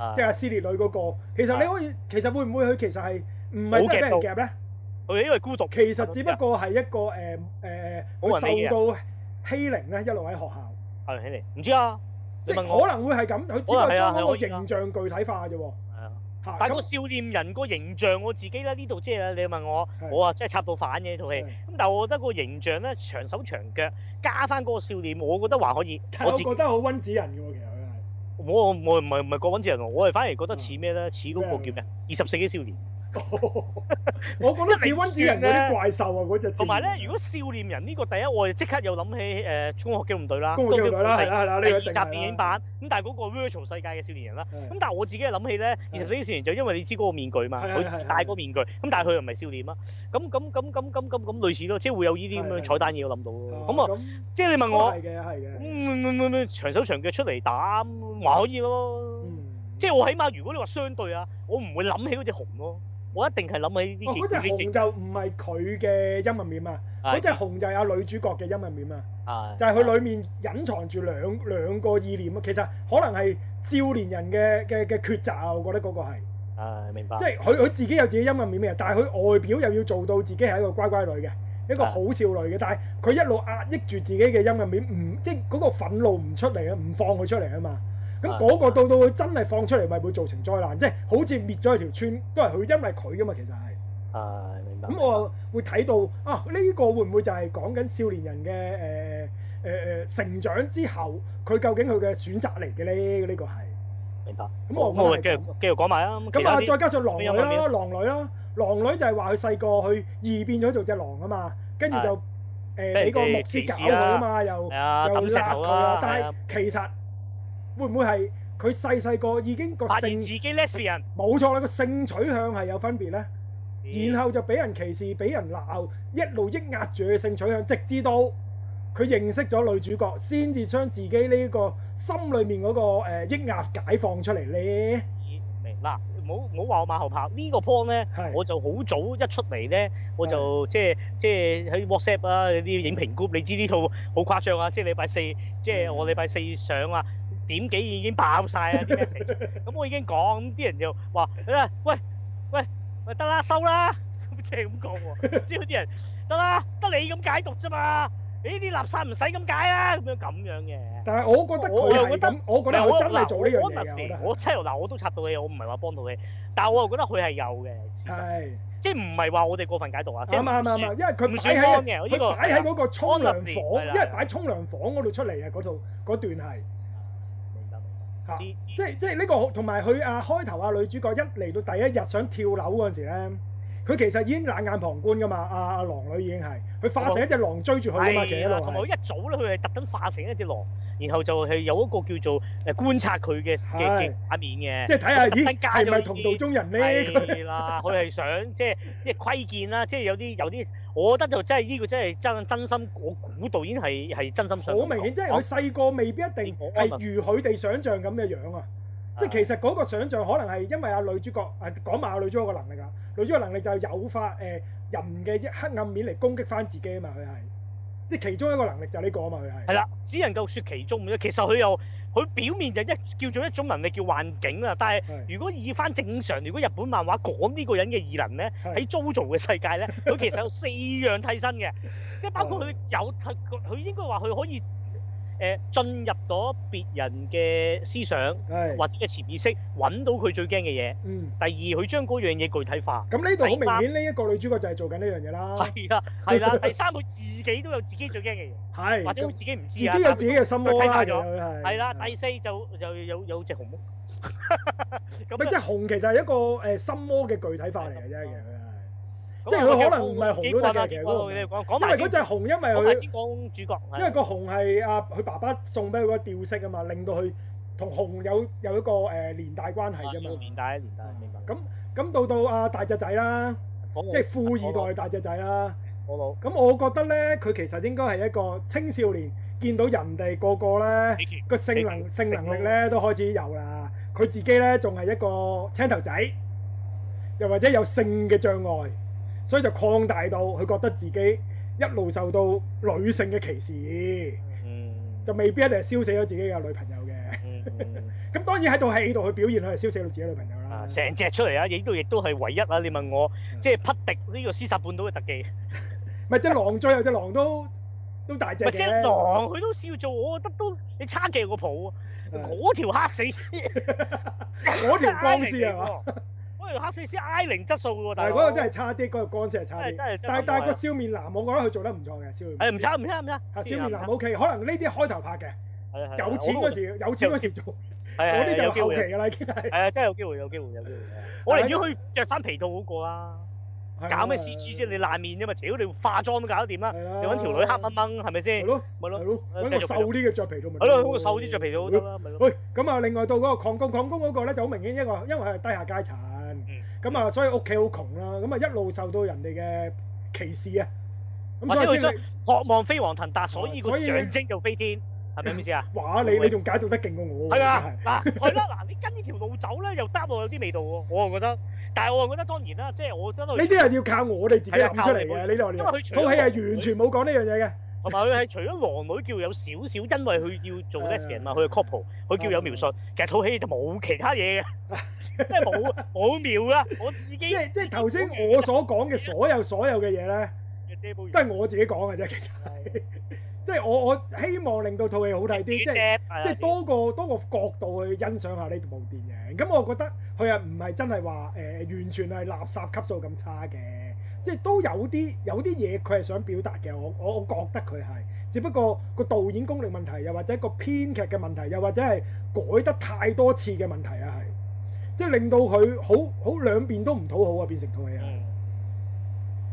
[SPEAKER 2] 啦，即係
[SPEAKER 1] 係
[SPEAKER 2] 阿撕裂女嗰個，其實你
[SPEAKER 1] 係
[SPEAKER 2] 可以其實會唔會佢其實係唔
[SPEAKER 1] 冇
[SPEAKER 2] 係真係俾
[SPEAKER 1] 夾
[SPEAKER 2] 人
[SPEAKER 1] 到
[SPEAKER 2] 夾咧？
[SPEAKER 1] 佢因為孤獨，
[SPEAKER 2] 其實只不過係一個誒誒
[SPEAKER 1] 冇人理嘅
[SPEAKER 2] 佢受到欺凌咧，一路喺學校。
[SPEAKER 1] 係起嚟，唔知啊。
[SPEAKER 2] 即
[SPEAKER 1] 你
[SPEAKER 2] 係
[SPEAKER 1] 問我
[SPEAKER 2] 可能會係咁，佢只不過
[SPEAKER 1] 可能係啊
[SPEAKER 2] 將嗰個
[SPEAKER 1] 係可以㗎
[SPEAKER 2] 形象具體化啫喎。
[SPEAKER 1] 係啊。
[SPEAKER 2] 嚇
[SPEAKER 1] 但係個
[SPEAKER 2] 咁
[SPEAKER 1] 少年人個形象，我自己咧呢度即係你問我，
[SPEAKER 2] 係
[SPEAKER 1] 我啊真係插到反嘅呢套戲。
[SPEAKER 2] 係
[SPEAKER 1] 咁但係我覺得個形象咧長手長腳，加翻嗰個笑臉，我覺得還可以。
[SPEAKER 2] 但
[SPEAKER 1] 我
[SPEAKER 2] 係
[SPEAKER 1] 自己
[SPEAKER 2] 我覺得好温子仁嘅喎，其實佢係。
[SPEAKER 1] 我我唔係唔係過揾字人喎，我係反而覺得似咩咧？似嗰個叫咩？二十世紀少年。 (laughs)
[SPEAKER 2] 我覺得似温子仁嗰啲怪獸啊，嗰只。
[SPEAKER 1] 同埋咧，如果少年人呢個第一，我就即刻又諗起誒中學機動隊啦，
[SPEAKER 2] 公共機動隊啦，
[SPEAKER 1] 機
[SPEAKER 2] 係啦係啦，呢
[SPEAKER 1] 第
[SPEAKER 2] 個
[SPEAKER 1] 二
[SPEAKER 2] 一
[SPEAKER 1] 集
[SPEAKER 2] 定係啦
[SPEAKER 1] 電影。版。咁但係嗰個 virtual 世界嘅少年人啦。咁但係我自己係諗起咧，二十世紀少年就因為你知嗰個面具嘛，
[SPEAKER 2] 係係
[SPEAKER 1] 佢
[SPEAKER 2] 係
[SPEAKER 1] 戴嗰個面具，咁但係佢又唔係少年啦。咁咁咁咁咁咁咁類似咯，即係會有呢啲咁樣
[SPEAKER 2] 係係
[SPEAKER 1] 彩蛋嘢我諗到咯。咁啊，
[SPEAKER 2] 啊，
[SPEAKER 1] 即係你問
[SPEAKER 2] 咁
[SPEAKER 1] 我
[SPEAKER 2] 係。嘅，係嘅。
[SPEAKER 1] 嗯咁咁咁長手長腳出嚟打，咁還可以咯。嗯
[SPEAKER 2] 嗯
[SPEAKER 1] 即
[SPEAKER 2] 係
[SPEAKER 1] 係我起碼如果你話相對啊，我唔會諗起嗰只熊咯，我一定係諗起呢
[SPEAKER 2] 哦，
[SPEAKER 1] 件
[SPEAKER 2] 嗰隻
[SPEAKER 1] 呢
[SPEAKER 2] 紅
[SPEAKER 1] 隻
[SPEAKER 2] 就唔係佢嘅陰暗面啊，
[SPEAKER 1] 係
[SPEAKER 2] 嗰隻紅就係阿女主角嘅陰暗面啊，
[SPEAKER 1] 啊
[SPEAKER 2] 就係佢裡面隱藏住兩兩個意念啊。其實可能係少年人嘅嘅嘅抉擇啊，我覺得嗰個係。
[SPEAKER 1] 啊明白
[SPEAKER 2] 即。係佢佢自己有自己陰暗面嘅，但係佢外表又要做到自己係一個乖乖女嘅，一個
[SPEAKER 1] 啊
[SPEAKER 2] 好少女嘅，但係佢一路壓抑住自己嘅陰暗面，唔即係嗰個憤怒唔出嚟啊，唔放佢出嚟啊嘛。咁
[SPEAKER 1] 啊
[SPEAKER 2] 嗰個到到佢真係放出嚟，咪會造成災難，即係好似滅咗佢條村，都係佢因為佢噶嘛，其實係。
[SPEAKER 1] 啊明白。
[SPEAKER 2] 咁我又會睇到啊，呢、個會唔會就係講緊少年人嘅誒誒誒成長之後，佢究竟佢嘅選擇嚟嘅咧？呢、個係。
[SPEAKER 1] 明白。
[SPEAKER 2] 咁我
[SPEAKER 1] 咁我
[SPEAKER 2] 覺
[SPEAKER 1] 繼
[SPEAKER 2] 得係
[SPEAKER 1] 續
[SPEAKER 2] 咁
[SPEAKER 1] 繼續講埋啊。其
[SPEAKER 2] 咁
[SPEAKER 1] 他
[SPEAKER 2] 啊，
[SPEAKER 1] 啲
[SPEAKER 2] 再加上狼女
[SPEAKER 1] 咩有
[SPEAKER 2] 啦，狼女啦，狼女就係話佢細個佢異變咗做只狼啊嘛，跟住就
[SPEAKER 1] 俾
[SPEAKER 2] 誒
[SPEAKER 1] 人
[SPEAKER 2] 你個
[SPEAKER 1] 哋
[SPEAKER 2] 牧師搞
[SPEAKER 1] 歧視
[SPEAKER 2] 佢
[SPEAKER 1] 啦
[SPEAKER 2] 啊嘛，又
[SPEAKER 1] 係啊
[SPEAKER 2] 又
[SPEAKER 1] 抌石
[SPEAKER 2] 揦
[SPEAKER 1] 頭
[SPEAKER 2] 佢
[SPEAKER 1] 啦
[SPEAKER 2] 啊，，
[SPEAKER 1] 係
[SPEAKER 2] 但
[SPEAKER 1] 啊
[SPEAKER 2] 係其實會唔會係佢細細個已經個
[SPEAKER 1] 發現
[SPEAKER 2] 性
[SPEAKER 1] 自己 lesbian，
[SPEAKER 2] 冇錯啦，個性取向係有分別咧，
[SPEAKER 1] 嗯
[SPEAKER 2] 然後就俾人歧視，俾人鬧，一路抑壓住佢嘅性取向，直至到佢認識咗女主角，先至將自己呢個心裏面嗰個誒抑壓解放出嚟咧，
[SPEAKER 1] 明嗱，唔好唔好話我馬後炮。呢個 point 咧。
[SPEAKER 2] 係
[SPEAKER 1] 我就好早一出嚟咧，我就
[SPEAKER 2] 嗯
[SPEAKER 1] 即係即係喺 WhatsApp 啊有啲影評 group，你知呢套好誇張啊！即係禮拜四，即
[SPEAKER 2] 嗯
[SPEAKER 1] 係我禮拜四上啊，點幾已經爆晒啊啲 message，咁我已經講，咁啲人就話：啊喂喂喂得啦，收啦，咁即係咁講喎，即係啲人得啦，得你咁解讀啫嘛，咦啲垃圾唔使咁解啦，咁樣咁樣嘅。
[SPEAKER 2] 但係我覺得
[SPEAKER 1] 我又
[SPEAKER 2] 佢
[SPEAKER 1] 覺
[SPEAKER 2] 係
[SPEAKER 1] 得
[SPEAKER 2] 咁，我覺
[SPEAKER 1] 我
[SPEAKER 2] 得佢真
[SPEAKER 1] 嗱
[SPEAKER 2] 係做呢樣嘢啊嘅，我覺
[SPEAKER 1] honestly，
[SPEAKER 2] 得
[SPEAKER 1] 我真係嗱，我都插到你，我唔係話幫到你，但係我又覺得佢係有嘅，事實
[SPEAKER 2] 係
[SPEAKER 1] 即係唔係話我哋過分解讀啊，即係
[SPEAKER 2] 啱啱啱啱，因為
[SPEAKER 1] 唔
[SPEAKER 2] 佢
[SPEAKER 1] 算
[SPEAKER 2] 擺
[SPEAKER 1] 幫
[SPEAKER 2] 喺
[SPEAKER 1] 嘅呢個啊
[SPEAKER 2] 佢擺喺嗰個沖涼
[SPEAKER 1] honestly，
[SPEAKER 2] 房，
[SPEAKER 1] 係啦
[SPEAKER 2] 因為擺沖涼房嗰度出嚟啊，嗰度嗰段係嚇，
[SPEAKER 1] 知知
[SPEAKER 2] 即係即係呢個好同埋佢啊開頭啊女主角一嚟到第一日想跳樓嗰陣時咧，佢其實已經冷眼旁觀噶嘛，阿阿狼女已經係佢化成一隻狼追住佢噶嘛，其實一
[SPEAKER 1] 係
[SPEAKER 2] 路
[SPEAKER 1] 啦，同埋佢
[SPEAKER 2] 係
[SPEAKER 1] 一早咧，佢係特登化成一隻狼，然後就係有一個叫做誒觀察佢嘅嘅嘅
[SPEAKER 2] 係
[SPEAKER 1] 畫面嘅。
[SPEAKER 2] 即係睇下
[SPEAKER 1] 特登
[SPEAKER 2] 咦
[SPEAKER 1] 加
[SPEAKER 2] 係
[SPEAKER 1] 咗
[SPEAKER 2] 咪
[SPEAKER 1] 呢
[SPEAKER 2] 同道
[SPEAKER 1] 啲
[SPEAKER 2] 中人呢？佢
[SPEAKER 1] 係啦，佢係想即係即係窺見啦，即係有啲有啲，我覺得就真係呢個真係真真心，我估到已經係係真心想咁講。
[SPEAKER 2] 好明顯，即係佢細個未必一定係如佢哋想像咁嘅樣啊！
[SPEAKER 1] 哦
[SPEAKER 2] 即係其實嗰個想像可能係因為阿女主角啊講埋阿女主角個能力啦，女主角能力就係誘發誒、呃人嘅一黑暗面嚟攻擊翻自己啊嘛，佢係即係其中一個能力就係呢個啊嘛，佢係
[SPEAKER 1] 係啦，只能夠説其中嘅啫。其實佢又佢表面就一叫做一種能力叫幻境啦，但係
[SPEAKER 2] 係
[SPEAKER 1] 如果以翻正常，如果日本漫畫講呢個人嘅異能咧，
[SPEAKER 2] 係
[SPEAKER 1] 喺 JoJo 嘅世
[SPEAKER 2] (laughs)
[SPEAKER 1] 界咧，佢其實有四樣替身嘅，即係包括
[SPEAKER 2] 哦
[SPEAKER 1] 佢有佢佢應該話佢可以誒、呃、進入到別人嘅思想
[SPEAKER 2] 係
[SPEAKER 1] 或者嘅潛意識，揾到佢最驚嘅嘢。
[SPEAKER 2] 嗯。
[SPEAKER 1] 第二，佢將嗰樣嘢具體化。
[SPEAKER 2] 咁呢度
[SPEAKER 1] 第三
[SPEAKER 2] 好明顯，呢一個女主角就係做緊呢樣嘢啦，
[SPEAKER 1] 係啊啦，係
[SPEAKER 2] (laughs)
[SPEAKER 1] 啦。第三，佢自己都有自己最驚嘅嘢，
[SPEAKER 2] 係
[SPEAKER 1] 或者佢
[SPEAKER 2] 咁
[SPEAKER 1] 自己唔
[SPEAKER 2] 自
[SPEAKER 1] 知啊。
[SPEAKER 2] 己有自己嘅心魔啦，
[SPEAKER 1] 佢
[SPEAKER 2] 其
[SPEAKER 1] 睇
[SPEAKER 2] 實
[SPEAKER 1] 化
[SPEAKER 2] 佢係
[SPEAKER 1] 係啦，
[SPEAKER 2] 係
[SPEAKER 1] 第四就就有有隻紅毛。
[SPEAKER 2] 咪
[SPEAKER 1] (laughs) 咁
[SPEAKER 2] 即
[SPEAKER 1] 啊
[SPEAKER 2] 係紅其實係一個誒心魔嘅具體化嚟嘅啫，其實佢係。即係佢
[SPEAKER 1] 咁啊
[SPEAKER 2] 可能唔係紅都得嘅其實嗰個
[SPEAKER 1] 我哋講講
[SPEAKER 2] 因
[SPEAKER 1] 埋
[SPEAKER 2] 為
[SPEAKER 1] 先
[SPEAKER 2] 嗰隻紅，因為
[SPEAKER 1] 講埋
[SPEAKER 2] 佢
[SPEAKER 1] 先講主角，
[SPEAKER 2] 因為個熊係啊佢爸爸送俾佢個吊飾啊嘛，令到佢同熊有有一個誒、呃、連帶關係啫
[SPEAKER 1] 係
[SPEAKER 2] 嘛。
[SPEAKER 1] 年代年代明白。
[SPEAKER 2] 咁咁到到啊大隻仔啦，
[SPEAKER 1] 火舞
[SPEAKER 2] 即係富二代大隻仔啦。
[SPEAKER 1] 火舞
[SPEAKER 2] 咁我覺得咧，佢其實應該係一個青少年見到人哋個個咧
[SPEAKER 1] 幾條
[SPEAKER 2] 個性能性能力咧都開始有啦，佢自己咧仲係一個青頭仔，又或者有性嘅障礙，所以就擴大到佢覺得自己一路受到女性嘅歧視。
[SPEAKER 1] 嗯
[SPEAKER 2] 就未必一定係燒死咗自己嘅女朋友嘅。 (laughs)
[SPEAKER 1] 嗯嗯
[SPEAKER 2] 咁當然喺套戲度佢表現佢係燒死咗自己女朋友啦
[SPEAKER 1] 啊，。成隻出嚟啊！亦都亦都係唯一啊！你問我，
[SPEAKER 2] 嗯
[SPEAKER 1] 即係匹敵呢個屍殺半島嘅特技，
[SPEAKER 2] 咪即係狼追有隻狼都都大隻
[SPEAKER 1] 咪
[SPEAKER 2] 嘅。
[SPEAKER 1] 即係
[SPEAKER 2] (laughs)
[SPEAKER 1] 狼佢都笑做，我覺得都你差幾個譜啊！
[SPEAKER 2] 係
[SPEAKER 1] 嗰條黑死屍，
[SPEAKER 2] 嗯嗰條
[SPEAKER 1] (laughs)
[SPEAKER 2] 光絲係嘛？
[SPEAKER 1] 嘛？嗰條黑死屍 I 零質素喎，大
[SPEAKER 2] 但係
[SPEAKER 1] 佬
[SPEAKER 2] 嗰個真係差啲，嗰個光絲係差
[SPEAKER 1] 真係真
[SPEAKER 2] 啲。
[SPEAKER 1] 係真
[SPEAKER 2] 但係
[SPEAKER 1] 係
[SPEAKER 2] 但係個笑面男，我覺得佢做得唔錯嘅笑面
[SPEAKER 1] 誒
[SPEAKER 2] 男。
[SPEAKER 1] 哎唔差唔差唔差，
[SPEAKER 2] 係笑面男 OK，可能呢啲開頭拍嘅，
[SPEAKER 1] 係啊係係
[SPEAKER 2] 有錢嗰時有錢嗰時做，
[SPEAKER 1] 係係
[SPEAKER 2] 嗰啲
[SPEAKER 1] 有機
[SPEAKER 2] 就後
[SPEAKER 1] 會
[SPEAKER 2] 期
[SPEAKER 1] 有
[SPEAKER 2] 㗎啦，已經係。
[SPEAKER 1] 係啊，真係有機會，有機會，有機會。我寧願去着翻皮套好過啦，搞咩 C G 啫？你爛面啫嘛，屌你化妝都搞得掂啦，
[SPEAKER 2] 啊係啦
[SPEAKER 1] 你揾條女黑掹掹係咪
[SPEAKER 2] 係
[SPEAKER 1] 先？
[SPEAKER 2] 咯，
[SPEAKER 1] 咪咯
[SPEAKER 2] 係咯，揾
[SPEAKER 1] 繼
[SPEAKER 2] 個
[SPEAKER 1] 續
[SPEAKER 2] 瘦啲嘅着皮套咪
[SPEAKER 1] 係咯，個瘦啲着皮套都得啦，咪咯。
[SPEAKER 2] 喂，咁啊，另外到嗰個礦工，礦工嗰個咧就好明顯一個，因為佢係低下階層，咁啊，所以屋企好窮啦，咁啊一路受到人哋嘅歧視啊，
[SPEAKER 1] 或
[SPEAKER 2] 咁
[SPEAKER 1] 者
[SPEAKER 2] 所以
[SPEAKER 1] 佢想
[SPEAKER 2] 先你
[SPEAKER 1] 渴望飛黃騰達，所以個
[SPEAKER 2] 所以
[SPEAKER 1] 象徵就飛天，係咪咁意思啊？
[SPEAKER 2] (laughs) 話你你仲解讀得勁過我喎，
[SPEAKER 1] 係啊，嗱係啦，嗱你跟呢條路走咧，又搭落有啲味道喎，我又覺得。但係我又覺得當然啦，即係我真係
[SPEAKER 2] 真係呢啲係要靠我哋自己諗出嚟
[SPEAKER 1] 係啊
[SPEAKER 2] 嘅，呢度
[SPEAKER 1] 因為佢除咗
[SPEAKER 2] 套戲係完全冇講呢樣嘢嘅，
[SPEAKER 1] 同埋佢係除咗狼女叫有少少，因為佢要做
[SPEAKER 2] 係啊
[SPEAKER 1] lesbian 嘛，佢係 couple，佢叫有描述。其實套戲就冇其他嘢嘅，即係冇冇描啦。我自己
[SPEAKER 2] 啊即係即係頭先我所講嘅所有所有嘅嘢咧，
[SPEAKER 1] 遮布
[SPEAKER 2] 都係我自己講嘅啫，其實係，即係我我希望令到套戲好睇啲，即係。
[SPEAKER 1] 啊
[SPEAKER 2] 即係多個多個角度去欣賞下呢部電影。咁我覺得佢啊唔係真係話誒完全係垃圾級數咁差嘅，即係都有啲有啲嘢佢係想表達嘅。我我我覺得佢係，只不過個導演功力問題，又或者個編劇嘅問題，又或者係改得太多次嘅問題啊，係即係令到佢好好兩邊都唔討好啊，變成套戲係。
[SPEAKER 1] 嗯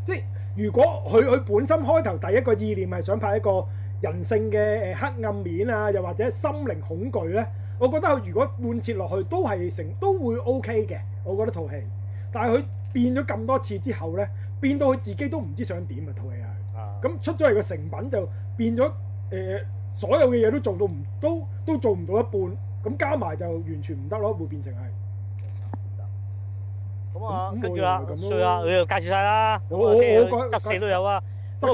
[SPEAKER 2] 即係如果佢佢本身開頭第一個意念係想拍一個人性嘅誒黑暗面啊，又或者心靈恐懼咧，我覺得佢如果貫徹落去都係成都會 OK 嘅，我覺得套戲。但係佢變咗咁多次之後咧，變到佢自己都唔知想點啊套戲係。
[SPEAKER 1] 咁
[SPEAKER 2] 咁出咗嚟個成品就變咗誒、呃所有嘅嘢都做到唔都都做唔到一半，咁加埋就完全唔得咯，會變成係。
[SPEAKER 1] 咁啊，
[SPEAKER 2] 咁
[SPEAKER 1] 跟住啦
[SPEAKER 2] 我以，為咁咯
[SPEAKER 1] 衰啦，你又介紹晒啦。
[SPEAKER 2] 我
[SPEAKER 1] 咁啊即
[SPEAKER 2] 我
[SPEAKER 1] 係
[SPEAKER 2] 我覺
[SPEAKER 1] 執四都有啊。
[SPEAKER 2] 執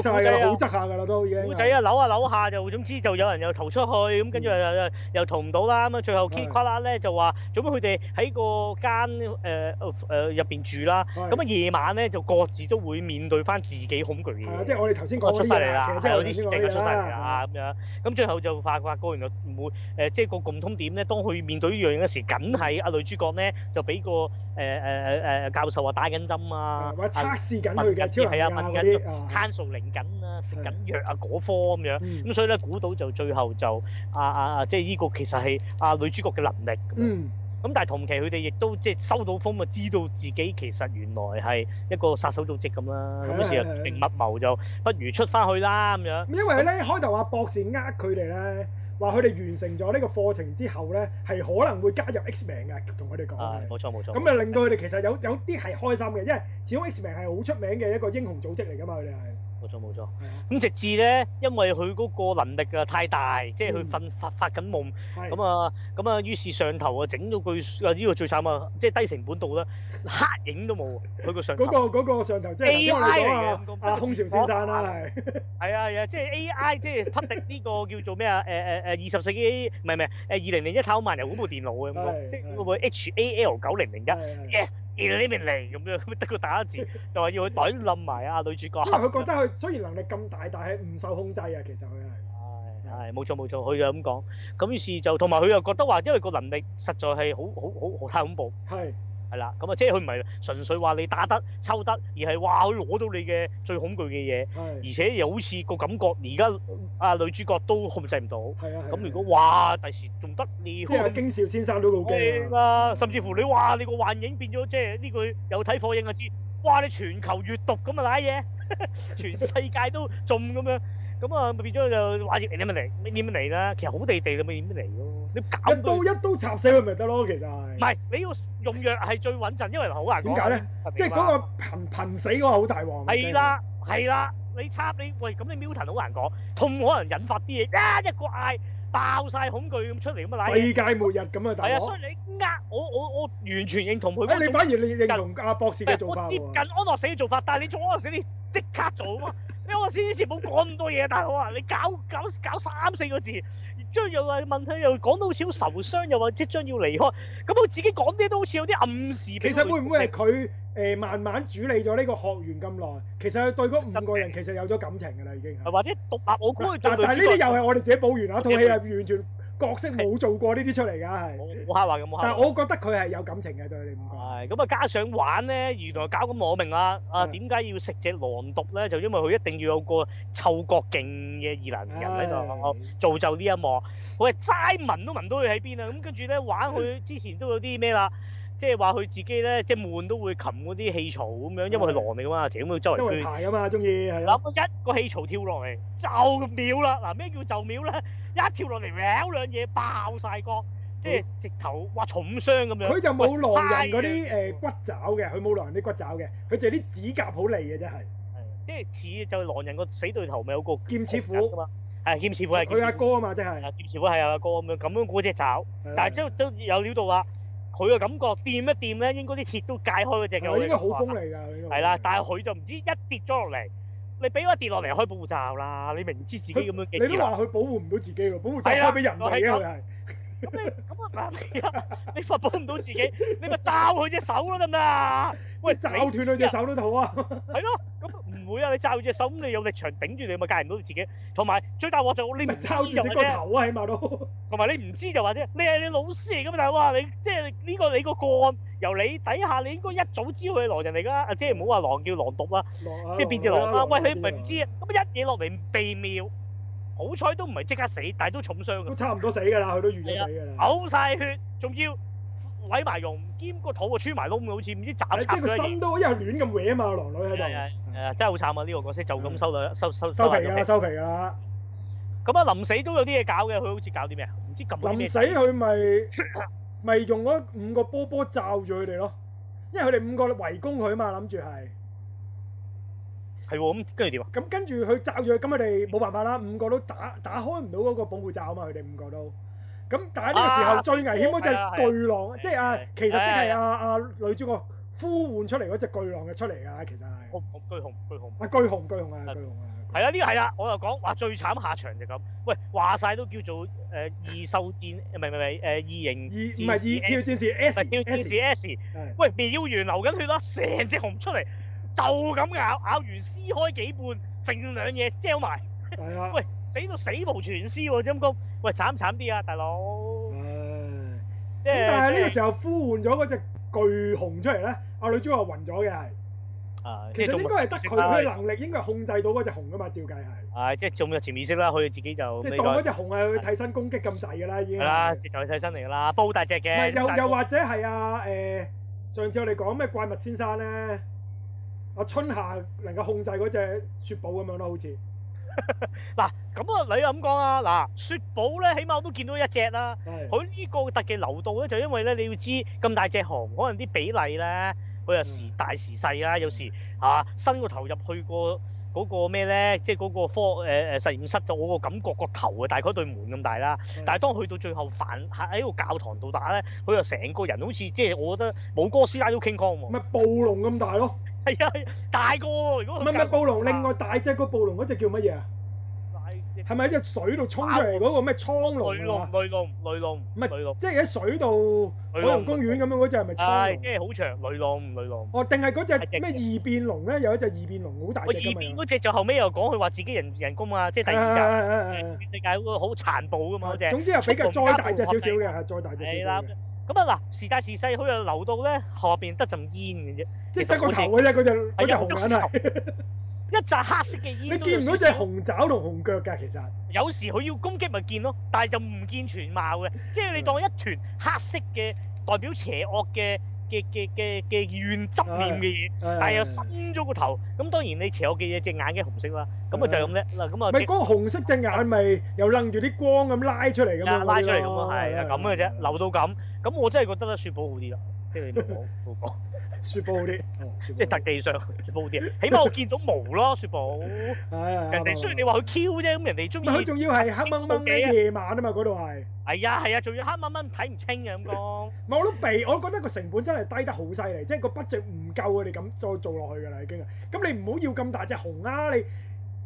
[SPEAKER 1] 不過
[SPEAKER 2] 晒
[SPEAKER 1] 古仔
[SPEAKER 2] 㗎啦，
[SPEAKER 1] 啊
[SPEAKER 2] 好執下㗎啦都已經。
[SPEAKER 1] 古仔啊，扭下扭下就總之就有人又逃出去，咁跟住又又又逃唔到啦，咁啊最後 K
[SPEAKER 2] 嗯係
[SPEAKER 1] 跨啦咧就話，做咩佢哋喺個間誒誒入邊住啦，
[SPEAKER 2] 係
[SPEAKER 1] 咁啊夜晚咧就各自都會面對翻自己恐懼嘅
[SPEAKER 2] 係啊，
[SPEAKER 1] 嘢，
[SPEAKER 2] 即係我哋頭先講
[SPEAKER 1] 我
[SPEAKER 2] 嗰
[SPEAKER 1] 出
[SPEAKER 2] 啲
[SPEAKER 1] 晒
[SPEAKER 2] 嘢
[SPEAKER 1] 嚟啦，
[SPEAKER 2] 其實即係
[SPEAKER 1] 有
[SPEAKER 2] 我
[SPEAKER 1] 啲
[SPEAKER 2] 哋先
[SPEAKER 1] 事
[SPEAKER 2] 講
[SPEAKER 1] 情就
[SPEAKER 2] 呢啲
[SPEAKER 1] 出晒嚟
[SPEAKER 2] 啦。
[SPEAKER 1] 啦咁樣，咁最後就發發覺原來每誒即係個共通點咧，當佢面對呢樣嘢嗰時，梗係阿女主角咧就俾個誒誒誒誒教授話打緊針啊
[SPEAKER 2] 啊，或者
[SPEAKER 1] 啊
[SPEAKER 2] 測試緊佢嘅超能力啊
[SPEAKER 1] 問緊
[SPEAKER 2] 嗰啲啊。
[SPEAKER 1] 攤數零緊啊，食緊藥啊嗰科咁樣。
[SPEAKER 2] 嗯
[SPEAKER 1] 咁所以咧，估到就最後就啊啊啊，即係呢個其實係啊女主角嘅能力咁樣。
[SPEAKER 2] 嗯，
[SPEAKER 1] 咁但係同期佢哋亦都即係收到風啊，知道自己其實原來係一個殺手組織咁啦。咁於是
[SPEAKER 2] 係係係
[SPEAKER 1] 就定密謀就不如出翻去啦咁樣。
[SPEAKER 2] 因為咧開頭阿博士呃佢哋咧，話佢哋完成咗呢個課程之後咧，係可能會加入 X 名嘅，同佢哋講
[SPEAKER 1] 係
[SPEAKER 2] 係。
[SPEAKER 1] 冇錯冇錯。
[SPEAKER 2] 咁啊，令到佢哋其實有有啲係開心嘅，因為始終 X 名係好出名嘅一個英雄組織嚟噶嘛，佢哋係。
[SPEAKER 1] 冇錯冇錯。
[SPEAKER 2] 係啊
[SPEAKER 1] 咁直至咧，因為佢嗰個能力啊太大，即係佢
[SPEAKER 2] 嗯
[SPEAKER 1] 瞓發發緊夢，
[SPEAKER 2] 係
[SPEAKER 1] 咁啊咁啊，於是上頭啊整到佢啊呢個最慘啊，即係低成本度啦，黑影都冇啊，佢個上頭
[SPEAKER 2] 嗰個嗰個上頭即係頭先我哋講啊
[SPEAKER 1] AI 嚟嘅
[SPEAKER 2] 啊空少先生啦，係
[SPEAKER 1] 係啊係啊，即係 A.I. 即係匹敵呢個叫做咩啊？誒 (laughs) 誒誒，二十世紀唔係唔係誒二零零一太空漫遊嗰部電腦啊咁
[SPEAKER 2] 係
[SPEAKER 1] 講，即係
[SPEAKER 2] 係
[SPEAKER 1] 嗰部 H.A.L. 九零零一
[SPEAKER 2] 係
[SPEAKER 1] e
[SPEAKER 2] 係
[SPEAKER 1] l i m i n a 咁樣，咁啊得個打字就話要去懟冧埋啊女主角。
[SPEAKER 2] 因為佢覺得佢雖然能力咁大，但係唔受控制啊，其實佢係。
[SPEAKER 1] 係係冇錯冇錯，佢就咁講。咁於是就同埋佢又覺得話，因為個能力實在係好好好好太恐怖，
[SPEAKER 2] 係
[SPEAKER 1] 係啦。咁啊，即係佢唔係純粹話你打得抽得，而係哇佢攞到你嘅最恐懼嘅嘢，而
[SPEAKER 2] 係
[SPEAKER 1] 且又好似個感覺而家啊女主角都控制唔到。
[SPEAKER 2] 係啊！
[SPEAKER 1] 咁如果哇，第時仲得你
[SPEAKER 2] 即係阿京兆先生都
[SPEAKER 1] 係
[SPEAKER 2] 好驚啊，
[SPEAKER 1] (laughs) 啦，甚至乎你哇，你個幻影變咗，即係呢句有睇火影就知，哇！你全球閲讀咁啊，賴嘢，全世界都中咁樣，咁啊咪變咗就話你點樣嚟？你點樣嚟啦？其實好地地你咪點樣嚟咯？你搞
[SPEAKER 2] 一
[SPEAKER 1] 到
[SPEAKER 2] 刀
[SPEAKER 1] 唔
[SPEAKER 2] 一刀插死佢咪得咯，其實係。
[SPEAKER 1] 係你要用藥係最穩陣，因為好難講。
[SPEAKER 2] 點解咧？即係嗰個貧貧死嗰個好大鑊。啊
[SPEAKER 1] 係啦，係啦，你插你喂，咁你 Milton 好難講，痛可能引發啲嘢，啊一個嗌爆晒恐懼咁出嚟咁啊，賴
[SPEAKER 2] 真係，
[SPEAKER 1] 嘢
[SPEAKER 2] 世界末日咁啊，大
[SPEAKER 1] 係啊，
[SPEAKER 2] 佬。
[SPEAKER 1] 所以你呃我，我我完全認同佢
[SPEAKER 2] 誒，
[SPEAKER 1] 嗰
[SPEAKER 2] 你
[SPEAKER 1] 種
[SPEAKER 2] 反而你認同阿博士嘅做法
[SPEAKER 1] 我接近
[SPEAKER 2] 喎。
[SPEAKER 1] 安樂死嘅做法，但係你做安樂死你即刻做啊嘛！ (laughs) 你安樂死之前冇講咁多嘢，大佬啊！你搞搞搞三四個字，將又話問佢又講到好似好受傷，又話即將要離開，咁佢自己講啲都好似有啲暗示俾
[SPEAKER 2] 其
[SPEAKER 1] 佢。
[SPEAKER 2] 實會唔會係佢誒慢慢處理咗呢個學員咁耐，其實佢對嗰五個人其實有咗感情㗎啦，已經係。
[SPEAKER 1] 或者獨立？我啊估佢對
[SPEAKER 2] 但但係
[SPEAKER 1] 女
[SPEAKER 2] 呢啲
[SPEAKER 1] 主
[SPEAKER 2] 又
[SPEAKER 1] 角
[SPEAKER 2] 係我哋自己補完啊，套戲係完全角色冇做過呢啲出嚟㗎，係。
[SPEAKER 1] 冇冇下話嘅，冇
[SPEAKER 2] 但
[SPEAKER 1] 下話。
[SPEAKER 2] 係我覺得佢係有感情嘅對你五個。
[SPEAKER 1] 係咁啊！加上玩咧，原來搞咁我明啦。啊，
[SPEAKER 2] 係
[SPEAKER 1] 點解要食隻狼毒咧？就因為佢一定要有個嗅覺勁嘅異能人喺度。哦造就呢一幕。佢係齋聞都聞到佢喺邊啊！咁跟住咧玩佢之前都有啲咩啦，即係話佢自己咧即係悶都會擒嗰啲氣槽咁樣，因為佢狼嚟噶嘛，條咁佢嗯周
[SPEAKER 2] 周
[SPEAKER 1] 圍捐。
[SPEAKER 2] 圍排啊嘛，中意係咯。
[SPEAKER 1] 諗一個氣槽跳落嚟就秒啦！嗱，咩叫就秒咧？ (laughs) 一跳落嚟撩兩嘢爆晒光，即係直頭哇重傷咁樣。
[SPEAKER 2] 佢就冇狼人嗰
[SPEAKER 1] 喂
[SPEAKER 2] 啲誒骨爪嘅，佢冇狼人啲骨爪嘅，佢就係啲指甲好利嘅啫係。
[SPEAKER 1] 係即係似就狼人個死對頭咪有個
[SPEAKER 2] 劍齒虎
[SPEAKER 1] 㗎嘛？係劍齒虎係劍
[SPEAKER 2] 佢阿
[SPEAKER 1] 齒虎
[SPEAKER 2] 哥啊嘛，真係。
[SPEAKER 1] 係劍齒虎係阿哥咁樣咁樣嗰隻爪。
[SPEAKER 2] 係
[SPEAKER 1] 但係都都有料到啦，佢嘅感覺掂一掂咧，應該啲鐵都界開嗰只嘅。
[SPEAKER 2] 係啊應該好風
[SPEAKER 1] 力。
[SPEAKER 2] 嚟㗎，佢應該
[SPEAKER 1] 係啦，但係佢就唔知一跌咗落嚟，你俾我一跌落嚟開保護罩啦，你明知自己咁樣嘅
[SPEAKER 2] 你都話佢保護唔到自己喎，保護就
[SPEAKER 1] 啊係啦
[SPEAKER 2] 開俾人哋嘅佢係。
[SPEAKER 1] 咁你咁啊嗱，你啊你發保唔到自己，你咪罩佢隻手咯得唔得啊？
[SPEAKER 2] 喂，
[SPEAKER 1] 喂，
[SPEAKER 2] 罩
[SPEAKER 1] 你
[SPEAKER 2] 斷佢隻手都好啊！
[SPEAKER 1] 係咯，咁唔會啊！你罩佢隻手，咁你有力牆頂住你，咪戒唔到自己。同埋最大鑊就你
[SPEAKER 2] 咪
[SPEAKER 1] 唔
[SPEAKER 2] 罩住
[SPEAKER 1] 知就
[SPEAKER 2] 你
[SPEAKER 1] 話
[SPEAKER 2] 個
[SPEAKER 1] 啫，
[SPEAKER 2] 頭啊，起
[SPEAKER 1] (laughs)
[SPEAKER 2] 碼都。
[SPEAKER 1] 同埋你唔知就話啫。你係你老師嚟㗎嘛，大佬啊！你即係呢個你個個案由你底下，你應該一早知道佢係狼人嚟㗎啦，啊即係唔好話狼叫狼毒啦。啊
[SPEAKER 2] 啊
[SPEAKER 1] 即係變隻狼啦。喂，你唔係唔知啊，咁一嘢落嚟被妙，好彩都唔係即刻死，但係都重傷
[SPEAKER 2] 都
[SPEAKER 1] 㗎，
[SPEAKER 2] 差唔多死㗎啦，佢都預咗死㗎啦。
[SPEAKER 1] 嘔晒血，仲要毀埋容，兼個肚啊穿埋窿㗎，好似唔知斬
[SPEAKER 2] 係
[SPEAKER 1] 插咗
[SPEAKER 2] 即係個
[SPEAKER 1] 一嘢。
[SPEAKER 2] 身都因為亂咁搲啊嘛，狼女喺
[SPEAKER 1] 係係
[SPEAKER 2] 度。嗯
[SPEAKER 1] 係啊，真係好慘啊！呢個角色就咁收啦，收收
[SPEAKER 2] 收皮啊
[SPEAKER 1] 埋
[SPEAKER 2] 㗎
[SPEAKER 1] 咗
[SPEAKER 2] 啦，
[SPEAKER 1] 皮啊
[SPEAKER 2] 收皮㗎啦。
[SPEAKER 1] 咁啊，臨死都有啲嘢搞嘅，佢好似搞啲咩啊？唔知撳咗啲咩掣？
[SPEAKER 2] 臨死佢咪 (coughs) 咪用嗰五個波波罩住佢哋咯，因為佢哋五個圍攻佢啊嘛，諗住係。
[SPEAKER 1] 係喎，咁跟住點啊？
[SPEAKER 2] 咁跟住佢罩住佢，咁佢哋冇辦法啦，五個都打打開唔到嗰個保護罩啊嘛，佢哋五個都。咁但係呢個時候
[SPEAKER 1] 啊
[SPEAKER 2] 最危險嗰
[SPEAKER 1] 係啊
[SPEAKER 2] 只
[SPEAKER 1] 係啊
[SPEAKER 2] 巨狼，即係啊
[SPEAKER 1] 係，
[SPEAKER 2] 其實即係
[SPEAKER 1] 係啊
[SPEAKER 2] 啊啊女主角呼喚出嚟嗰只巨狼嘅出嚟㗎，其實係。
[SPEAKER 1] 紅紅巨紅巨紅。
[SPEAKER 2] 啊，巨熊，巨熊啊，
[SPEAKER 1] 係
[SPEAKER 2] 巨熊啊。巨熊
[SPEAKER 1] 係啦，呢個係啦，我又講話最慘下場就咁。喂，話晒都叫做誒呃二獸戰，唔係唔係唔係呃誒二型
[SPEAKER 2] 二唔係二
[SPEAKER 1] 戰士
[SPEAKER 2] 跳戰士 S
[SPEAKER 1] 唔係叫
[SPEAKER 2] S，
[SPEAKER 1] 戰士 S。
[SPEAKER 2] 係
[SPEAKER 1] 喂，苗完流緊血啦，成隻熊出嚟，就咁咬，咬完撕開幾半，揈兩嘢嚼埋，
[SPEAKER 2] 係啊，
[SPEAKER 1] 喂死到死無全屍喎，陰公。喂，慘唔慘啲啊，大佬，
[SPEAKER 2] 唉
[SPEAKER 1] (laughs) 即
[SPEAKER 2] 咁但係呢個
[SPEAKER 1] 係
[SPEAKER 2] 時候呼喚咗嗰只巨熊出嚟咧，阿女主角暈咗嘅係，
[SPEAKER 1] 啊，即係
[SPEAKER 2] 其實
[SPEAKER 1] 仲
[SPEAKER 2] 應該係得佢佢嘅能力應該係控制到嗰只熊噶嘛，照計係，
[SPEAKER 1] 係即係仲有潛意識啦，佢自己就
[SPEAKER 2] 即
[SPEAKER 1] 呢
[SPEAKER 2] 係
[SPEAKER 1] 個
[SPEAKER 2] 當嗰只熊係佢替身攻擊咁滯噶啦已經
[SPEAKER 1] 係。啦，直頭係替身嚟㗎啦，煲大隻
[SPEAKER 2] 唔
[SPEAKER 1] 嘅，
[SPEAKER 2] 係又
[SPEAKER 1] 但
[SPEAKER 2] 又或者係啊誒，上次我哋講咩怪物先生咧，阿春夏能夠控制嗰只雪寶咁樣咯，好似
[SPEAKER 1] 嗱咁啊，你又咁講啊，嗱雪寶咧，起碼我都見到一隻啦。
[SPEAKER 2] 係
[SPEAKER 1] 佢呢個特技流動咧，就因為咧你要知咁大隻熊，可能啲比例咧，佢又
[SPEAKER 2] 嗯
[SPEAKER 1] 時大時細啦，有時啊伸個頭入去個嗰個咩咧，即係嗰個科誒誒、呃、實驗室就我個感覺個頭啊，大概對門咁大啦。
[SPEAKER 2] 嗯
[SPEAKER 1] 但係當去到最後犯喺個教堂度打咧，佢又成個人好似即係我覺得冇哥斯拉都 King Kong 喎。
[SPEAKER 2] 咪暴龍咁大咯，
[SPEAKER 1] 係啊，大個喎如
[SPEAKER 2] 唔
[SPEAKER 1] 果佢
[SPEAKER 2] 係唔係
[SPEAKER 1] 教
[SPEAKER 2] 暴龍，另外大隻個暴龍嗰只叫乜嘢啊？
[SPEAKER 1] 大隻
[SPEAKER 2] 係咪喺隻水度衝出嚟嗰個咩蒼
[SPEAKER 1] 雷
[SPEAKER 2] 龍
[SPEAKER 1] 龍
[SPEAKER 2] 啊？
[SPEAKER 1] 雷龍雷龍
[SPEAKER 2] 唔
[SPEAKER 1] 雷
[SPEAKER 2] 係
[SPEAKER 1] 龍，
[SPEAKER 2] 即係喺水度海洋公園咁樣嗰只係咪蒼
[SPEAKER 1] 係
[SPEAKER 2] 龍
[SPEAKER 1] 即？係好長雷龍雷龍。
[SPEAKER 2] 哦，定係嗰只咩異變龍咧？有一隻異變龍好大
[SPEAKER 1] 我
[SPEAKER 2] 隻
[SPEAKER 1] 二
[SPEAKER 2] 㗎嘛
[SPEAKER 1] 邊？嗰只就後尾又講佢話自己人人工啊，即係第
[SPEAKER 2] 係
[SPEAKER 1] 二集
[SPEAKER 2] 係係係係
[SPEAKER 1] 誒世界嗰個好殘暴噶嘛嗰只。
[SPEAKER 2] 啊總之係比
[SPEAKER 1] 速
[SPEAKER 2] 較
[SPEAKER 1] 龍
[SPEAKER 2] 再
[SPEAKER 1] 加
[SPEAKER 2] 大隻少少嘅，係再大隻
[SPEAKER 1] 係
[SPEAKER 2] 少
[SPEAKER 1] 啦
[SPEAKER 2] 少嘅，
[SPEAKER 1] 咁啊嗱，時大時細，佢又流到咧後邊得陣煙嘅啫，
[SPEAKER 2] 即
[SPEAKER 1] 其
[SPEAKER 2] 係
[SPEAKER 1] 實
[SPEAKER 2] 得個
[SPEAKER 1] 我哋
[SPEAKER 2] 頭嘅啫，嗰只嗰
[SPEAKER 1] 係啊
[SPEAKER 2] 只
[SPEAKER 1] 有
[SPEAKER 2] 紅
[SPEAKER 1] 個
[SPEAKER 2] 眼係。
[SPEAKER 1] 一紮黑色嘅煙。
[SPEAKER 2] 你見唔到隻？紅爪同紅腳㗎，其實啊
[SPEAKER 1] 有時佢要攻擊咪見咯，但係就唔見全貌嘅，即係你當一團黑色嘅代表邪惡嘅嘅嘅嘅嘅怨執面嘅嘢，
[SPEAKER 2] 但
[SPEAKER 1] 但係又伸咗個頭。咁當然你邪惡嘅嘢隻眼嘅紅色啦，咁啊就係咁叻嗱，咁啊
[SPEAKER 2] 呃咪嗰個紅色隻眼咪又楞住啲光咁拉出嚟咁樣
[SPEAKER 1] 啊拉
[SPEAKER 2] 嗰啲咯，呃
[SPEAKER 1] 出嚟咁啊，係啊咁嘅啫，流到咁，咁我真係覺得咧雪寶好啲啦，即係你冇講冇
[SPEAKER 2] (laughs)
[SPEAKER 1] 講，
[SPEAKER 2] 雪寶好啲，哦雪
[SPEAKER 1] 即係
[SPEAKER 2] 寶
[SPEAKER 1] 特技上雪寶好啲，起碼我見到毛咯雪
[SPEAKER 2] (laughs)
[SPEAKER 1] 寶，人
[SPEAKER 2] 好啲係啊
[SPEAKER 1] 哋雖然你話佢 Q 啫，咁人哋中意
[SPEAKER 2] 咪佢仲要係黑掹掹
[SPEAKER 1] 冇計啊
[SPEAKER 2] 嘅夜晚啊嘛，嗰度係。
[SPEAKER 1] 係啊係啊，仲要黑掹掹睇唔清嘅咁
[SPEAKER 2] (laughs)
[SPEAKER 1] 講，
[SPEAKER 2] 唔係我都避，我覺得個成本真係低得好犀利，即係個 budget 唔夠佢哋咁再做落去㗎啦已經啊！咁你唔好要咁大隻熊啦，你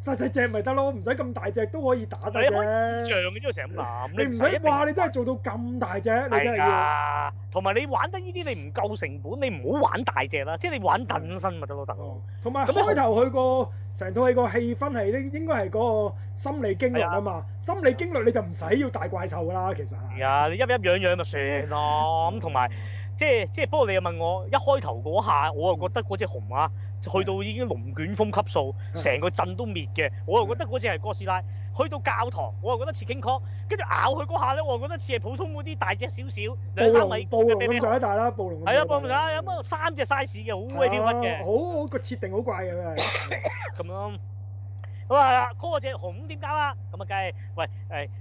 [SPEAKER 2] 細細隻咪得咯，唔使咁大隻都可以打得
[SPEAKER 1] 你可以
[SPEAKER 2] 啫。
[SPEAKER 1] 像嘅啫，成日咁
[SPEAKER 2] 你
[SPEAKER 1] 諗，
[SPEAKER 2] 唔
[SPEAKER 1] 唔
[SPEAKER 2] 使
[SPEAKER 1] 使一定
[SPEAKER 2] 話你真係做到咁大隻，你真係
[SPEAKER 1] 係
[SPEAKER 2] 要
[SPEAKER 1] 啊，同埋你玩得呢啲你唔夠成本，你唔好玩大隻啦，即係你玩等身咪得咯，大佬
[SPEAKER 2] 嗯哦。同埋
[SPEAKER 1] 咁你
[SPEAKER 2] 開頭佢個成套戲個氣氛係咧，應該係嗰個心理經律啊嘛。心理經律你就唔使要大怪獸㗎啦，其實係。
[SPEAKER 1] 係啊，你一一樣樣咪算咯，咁同埋。即係即係，不過你又問我一開頭嗰下，我又覺得嗰只熊啊，去到已經龍捲風級數，
[SPEAKER 2] 嗯
[SPEAKER 1] 成個鎮都滅嘅，我又覺得嗰只係哥斯拉。去到教堂，我又覺得似 King Kong，跟住咬佢嗰下咧，我又覺得似係普通嗰啲大隻少少兩
[SPEAKER 2] 暴
[SPEAKER 1] 三米
[SPEAKER 2] 龍暴龍咁
[SPEAKER 1] 係
[SPEAKER 2] 上一大啦，暴龍咁
[SPEAKER 1] 啊，
[SPEAKER 2] 上
[SPEAKER 1] 暴龍
[SPEAKER 2] 一大
[SPEAKER 1] 啊，有乜三隻 size 嘅，好鬼挑屈嘅
[SPEAKER 2] 啊好好個設定好怪嘅佢係。
[SPEAKER 1] 咁樣。咁啊，嗰只熊點搞啊？咁啊，梗係喂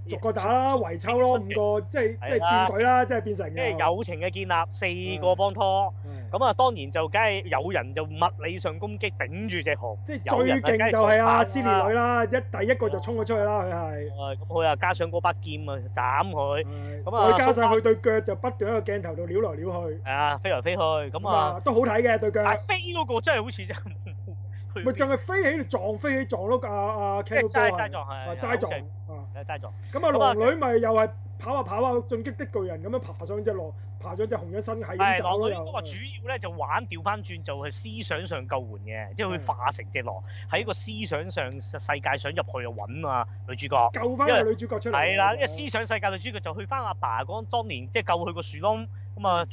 [SPEAKER 1] 誒，
[SPEAKER 2] 逐個打啦，圍抽咯，五個即係即
[SPEAKER 1] 係
[SPEAKER 2] 係
[SPEAKER 1] 啦
[SPEAKER 2] 戰隊啦，即係變成
[SPEAKER 1] 即係友情嘅建立，四個幫拖。
[SPEAKER 2] 嗯
[SPEAKER 1] 咁啊，當然就梗係有人就物理上攻擊頂住隻熊。
[SPEAKER 2] 即係
[SPEAKER 1] 有人
[SPEAKER 2] 最
[SPEAKER 1] 啊
[SPEAKER 2] 勁就係阿斯
[SPEAKER 1] 梗係
[SPEAKER 2] 列
[SPEAKER 1] 做法啦
[SPEAKER 2] 女啦，一第一個就衝咗出去啦，佢係
[SPEAKER 1] 啊咁佢又加上嗰把劍啊，斬佢，咁啊
[SPEAKER 2] 係，再加上佢對腳就不斷喺個鏡頭度撩來撩去，
[SPEAKER 1] 係啊，飛來飛去，咁
[SPEAKER 2] 咁
[SPEAKER 1] 啊，
[SPEAKER 2] 啊都好睇嘅對腳，
[SPEAKER 1] 但係飛嗰個真係好似真係冇去
[SPEAKER 2] 咪
[SPEAKER 1] 邊
[SPEAKER 2] 仲係飛起度撞飛起撞咯，阿阿 c
[SPEAKER 1] 即係
[SPEAKER 2] a n
[SPEAKER 1] 齋齋撞係
[SPEAKER 2] 啊齋撞
[SPEAKER 1] 好正
[SPEAKER 2] 啊，
[SPEAKER 1] 係齋撞，
[SPEAKER 2] 咁啊
[SPEAKER 1] 咁啊
[SPEAKER 2] 狼女咪又係跑下跑下進擊的巨人咁樣爬上只狼，爬上只紅咗身係咁
[SPEAKER 1] 係
[SPEAKER 2] 走
[SPEAKER 1] 狼
[SPEAKER 2] 咯
[SPEAKER 1] 女
[SPEAKER 2] 又
[SPEAKER 1] 嗰個主要咧就玩調翻轉做係思想上救援嘅，即係佢化成隻狼喺個思想上世界想入去啊揾啊女主角。
[SPEAKER 2] 救翻個女主角出嚟，
[SPEAKER 1] 係啦，因為思想世界女主角就去翻阿爸講當年即係救佢個樹窿，咁啊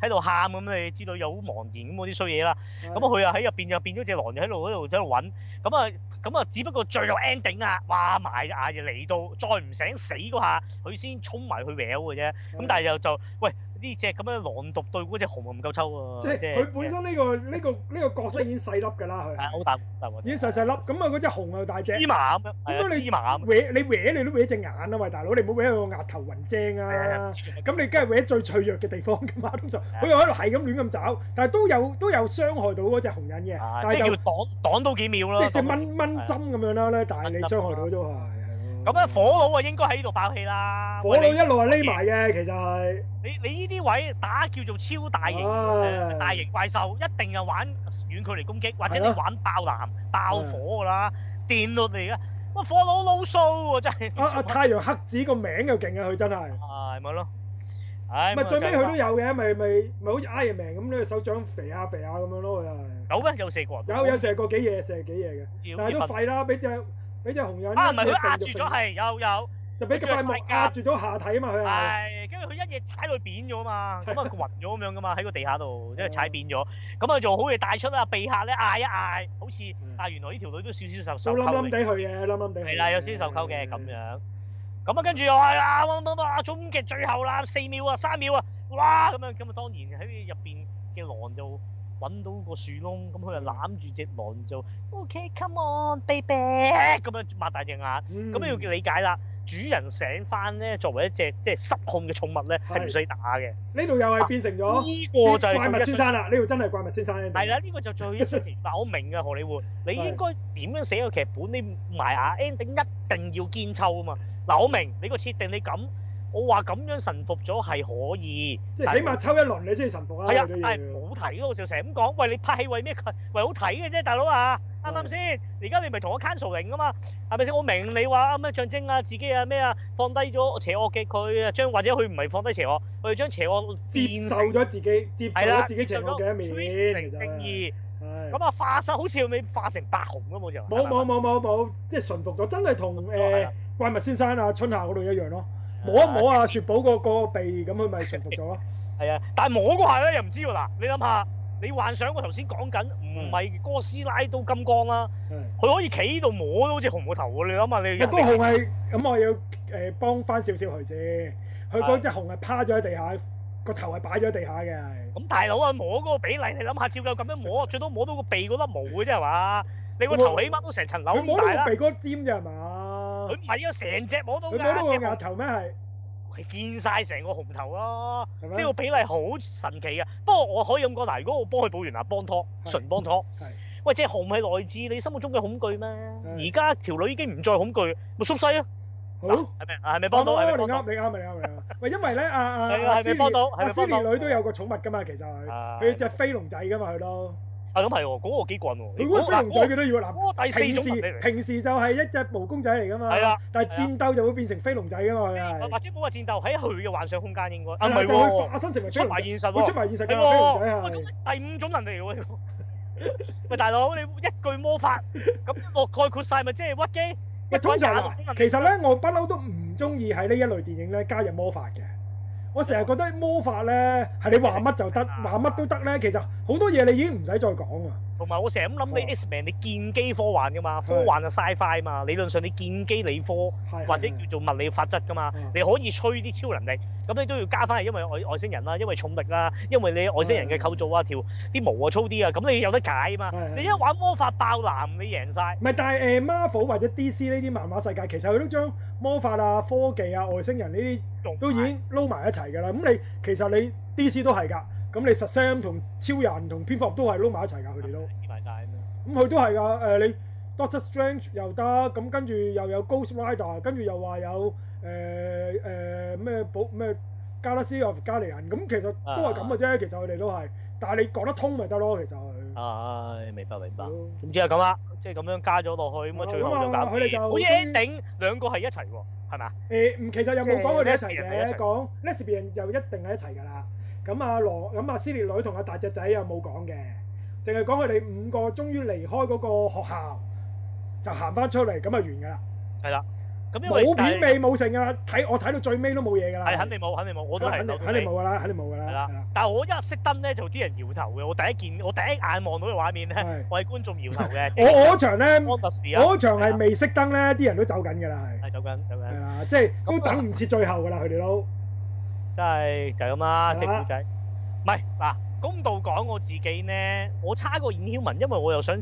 [SPEAKER 1] 喺度喊咁，你知道又好茫然咁嗰啲衰嘢啦。咁啊，佢又喺入邊又變咗隻狼，又喺度喺度喺度揾。咁啊，咁啊，只不過最後 ending 啊，哇埋牙就嚟到，再唔醒死嗰下，佢先衝埋去搲嘅啫。
[SPEAKER 2] 嗯
[SPEAKER 1] 咁但係又就喂呢只咁樣狼毒對嗰只熊啊唔夠抽啊，
[SPEAKER 2] 即係佢本身呢個呢個呢個角色已經細粒㗎啦，佢
[SPEAKER 1] 係啊好大大鑊，
[SPEAKER 2] 已經細細粒，咁啊嗰只熊又大隻，
[SPEAKER 1] 芝麻咁樣，係
[SPEAKER 2] 咁
[SPEAKER 1] 啊
[SPEAKER 2] 你
[SPEAKER 1] 芝麻咁。
[SPEAKER 2] 搲你搲你都搲隻眼啊喂，大佬你唔好搲佢個額頭雲精啊！咁你梗係搲最脆弱嘅地方㗎嘛，通常
[SPEAKER 1] 啊
[SPEAKER 2] 佢又喺度係咁亂咁找，但係都有都有傷害到嗰只熊人嘅，
[SPEAKER 1] 啊
[SPEAKER 2] 但
[SPEAKER 1] 即
[SPEAKER 2] 係
[SPEAKER 1] 係
[SPEAKER 2] 就
[SPEAKER 1] 叫擋擋到幾秒
[SPEAKER 2] 即
[SPEAKER 1] 咯。啊
[SPEAKER 2] 係即係
[SPEAKER 1] 擋到幾
[SPEAKER 2] 蚊蚊針咁樣啦
[SPEAKER 1] 啊
[SPEAKER 2] 咧，但係你傷害到都係。係咯
[SPEAKER 1] 咁咧，火佬啊應該喺度爆氣啦。
[SPEAKER 2] 火佬
[SPEAKER 1] 喂
[SPEAKER 2] 一路係匿埋嘅，其實係
[SPEAKER 1] 你你呢啲位打叫做超大
[SPEAKER 2] 啊
[SPEAKER 1] 型
[SPEAKER 2] 唉
[SPEAKER 1] 誒大型怪獸，一定係玩遠距離攻擊，或者你
[SPEAKER 2] 係咯
[SPEAKER 1] 玩爆藍、爆火㗎啦，電到你㗎。哇！火佬撈數喎，真 (laughs) 係
[SPEAKER 2] 啊啊太陽黑子個名又勁啊，佢真係。
[SPEAKER 1] 係咪咯？唉，
[SPEAKER 2] 咪
[SPEAKER 1] 咁啊
[SPEAKER 2] 最尾
[SPEAKER 1] 就係
[SPEAKER 2] 佢都有嘅，咪咪咪好似 Iron Man 咁咧，手掌肥下肥下咁樣咯，佢係。
[SPEAKER 1] 有咩？有四個啊
[SPEAKER 2] 有有成個幾嘢，成個幾嘢嘅，
[SPEAKER 1] 要
[SPEAKER 2] 但係都
[SPEAKER 1] 要分
[SPEAKER 2] 廢啦，俾只俾只紅人
[SPEAKER 1] À, 啊！唔係佢壓住
[SPEAKER 2] 揈就揈
[SPEAKER 1] 咗係有有嗯
[SPEAKER 2] 就俾塊木壓住咗下體啊嘛，佢係。
[SPEAKER 1] À, 係，跟住佢一隻踩到扁咗嘛，咁 (laughs) 啊暈咗咁樣噶嘛，喺個地下度，因為踩扁咗，咁啊仲好嘢帶出啦，避客咧嗌一嗌，好似
[SPEAKER 2] 嗯
[SPEAKER 1] 啊原來呢條女都少少受
[SPEAKER 2] 都
[SPEAKER 1] 受
[SPEAKER 2] 冧冧
[SPEAKER 1] 溝
[SPEAKER 2] 地
[SPEAKER 1] 嘅，
[SPEAKER 2] 去嘅，冧冧地去嘅。
[SPEAKER 1] 係啦，有少少受溝嘅咁樣。咁啊，跟住又係啊，咁咁啊，終極最後啦，四秒啊，三秒啊，哇咁樣，咁啊當然喺入邊嘅狼就揾到個樹窿，咁佢就攬住只狼就，OK，come、on baby，咁樣擘大隻眼。
[SPEAKER 2] 嗯。
[SPEAKER 1] 咁啊要理解啦。主人醒翻咧，作為一隻即係失控嘅寵物咧，係唔使打嘅。呢
[SPEAKER 2] 呢度又係變成咗
[SPEAKER 1] 個就係
[SPEAKER 2] 哦怪
[SPEAKER 1] 佢
[SPEAKER 2] 物
[SPEAKER 1] 一
[SPEAKER 2] 先
[SPEAKER 1] 出
[SPEAKER 2] 生啦，呢度真係怪物先生咧。
[SPEAKER 1] 係啦，呢個就最一出奇。嗱，我明嘅荷里活，你
[SPEAKER 2] 係
[SPEAKER 1] 應該點樣寫個劇本？你埋牙 ending 一定要堅抽啊嘛。嗱，我明你個設定你咁，我話咁樣臣服咗係可以，
[SPEAKER 2] 即係起碼抽一輪你先神服啦。
[SPEAKER 1] 係啊
[SPEAKER 2] 佢都，要
[SPEAKER 1] 但係好睇咯，我就成日咁講。喂，你拍戲為咩？為好睇嘅啫，大佬啊，啱唔啱先？而家你咪同我 counseling 啊嘛，係咪先？我明你話啱啱象徵啊，自己啊咩啊，放低咗邪惡嘅佢啊，將或者佢唔係放低邪惡，佢將邪惡
[SPEAKER 2] 接
[SPEAKER 1] 變
[SPEAKER 2] 受
[SPEAKER 1] 成
[SPEAKER 2] 咗自己，接受
[SPEAKER 1] 係啦，
[SPEAKER 2] 咗自己邪惡嘅一面，
[SPEAKER 1] 變成
[SPEAKER 2] 其實
[SPEAKER 1] 正義。
[SPEAKER 2] 係
[SPEAKER 1] 咁啊，化身好似未化成白熊咁好似係咪
[SPEAKER 2] 冇冇冇冇冇，即係馴服咗，真係同
[SPEAKER 1] 哦係
[SPEAKER 2] 誒
[SPEAKER 1] 啦
[SPEAKER 2] 怪物先生啊、春夏嗰度一樣咯。摸一摸啊，雪寶個個鼻咁，佢咪馴服咗咯。
[SPEAKER 1] 係啊，但係摸嗰下咧又唔知喎嗱，你諗下，你幻想我頭先講緊唔
[SPEAKER 2] 嗯
[SPEAKER 1] 係哥斯拉到金剛啦，
[SPEAKER 2] 係
[SPEAKER 1] 佢可以企喺度摸到好似熊個頭喎，你諗下你
[SPEAKER 2] 喂
[SPEAKER 1] 人
[SPEAKER 2] 嗰個
[SPEAKER 1] 哋
[SPEAKER 2] 熊係咁，我要誒幫翻少少佢先。佢嗰只熊係趴咗喺地下，個頭係擺咗喺地下嘅。係
[SPEAKER 1] 咁大佬啊，摸嗰個比例，你諗下，照夠咁樣摸，最多摸到個鼻嗰粒毛嘅啫係嘛？你個頭起碼都成層樓
[SPEAKER 2] 佢摸
[SPEAKER 1] 咁
[SPEAKER 2] 到
[SPEAKER 1] 大啦
[SPEAKER 2] 個。鼻哥尖啫係嘛
[SPEAKER 1] 佢？唔係啊，成隻摸到
[SPEAKER 2] 佢摸到個
[SPEAKER 1] 㗎，
[SPEAKER 2] 額頭咩係？
[SPEAKER 1] 係見晒成個紅頭咯，
[SPEAKER 2] 係
[SPEAKER 1] 即係個
[SPEAKER 2] 咩？
[SPEAKER 1] 比例好神奇嘅。不過我可以咁講嗱，如果我幫佢補完啊嗱，幫拖
[SPEAKER 2] 係
[SPEAKER 1] 純幫拖
[SPEAKER 2] 係，
[SPEAKER 1] 喂，即係熊係來自你心目中嘅恐懼咩？
[SPEAKER 2] 係
[SPEAKER 1] 而家條女已經唔再恐懼，咪縮細咯，
[SPEAKER 2] 好。
[SPEAKER 1] 係咪啊？係咪幫到？
[SPEAKER 2] 哦
[SPEAKER 1] 係
[SPEAKER 2] 你
[SPEAKER 1] 咪幫
[SPEAKER 2] 啱，
[SPEAKER 1] 到？
[SPEAKER 2] 你啱啊，你啱啊，你啱啊。喂，因為咧，阿阿
[SPEAKER 1] 係啊
[SPEAKER 2] 阿
[SPEAKER 1] 係咪
[SPEAKER 2] 斯
[SPEAKER 1] 幫到係
[SPEAKER 2] 阿
[SPEAKER 1] 咪
[SPEAKER 2] 斯
[SPEAKER 1] 幫到
[SPEAKER 2] 列女都有個寵物噶嘛，其實佢
[SPEAKER 1] 啊
[SPEAKER 2] 佢隻飛龍仔噶嘛，佢都
[SPEAKER 1] 啊，咁係喎，嗰個幾棍喎。
[SPEAKER 2] 佢嗰個飛龍仔
[SPEAKER 1] 嗱
[SPEAKER 2] 佢都要嗱。
[SPEAKER 1] 嗰個第四
[SPEAKER 2] 平
[SPEAKER 1] 種人嚟啊
[SPEAKER 2] 時平時就係一隻毛公仔嚟噶嘛，
[SPEAKER 1] 係啊啦，
[SPEAKER 2] 但係戰鬥就會變成飛龍仔噶嘛，
[SPEAKER 1] 或
[SPEAKER 2] 佢係
[SPEAKER 1] 或者冇話戰鬥喺佢嘅幻想空間應該啊，唔係
[SPEAKER 2] 就會
[SPEAKER 1] 喎。
[SPEAKER 2] 化身成為飛
[SPEAKER 1] 出
[SPEAKER 2] 龍
[SPEAKER 1] 埋
[SPEAKER 2] 仔，
[SPEAKER 1] 現實
[SPEAKER 2] 會
[SPEAKER 1] 喎
[SPEAKER 2] 出，埋現實
[SPEAKER 1] 係
[SPEAKER 2] 嘅嘛飛
[SPEAKER 1] 喎，
[SPEAKER 2] 龍
[SPEAKER 1] 喂，
[SPEAKER 2] 仔啊係。
[SPEAKER 1] 咁第五種能力嚟喎呢個，喂大佬你一句魔
[SPEAKER 2] (laughs)
[SPEAKER 1] 法咁落概括晒咪即係屈機，
[SPEAKER 2] 喂，通常
[SPEAKER 1] 一講
[SPEAKER 2] 嗱
[SPEAKER 1] 廿六種能力
[SPEAKER 2] 其實咧，我不嬲都唔中意喺呢一類電影咧加入魔法嘅。我成日覺得魔法咧係你話乜就得，
[SPEAKER 1] 啊
[SPEAKER 2] 話乜都得咧。其實好多嘢你已經唔使再講啊。
[SPEAKER 1] 同埋我成日咁諗你
[SPEAKER 2] 哦
[SPEAKER 1] X-Men 你建基科幻噶嘛，
[SPEAKER 2] 係
[SPEAKER 1] 科幻就 sci-fi 嘛，理論上你建基理科
[SPEAKER 2] 係
[SPEAKER 1] 或者
[SPEAKER 2] 係
[SPEAKER 1] 叫做物理法則噶嘛
[SPEAKER 2] 嗯，
[SPEAKER 1] 你可以吹啲超能力，咁你都要加翻係因為外外星人啦，因為重力啦，因為你外星人嘅構造啊，條啲毛啊粗啲啊，咁你有得解嘛
[SPEAKER 2] 嗯係係，
[SPEAKER 1] 你一玩魔法爆男你贏晒。
[SPEAKER 2] 唔係，但係誒 Marvel 或者 DC 呢啲漫畫世界，其實佢都將魔法啊、科技啊、外星人呢啲都已經撈埋一齊㗎啦。咁你其實你 DC 都係㗎，咁你 Shazam 同超人同蝙蝠俠都係撈埋一齊㗎，佢哋都
[SPEAKER 1] 黐埋晒咁樣。
[SPEAKER 2] 咁佢都係㗎。誒、你 Doctor Strange 又得，咁跟住又有 Ghost Rider，跟住又話有誒誒咩寶咩 Galaxy of 加利人，咁其實都係咁嘅啫。其實佢哋都係，但係你講得通咪得咯。其實佢。嗯
[SPEAKER 1] 唉，明白明白。
[SPEAKER 2] 係咯
[SPEAKER 1] 總之係咁啦，即係咁樣加咗落去，咁啊最後就搞
[SPEAKER 2] 咁啊佢哋
[SPEAKER 1] 掂。
[SPEAKER 2] 就
[SPEAKER 1] 好似 ending 兩個係一齊喎，係咪啊？
[SPEAKER 2] 誒唔，其實有冇講佢哋一齊
[SPEAKER 1] 即係 lesbian 係一
[SPEAKER 2] 嘅？
[SPEAKER 1] 齊
[SPEAKER 2] 講 lesbian 就一定係一齊㗎啦。咁阿羅，咁阿撕裂女同阿大隻仔又冇講嘅，淨係講佢哋五個終於離開嗰個學校，就行翻出嚟，咁就完㗎啦。
[SPEAKER 1] 係啦。咁因為
[SPEAKER 2] 冇
[SPEAKER 1] 但
[SPEAKER 2] 片
[SPEAKER 1] 係
[SPEAKER 2] 尾冇剩㗎啦，睇我睇到最尾都冇嘢㗎啦。
[SPEAKER 1] 係肯定冇，肯定冇，我都係
[SPEAKER 2] 肯定
[SPEAKER 1] 留到
[SPEAKER 2] 肯定
[SPEAKER 1] 你。
[SPEAKER 2] 冇㗎啦，肯定冇㗎啦。
[SPEAKER 1] 係啦
[SPEAKER 2] 係啦，
[SPEAKER 1] 但係我一熄燈咧，就啲人搖頭嘅。我第一件，我第一眼望到嘅畫 (laughs) 面咧，
[SPEAKER 2] 係。
[SPEAKER 1] 我係觀眾搖頭嘅。
[SPEAKER 2] 我我嗰場咧，
[SPEAKER 1] 我 Anders 啊，
[SPEAKER 2] 我嗰場係未熄燈咧，啲人都走緊㗎啦，係
[SPEAKER 1] 係走緊走
[SPEAKER 2] 係
[SPEAKER 1] 緊，
[SPEAKER 2] 啦，即係都等唔切最後㗎啦，佢哋都
[SPEAKER 1] 真係就係咁啦，
[SPEAKER 2] 係啦
[SPEAKER 1] 即係古仔。唔係嗱，公道講我自己咧，我差過演曉文，因為我又想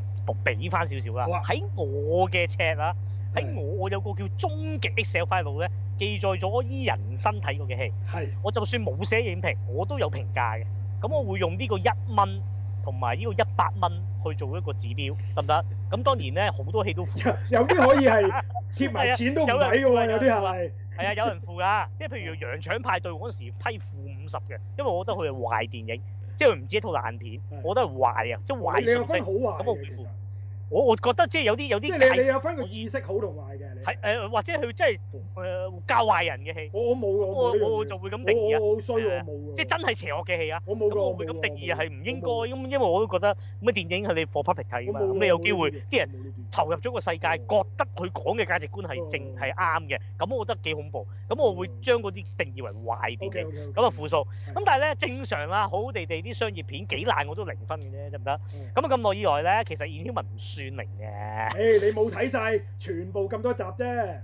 [SPEAKER 1] 俾翻少少啦
[SPEAKER 2] 好啊。
[SPEAKER 1] 喺我嘅尺啊，喺
[SPEAKER 2] 係
[SPEAKER 1] 我有個叫終極 Excel file 咧，記載咗依人生睇過嘅戲。
[SPEAKER 2] 係
[SPEAKER 1] 我就算冇寫影評，我都有評價嘅。咁我會用呢個一蚊同埋呢個一百蚊去做一個指標，得唔得？咁當然咧，好多戲都付，係
[SPEAKER 2] (laughs) 有啲可以係貼埋錢都唔抵㗎喎，有啲係。
[SPEAKER 1] 啊，有人付㗎。 (laughs) 即係譬如《洋腸派對》嗰陣時批負五十嘅，因為我覺得佢係壞電影，即係佢唔止一套爛片
[SPEAKER 2] 係，
[SPEAKER 1] 我覺得係壞啊，即係壞
[SPEAKER 2] 嗯你
[SPEAKER 1] 信
[SPEAKER 2] 有分
[SPEAKER 1] 息。
[SPEAKER 2] 好壞
[SPEAKER 1] 咁我
[SPEAKER 2] 嘅，
[SPEAKER 1] 會
[SPEAKER 2] 其
[SPEAKER 1] 負
[SPEAKER 2] 實
[SPEAKER 1] 我我覺得即係有啲有
[SPEAKER 2] 即
[SPEAKER 1] 啲
[SPEAKER 2] 係你你
[SPEAKER 1] 界
[SPEAKER 2] 有分個意識好同壞嘅，你
[SPEAKER 1] 係誒，或者佢真係誒教壞人嘅戲，
[SPEAKER 2] 我我冇
[SPEAKER 1] 我
[SPEAKER 2] 㗎我冇呢樣嘢
[SPEAKER 1] 我就會咁定義
[SPEAKER 2] 我
[SPEAKER 1] 啊，
[SPEAKER 2] 我好衰，我冇㗎
[SPEAKER 1] 即係真係邪惡嘅戲啊。
[SPEAKER 2] 我冇㗎
[SPEAKER 1] 咁我
[SPEAKER 2] 我
[SPEAKER 1] 會
[SPEAKER 2] 冇㗎
[SPEAKER 1] 咁定義啊係唔應該
[SPEAKER 2] 我冇㗎
[SPEAKER 1] 咁，因為我都覺得咩電影係你 for public 睇㗎嘛，
[SPEAKER 2] 我冇㗎
[SPEAKER 1] 咁你有機
[SPEAKER 2] 我
[SPEAKER 1] 會
[SPEAKER 2] 冇呢
[SPEAKER 1] 啲人
[SPEAKER 2] 我冇呢啲
[SPEAKER 1] 投入咗個世界，
[SPEAKER 2] 嗯
[SPEAKER 1] 覺得佢講嘅價值觀係正
[SPEAKER 2] 嗯
[SPEAKER 1] 係啱嘅，咁我覺得幾恐怖，咁我會
[SPEAKER 2] 嗯
[SPEAKER 1] 將嗰啲定義為壞電影，
[SPEAKER 2] OK，OK，OK
[SPEAKER 1] 咁啊負數。
[SPEAKER 2] 係
[SPEAKER 1] 咁但係咧正常啦，好好地地啲商業片幾爛我都零分嘅啫，得唔得？
[SPEAKER 2] 嗯
[SPEAKER 1] 咁啊咁耐以來咧，其實《燕天文》唔算零嘅，
[SPEAKER 2] 誒你冇睇晒全部咁多集啫，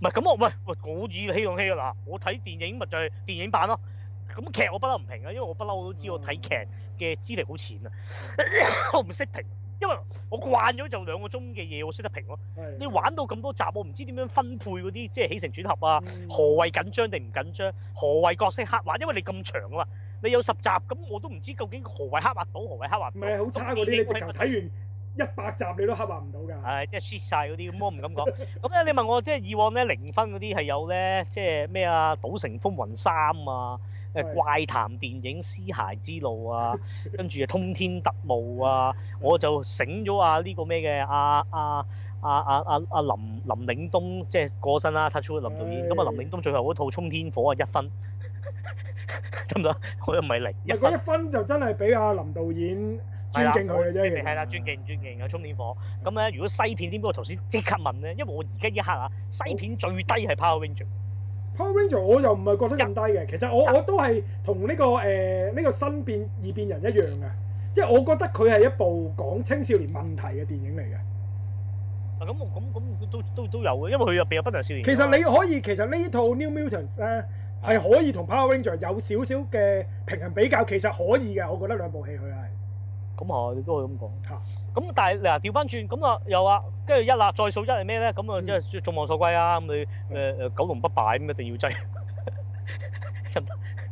[SPEAKER 1] 唔係咁我喂喂，我以戲用戲㗎嗱，我睇電影咪就係電影版咯。咁劇我不嬲唔評啊，因為我不嬲都知我睇劇嘅資歷好淺啊， (coughs) 我唔識評，因為我慣咗就兩個鐘嘅嘢，我識得評咯。
[SPEAKER 2] 係
[SPEAKER 1] 你玩到咁多集，我唔知點樣分配嗰啲即係起承轉合啊，
[SPEAKER 2] 嗯
[SPEAKER 1] 何謂緊張定唔緊張，何謂角色刻畫，因為你咁長啊嘛，你有十集咁，我都唔知究竟何謂刻畫到，何謂刻畫
[SPEAKER 2] 唔
[SPEAKER 1] 唔
[SPEAKER 2] 係
[SPEAKER 1] 到。
[SPEAKER 2] 好差嗰啲，你直頭睇完一百集你都刻畫唔到㗎。
[SPEAKER 1] 係即係 shit 晒嗰啲，咁我唔敢講。 (laughs) 咁咧你問我即係以往咧零分嗰啲係有咧，即係咩啊《賭城風雲三》啊，誒
[SPEAKER 2] 係
[SPEAKER 1] 怪談電影《屍骸之路》啊，
[SPEAKER 2] (laughs)
[SPEAKER 1] 跟住啊《通天特務》啊，我就醒咗啊呢個咩嘅啊啊啊啊啊啊林林嶺東即係過身啦，touch wood，林導演。咁啊
[SPEAKER 2] 係
[SPEAKER 1] 林嶺東最後嗰套《沖天火》啊一分， (laughs) 得唔得？我又唔係零
[SPEAKER 2] 唔
[SPEAKER 1] 一
[SPEAKER 2] 係
[SPEAKER 1] 分
[SPEAKER 2] 嗰。一分就真係俾阿林導演
[SPEAKER 1] 係啦
[SPEAKER 2] 尊敬佢嘅啫。其實
[SPEAKER 1] 係啦，尊敬。尊敬有充電火。咁咧，如果西片點解我頭先即刻問咧？因為我而家一刻啊，西片最低係 Power Ranger。
[SPEAKER 2] Power Ranger 我又唔係覺得咁低嘅，其實我我都係同呢個誒呢個新變異變人一樣嘅，即係我覺得佢係一部講青少年問題嘅電影嚟嘅。
[SPEAKER 1] 啊咁我咁咁都都都有嘅，因為佢入邊有不良少年。
[SPEAKER 2] 其實你可以，其實呢套 New Mutants 咧係可以同 Power Ranger 有少少嘅平衡比較，其實可以嘅，我覺得兩部戲佢係
[SPEAKER 1] 咁係，你都可以咁講。
[SPEAKER 2] 嚇。
[SPEAKER 1] 咁但係嗱，調翻轉咁啊，又啊，跟住一啦，再數一係咩咧？咁啊，
[SPEAKER 2] 嗯
[SPEAKER 1] 即係眾望所歸啊！咁你誒誒九龍不敗咁一定要制。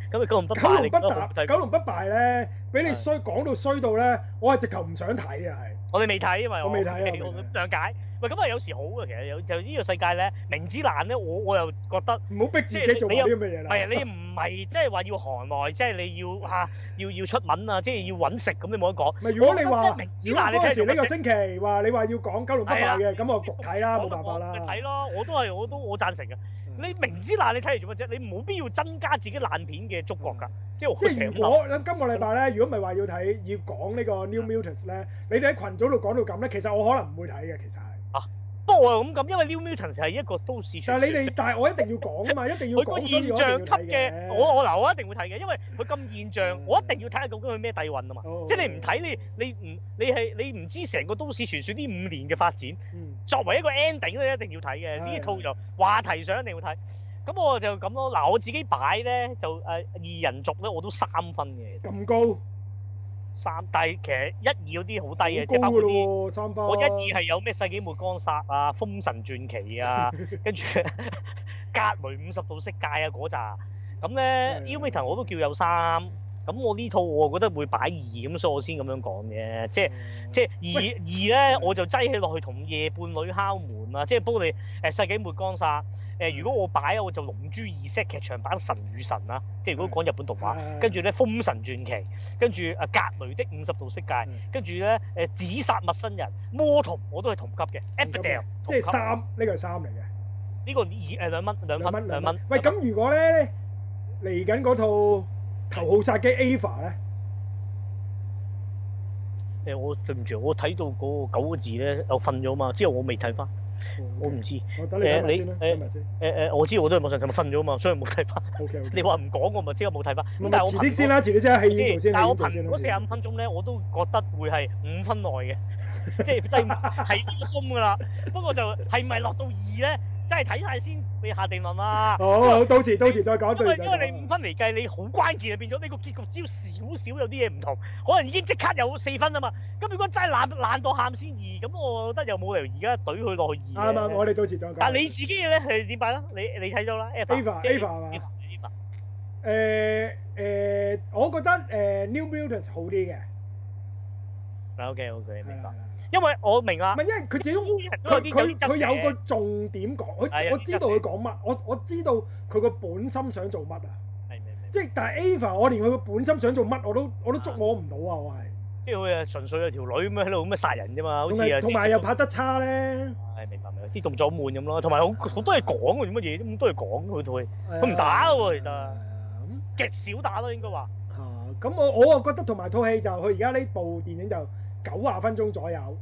[SPEAKER 1] 得唔得 (laughs) 咁啊你九龍不
[SPEAKER 2] 九
[SPEAKER 1] 敗，
[SPEAKER 2] 龍
[SPEAKER 1] 你
[SPEAKER 2] 不
[SPEAKER 1] 覺得好
[SPEAKER 2] 敗，
[SPEAKER 1] 制
[SPEAKER 2] 九龍不敗咧，俾你衰講到衰到咧，我係直頭唔想睇啊，係。
[SPEAKER 1] 我哋未睇，因為
[SPEAKER 2] 我未睇啊
[SPEAKER 1] 我
[SPEAKER 2] 我未睇
[SPEAKER 1] 諒解。喂，咁啊有時好嘅，其實有就呢個世界咧，明知難咧，我我又覺得。
[SPEAKER 2] 唔好逼自己做埋啲咁嘅嘢
[SPEAKER 1] 唔
[SPEAKER 2] 啦。
[SPEAKER 1] 係你唔係即係話要行內，即係你要啊要要出文啊，即係要揾食咁，你冇得講。
[SPEAKER 2] 咪如果你話，
[SPEAKER 1] 我覺得即係明知
[SPEAKER 2] 如果
[SPEAKER 1] 嗱，你
[SPEAKER 2] 嗰
[SPEAKER 1] 聽
[SPEAKER 2] 陣時
[SPEAKER 1] 做
[SPEAKER 2] 呢
[SPEAKER 1] 乜
[SPEAKER 2] 個
[SPEAKER 1] 啫？
[SPEAKER 2] 星期話你話要講九龍不敗嘅，咁我焗睇啦，冇辦法
[SPEAKER 1] 咪睇
[SPEAKER 2] 啦。
[SPEAKER 1] 咯，
[SPEAKER 2] 嗯
[SPEAKER 1] 我都係我都我贊成嘅。你明知嗱，你睇嚟做乜啫？你冇必要增加自己爛片嘅觸覺㗎，即係
[SPEAKER 2] 即
[SPEAKER 1] 我成
[SPEAKER 2] 係
[SPEAKER 1] 日
[SPEAKER 2] 如
[SPEAKER 1] 咁諗。
[SPEAKER 2] 果咁今個禮拜咧，如果唔係話要睇要講呢個 New Mutants 咧，你哋喺群組度講到咁咧，其實我可能唔會睇嘅，其實係。
[SPEAKER 1] 不過我又咁講，因為 New Mutants 係一個都市傳
[SPEAKER 2] 但係你
[SPEAKER 1] 說。
[SPEAKER 2] 哋，但係我一定要講
[SPEAKER 1] (laughs)
[SPEAKER 2] 啊嘛，一定要
[SPEAKER 1] 佢個
[SPEAKER 2] 講，所以
[SPEAKER 1] 現
[SPEAKER 2] 我一定要
[SPEAKER 1] 象級
[SPEAKER 2] 睇嗯
[SPEAKER 1] 嘅，我我嗱我一定會睇嘅，因為佢咁現象，我一定要睇下究竟佢咩底韻啊嘛。
[SPEAKER 2] 哦
[SPEAKER 1] 即係你唔睇你你唔你係你唔知成個都市傳說呢五年嘅發展。
[SPEAKER 2] 嗯
[SPEAKER 1] 作為一個 ending 咧，一定要睇嘅。
[SPEAKER 2] 係
[SPEAKER 1] 呢一套就話題上一定要睇。咁我就咁咯。嗱，我自己擺咧就誒、呃二人族咧，我都三分嘅，
[SPEAKER 2] 咁高，
[SPEAKER 1] 三。但係其實一二嗰啲好低嘅，即係
[SPEAKER 2] 高
[SPEAKER 1] 包
[SPEAKER 2] 㗎
[SPEAKER 1] 括啲。
[SPEAKER 2] 咯喎，三分。
[SPEAKER 1] 我一二係有咩世紀末光殺啊、封神傳奇
[SPEAKER 2] (laughs)
[SPEAKER 1] 啊，跟住格雷五十度色戒啊嗰扎。咁咧
[SPEAKER 2] 係
[SPEAKER 1] u m i t o n 我都叫有三。咁我呢套我覺得會擺二，咁所以我先咁樣講嘅，即係。即係二二咧，我就擠起落去同夜半女敲門啊！即係幫你誒世紀末光殺
[SPEAKER 2] 嗯
[SPEAKER 1] 誒，如果我擺我就龍珠二式劇場版神與神啦，即係如
[SPEAKER 2] 嗯
[SPEAKER 1] 果講日本動畫，
[SPEAKER 2] 係
[SPEAKER 1] 跟住咧封神傳奇，跟住啊格雷的五十度色
[SPEAKER 2] 嗯
[SPEAKER 1] 戒，跟住咧誒紫殺陌生人，魔童我都係同級嘅 e
[SPEAKER 2] 咁
[SPEAKER 1] p i d e
[SPEAKER 2] 嘅
[SPEAKER 1] l
[SPEAKER 2] 嗯即係三，呢個係三嚟嘅。
[SPEAKER 1] 呢個二誒兩蚊兩
[SPEAKER 2] 兩
[SPEAKER 1] 蚊
[SPEAKER 2] 蚊
[SPEAKER 1] 兩
[SPEAKER 2] 兩
[SPEAKER 1] 蚊
[SPEAKER 2] 蚊。，喂，咁如果咧嚟緊嗰套頭號殺機 Ava 咧，
[SPEAKER 1] 誒我對唔住，我睇到嗰個九個字咧，我瞓咗嘛，之後我未睇翻，我唔知誒
[SPEAKER 2] 我等你睇埋先啦，
[SPEAKER 1] 誒
[SPEAKER 2] 睇
[SPEAKER 1] 你
[SPEAKER 2] 埋先。
[SPEAKER 1] 誒，我知我都係網上睇，咪瞓咗嘛，所以冇睇翻。
[SPEAKER 2] OK OK，
[SPEAKER 1] (laughs) 你話唔講我咪即刻冇睇翻，咁
[SPEAKER 2] 唔
[SPEAKER 1] 但係
[SPEAKER 2] 係
[SPEAKER 1] 我
[SPEAKER 2] 遲
[SPEAKER 1] 憑
[SPEAKER 2] 啲先
[SPEAKER 1] 嗰
[SPEAKER 2] 啦，遲啲先啦，戲院度
[SPEAKER 1] 即係
[SPEAKER 2] 先，
[SPEAKER 1] 但係我
[SPEAKER 2] 戲院度
[SPEAKER 1] 憑
[SPEAKER 2] 先
[SPEAKER 1] 嗰四十五分鐘咧，我都覺得會係五分內嘅， (laughs) 即係即係係呢個鬆㗎啦。不過就係咪落到二咧，真係睇晒先你下定論啦。
[SPEAKER 2] 好好，到時到時再講，
[SPEAKER 1] 因
[SPEAKER 2] 到
[SPEAKER 1] 為
[SPEAKER 2] 時再
[SPEAKER 1] 因為你五
[SPEAKER 2] 講。
[SPEAKER 1] 分嚟計，你好關鍵啊，變咗呢個結局只要少少有啲嘢唔同，可能已經即刻有四分啊嘛。咁如果真係爛爛到喊先二，咁我覺得又冇理由而家懟佢落去二
[SPEAKER 2] 啱
[SPEAKER 1] 嘅。
[SPEAKER 2] 啱，我哋到時再講。
[SPEAKER 1] 但係你啊自己嘅咧係點辦啦？你你睇咗啦
[SPEAKER 2] Ava- Ava 係嘛
[SPEAKER 1] a
[SPEAKER 2] 誒誒，我覺得誒 New Mutants 好啲嘅，
[SPEAKER 1] OK OK
[SPEAKER 2] 係
[SPEAKER 1] 明白
[SPEAKER 2] 啦。。
[SPEAKER 1] 因為我明啊
[SPEAKER 2] 唔。係因為佢始終佢佢佢有個重點講，
[SPEAKER 1] 啊
[SPEAKER 2] 佢我知道佢講乜，我我知道佢個本心想做乜啊。
[SPEAKER 1] 係明明
[SPEAKER 2] 即係但係 Ava，我連佢個本心想做乜我都我都捉摸唔到啊！我係
[SPEAKER 1] 即係佢啊純粹係條女咁樣喺度咁樣殺人啫嘛，好
[SPEAKER 2] 同
[SPEAKER 1] 似
[SPEAKER 2] 埋
[SPEAKER 1] 啊
[SPEAKER 2] 同埋又拍得差咧，
[SPEAKER 1] 係明白明白，啲動作好悶咁咯，同埋好
[SPEAKER 2] 啊
[SPEAKER 1] 好多嘢講喎，做乜嘢咁多嘢講佢套戲
[SPEAKER 2] 佢
[SPEAKER 1] 唔打喎其實
[SPEAKER 2] 咁
[SPEAKER 1] 極少打咯，應該話
[SPEAKER 2] 嚇，咁我我啊覺得同埋套戲就佢而家呢部電影就九啊分鐘左
[SPEAKER 1] 嗯
[SPEAKER 2] 右，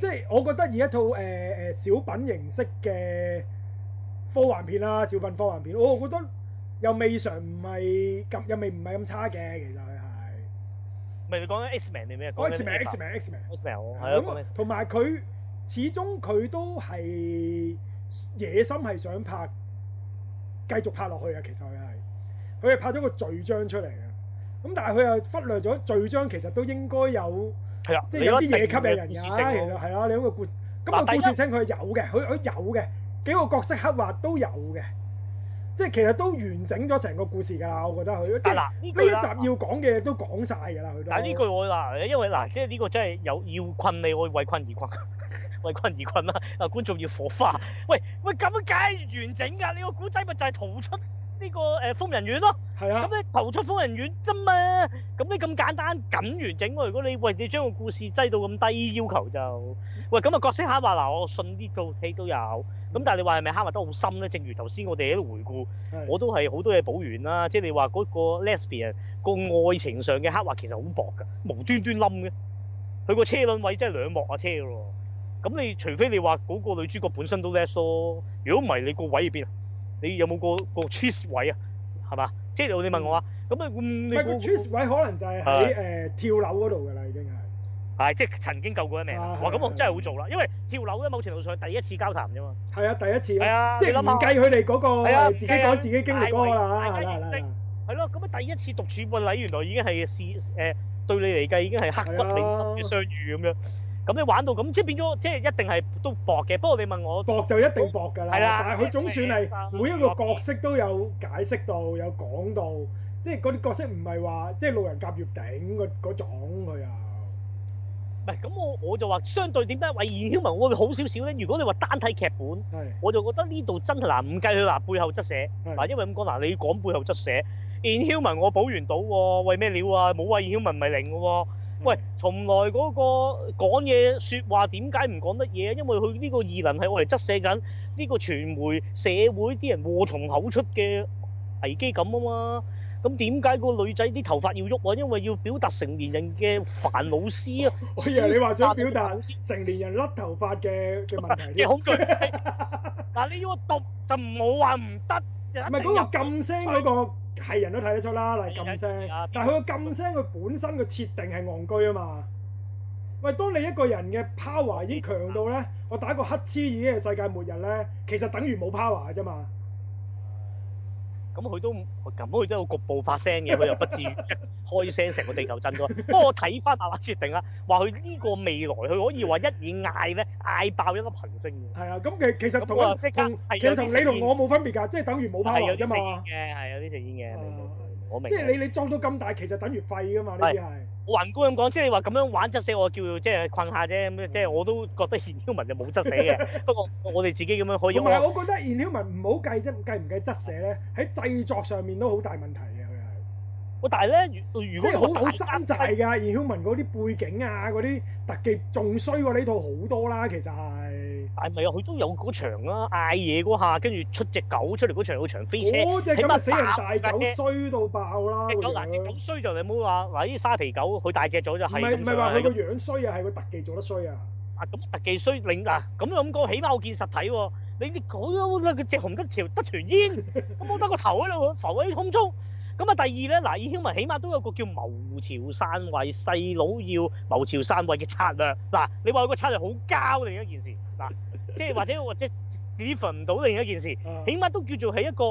[SPEAKER 2] 即係我覺得而家套誒誒、呃小品形式嘅科幻片啦，小品科幻片，我覺得又未嘗唔係咁，又未唔係咁差嘅，其實佢係
[SPEAKER 1] 唔係你講緊 Xman 定咩？
[SPEAKER 2] 我 X 名 X 名 X 名
[SPEAKER 1] Xman 係啊，講緊
[SPEAKER 2] 咁同埋佢始終佢都係野心係想拍繼續拍落去啊，其實佢係佢係拍咗個序章出嚟嘅，咁但係佢又忽略咗序章其實都應該有。
[SPEAKER 1] 係啊，
[SPEAKER 2] 即係有啲
[SPEAKER 1] 你一定
[SPEAKER 2] 嘢
[SPEAKER 1] 有故事
[SPEAKER 2] 吸引人嘅，
[SPEAKER 1] 性
[SPEAKER 2] 係
[SPEAKER 1] 咯
[SPEAKER 2] 啦，係啦，你嗰個故咁
[SPEAKER 1] 嗱
[SPEAKER 2] 個
[SPEAKER 1] 第一
[SPEAKER 2] 故事性佢係有嘅，佢佢有嘅幾個角色刻畫都有嘅，即係其實都完整咗成個故事㗎啦，我覺得佢即
[SPEAKER 1] 但
[SPEAKER 2] 係
[SPEAKER 1] 嗱呢
[SPEAKER 2] 呢
[SPEAKER 1] 句
[SPEAKER 2] 一集
[SPEAKER 1] 啦。
[SPEAKER 2] 要講嘅都講晒㗎啦，佢都。
[SPEAKER 1] 但係呢句我啊嗱，因為嗱，即係呢個真係有要困你，我為困而 (laughs) 困，為困而困啦。啊，觀眾要火花。喂喂，咁樣梗係完整㗎。你個古仔咪就係逃出呢個誒瘋人院咯。
[SPEAKER 2] 係啊
[SPEAKER 1] 咁，咧逃出瘋人院啫嘛。咁你咁簡單緊完整喎。如果你喂你將個故事擠到咁低要求就，喂咁啊角色刻畫嗱，我信呢套戲都有。咁但係你話係咪刻畫得好深咧？正如頭先我哋喺度回顧。
[SPEAKER 2] 係
[SPEAKER 1] 我都係好多嘢補完啦，即係你話嗰個 lesbian 個愛情上嘅刻畫其實好薄㗎，無端端冧嘅。佢個車輪位真係兩幕啊車㗎喎。咁你除非你話嗰個女主角本身都 les 咯，如果唔係你個位喺邊啊？你有冇個個 cheese 位啊？係嘛？即係你問我啊，咁啊，嗯
[SPEAKER 2] 唔
[SPEAKER 1] 你
[SPEAKER 2] 係個
[SPEAKER 1] 個
[SPEAKER 2] choose 位可能就係
[SPEAKER 1] 係
[SPEAKER 2] 喺誒跳樓嗰度㗎啦，已經係
[SPEAKER 1] 係即係曾經救過一命啊。
[SPEAKER 2] 啊
[SPEAKER 1] 哇！咁我
[SPEAKER 2] 係
[SPEAKER 1] 真係好做啦，因為跳樓咧，某程度上第一次交談啫嘛。
[SPEAKER 2] 係啊第一次
[SPEAKER 1] 係
[SPEAKER 2] 啦，
[SPEAKER 1] 啊，
[SPEAKER 2] 即係
[SPEAKER 1] 你諗
[SPEAKER 2] 唔
[SPEAKER 1] 下
[SPEAKER 2] 計佢哋嗰個
[SPEAKER 1] 係啊
[SPEAKER 2] 誒自己講自己經歷嗰個啦，
[SPEAKER 1] 大
[SPEAKER 2] 係
[SPEAKER 1] 家認
[SPEAKER 2] 啦係啦
[SPEAKER 1] 識
[SPEAKER 2] 係啦，
[SPEAKER 1] 係咯，咁啊第一次獨處個禮原來已經係試誒對你嚟計已經係刻骨銘心嘅相遇咁樣，咁你玩到咁即係變咗即係一定係都薄嘅。不過你問我，
[SPEAKER 2] 搏就一定搏㗎啦，
[SPEAKER 1] 係啦
[SPEAKER 2] 但係佢總算係每一個角色都有解釋到，有講到，即係嗰啲角色唔係話即係路人甲乙頂嗰嗰種佢又
[SPEAKER 1] 唔係咁我我就話相對點解為燕曉文我會好少少咧？如果你話單睇劇本，
[SPEAKER 2] 係
[SPEAKER 1] 我就覺得呢度真係嗱唔計佢嗱背後側寫嗱，因為咁講嗱，你講背後側寫燕曉文我補完到喎，為咩料啊？冇為燕曉文咪零嘅喎。喂，從來嗰個講嘢説話點解唔講得嘢？因為佢呢個異能係我嚟側寫緊呢個傳媒社會啲人禍從口出嘅危機感啊嘛。咁點解個女仔啲頭髮要喐啊？因為要表達成年人嘅煩惱
[SPEAKER 2] (laughs)
[SPEAKER 1] 思啊！
[SPEAKER 2] 我以為你話想表達成年人甩頭髮嘅嘅問題
[SPEAKER 1] 嘅
[SPEAKER 2] 添，唔
[SPEAKER 1] 恐懼。嗱，你要我讀就唔好話唔得，就一
[SPEAKER 2] 係
[SPEAKER 1] 定
[SPEAKER 2] 嗰個禁聲嗰個係人都睇得出啦，嗱禁聲
[SPEAKER 1] 係啊，
[SPEAKER 2] 但係佢個禁聲佢本身個設定係戇居啊嘛。喂，當你一個人嘅 power 已經強到咧，我打個乞嗤已經係世界末日咧，其實等於冇 power 啫嘛。
[SPEAKER 1] 咁佢都咁佢都有局部發聲嘅，佢又不至於一開聲成個地球震咗。 (laughs) 不過我睇翻漫畫設定啊，話佢呢個未來佢可以話一嘢嗌咧，嗌爆一粒行星嘅。
[SPEAKER 2] 係啊，咁其其實同
[SPEAKER 1] 咁啊即刻
[SPEAKER 2] 同
[SPEAKER 1] 係
[SPEAKER 2] 其
[SPEAKER 1] 有
[SPEAKER 2] 實同
[SPEAKER 1] 啲
[SPEAKER 2] 你同我冇分別㗎，即係等於冇
[SPEAKER 1] 係
[SPEAKER 2] power
[SPEAKER 1] 有啲
[SPEAKER 2] 啫
[SPEAKER 1] 食
[SPEAKER 2] 嘛。
[SPEAKER 1] 煙嘅，係有啲食煙嘅，明白我明
[SPEAKER 2] 啊哦即
[SPEAKER 1] 嘅。
[SPEAKER 2] 係你你裝到咁大，其實等於廢㗎嘛。呢啲係
[SPEAKER 1] 我宏觀咁講，即係你話咁樣玩質死，我叫即係困下啫。咁
[SPEAKER 2] 嗯
[SPEAKER 1] 即係我都覺得現 human 就冇質死
[SPEAKER 2] (laughs)
[SPEAKER 1] 嘅。不過我哋自己咁樣可以啊
[SPEAKER 2] 同埋
[SPEAKER 1] 安。
[SPEAKER 2] 我覺得 i n h u m a n 唔好計啫，計唔計質寫咧？喺製作上面都好大問題嘅，佢
[SPEAKER 1] 喂但係咧，如如
[SPEAKER 2] 係即係
[SPEAKER 1] 果
[SPEAKER 2] 好好山寨㗎。i n h u m a n 嗰啲背景啊，嗰啲特技仲衰過呢套好多啦，其實係
[SPEAKER 1] 但係咪啊？佢都有嗰場啦，嗌嘢嗰下，跟住出只狗出嚟嗰場，有場飛車。
[SPEAKER 2] 嗰只咁嘅死人
[SPEAKER 1] 起碼
[SPEAKER 2] 大
[SPEAKER 1] 爆
[SPEAKER 2] 狗
[SPEAKER 1] 㗎
[SPEAKER 2] 衰到爆啦！
[SPEAKER 1] 只
[SPEAKER 2] 個
[SPEAKER 1] 狗嗱，只
[SPEAKER 2] 樣
[SPEAKER 1] 狗衰就你唔好話嗱，呢啲沙皮狗佢大隻咗就
[SPEAKER 2] 唔
[SPEAKER 1] 係
[SPEAKER 2] 係
[SPEAKER 1] 咁
[SPEAKER 2] 唔係話
[SPEAKER 1] 衰
[SPEAKER 2] 佢個
[SPEAKER 1] 啦
[SPEAKER 2] 樣衰啊，係個特技做得衰啊！
[SPEAKER 1] 啊咁特技衰令嗱咁樣咁講，起碼我見實體喎。你啲狗都啦，佢隻熊得條得團煙，咁我得個頭喺度浮喺空中。咁啊，第二咧嗱，以 h u 起碼都有個叫謀朝散位，細佬要謀朝散位嘅策略。嗱，你話佢個策略好膠另一件事，嗱，即係或者或者 deliver 唔到另一件事。
[SPEAKER 2] 啊
[SPEAKER 1] 起碼都叫做係一個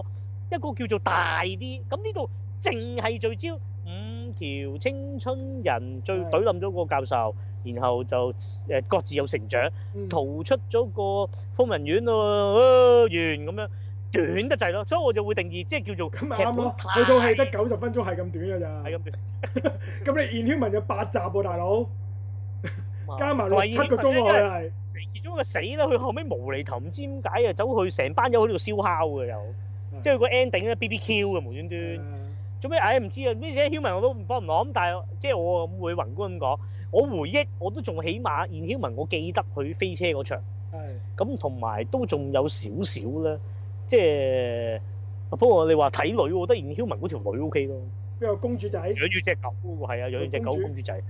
[SPEAKER 1] 一個叫做大啲。咁呢度淨係聚焦五條青春人最
[SPEAKER 2] 係
[SPEAKER 1] 懟冧咗個教授，然後就誒各自有成長，
[SPEAKER 2] 嗯
[SPEAKER 1] 逃出咗個瘋人院咯，完咁樣短得滯咯，所以我就會定義即係叫做
[SPEAKER 2] 咁咪
[SPEAKER 1] 劇
[SPEAKER 2] 啱
[SPEAKER 1] 本
[SPEAKER 2] 咯，
[SPEAKER 1] 太
[SPEAKER 2] 佢套戲得九十分鐘係咁短㗎咋。
[SPEAKER 1] 係咁短
[SPEAKER 2] 咁你 Inhuman 有八集喎，大佬，
[SPEAKER 1] 嘛
[SPEAKER 2] 加埋六七個鐘
[SPEAKER 1] 同埋
[SPEAKER 2] 喎，佢係
[SPEAKER 1] 死咗個死啦！佢後尾無厘頭唔知點解啊，走去成班友喺度燒烤嘅又，即係佢個 ending 咧 BBQ 嘅無端端。
[SPEAKER 2] 係
[SPEAKER 1] 做咩？唉，唔知啊，咩啫？human 我都唔幫唔落咁，但係即係我咁會宏觀咁講，我回憶我都仲起碼燕曉文，我記得佢飛車嗰場，
[SPEAKER 2] 係
[SPEAKER 1] 咁同埋都仲有少少咧，即係不過你話睇女，我覺得燕曉文嗰條女 O K 咯，
[SPEAKER 2] 邊個公主仔？
[SPEAKER 1] 養住只狗喎，係啊，養住只狗
[SPEAKER 2] 公主
[SPEAKER 1] 公主仔。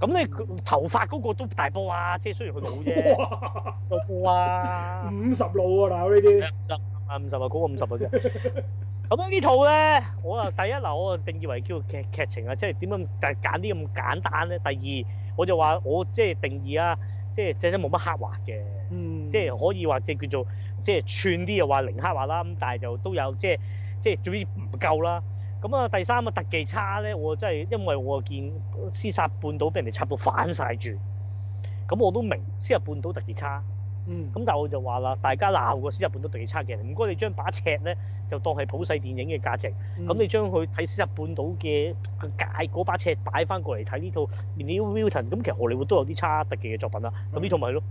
[SPEAKER 1] 咁咧佢頭髮嗰個都大波啊，即係雖然佢老 (laughs) 啫，
[SPEAKER 2] 哇！
[SPEAKER 1] 都波啊。
[SPEAKER 2] 五十路喎，嗱呢啲
[SPEAKER 1] 五十啊，五十啊，嗰個五十啊啫。咁樣呢套咧，我啊第一嗱，我啊定義為叫劇劇情啊，即係點樣但揀啲咁簡單咧。第二，我就話我即係定義啊，即係即係冇乜刻畫嘅，
[SPEAKER 2] 嗯，
[SPEAKER 1] 即係可以話即係叫做即係串啲又話零刻畫啦，咁但係就都有即係即係總之唔夠啦。咁啊，第三啊特技差咧，我真係因為我見《屍殺半島》俾人哋插到反晒住，咁我都明《屍殺半島》特技差。
[SPEAKER 2] 嗯
[SPEAKER 1] 咁但係我就話啦，大家鬧個《屍日本島》特技差嘅，唔該你將把尺咧就當係普世電影嘅價值，咁、
[SPEAKER 2] 嗯
[SPEAKER 1] 你將佢睇《屍日本島》嘅界嗰把尺擺翻過嚟睇呢套《New Milton》，咁其實荷里活都有啲差特技嘅作品啦，咁呢套咪係咯，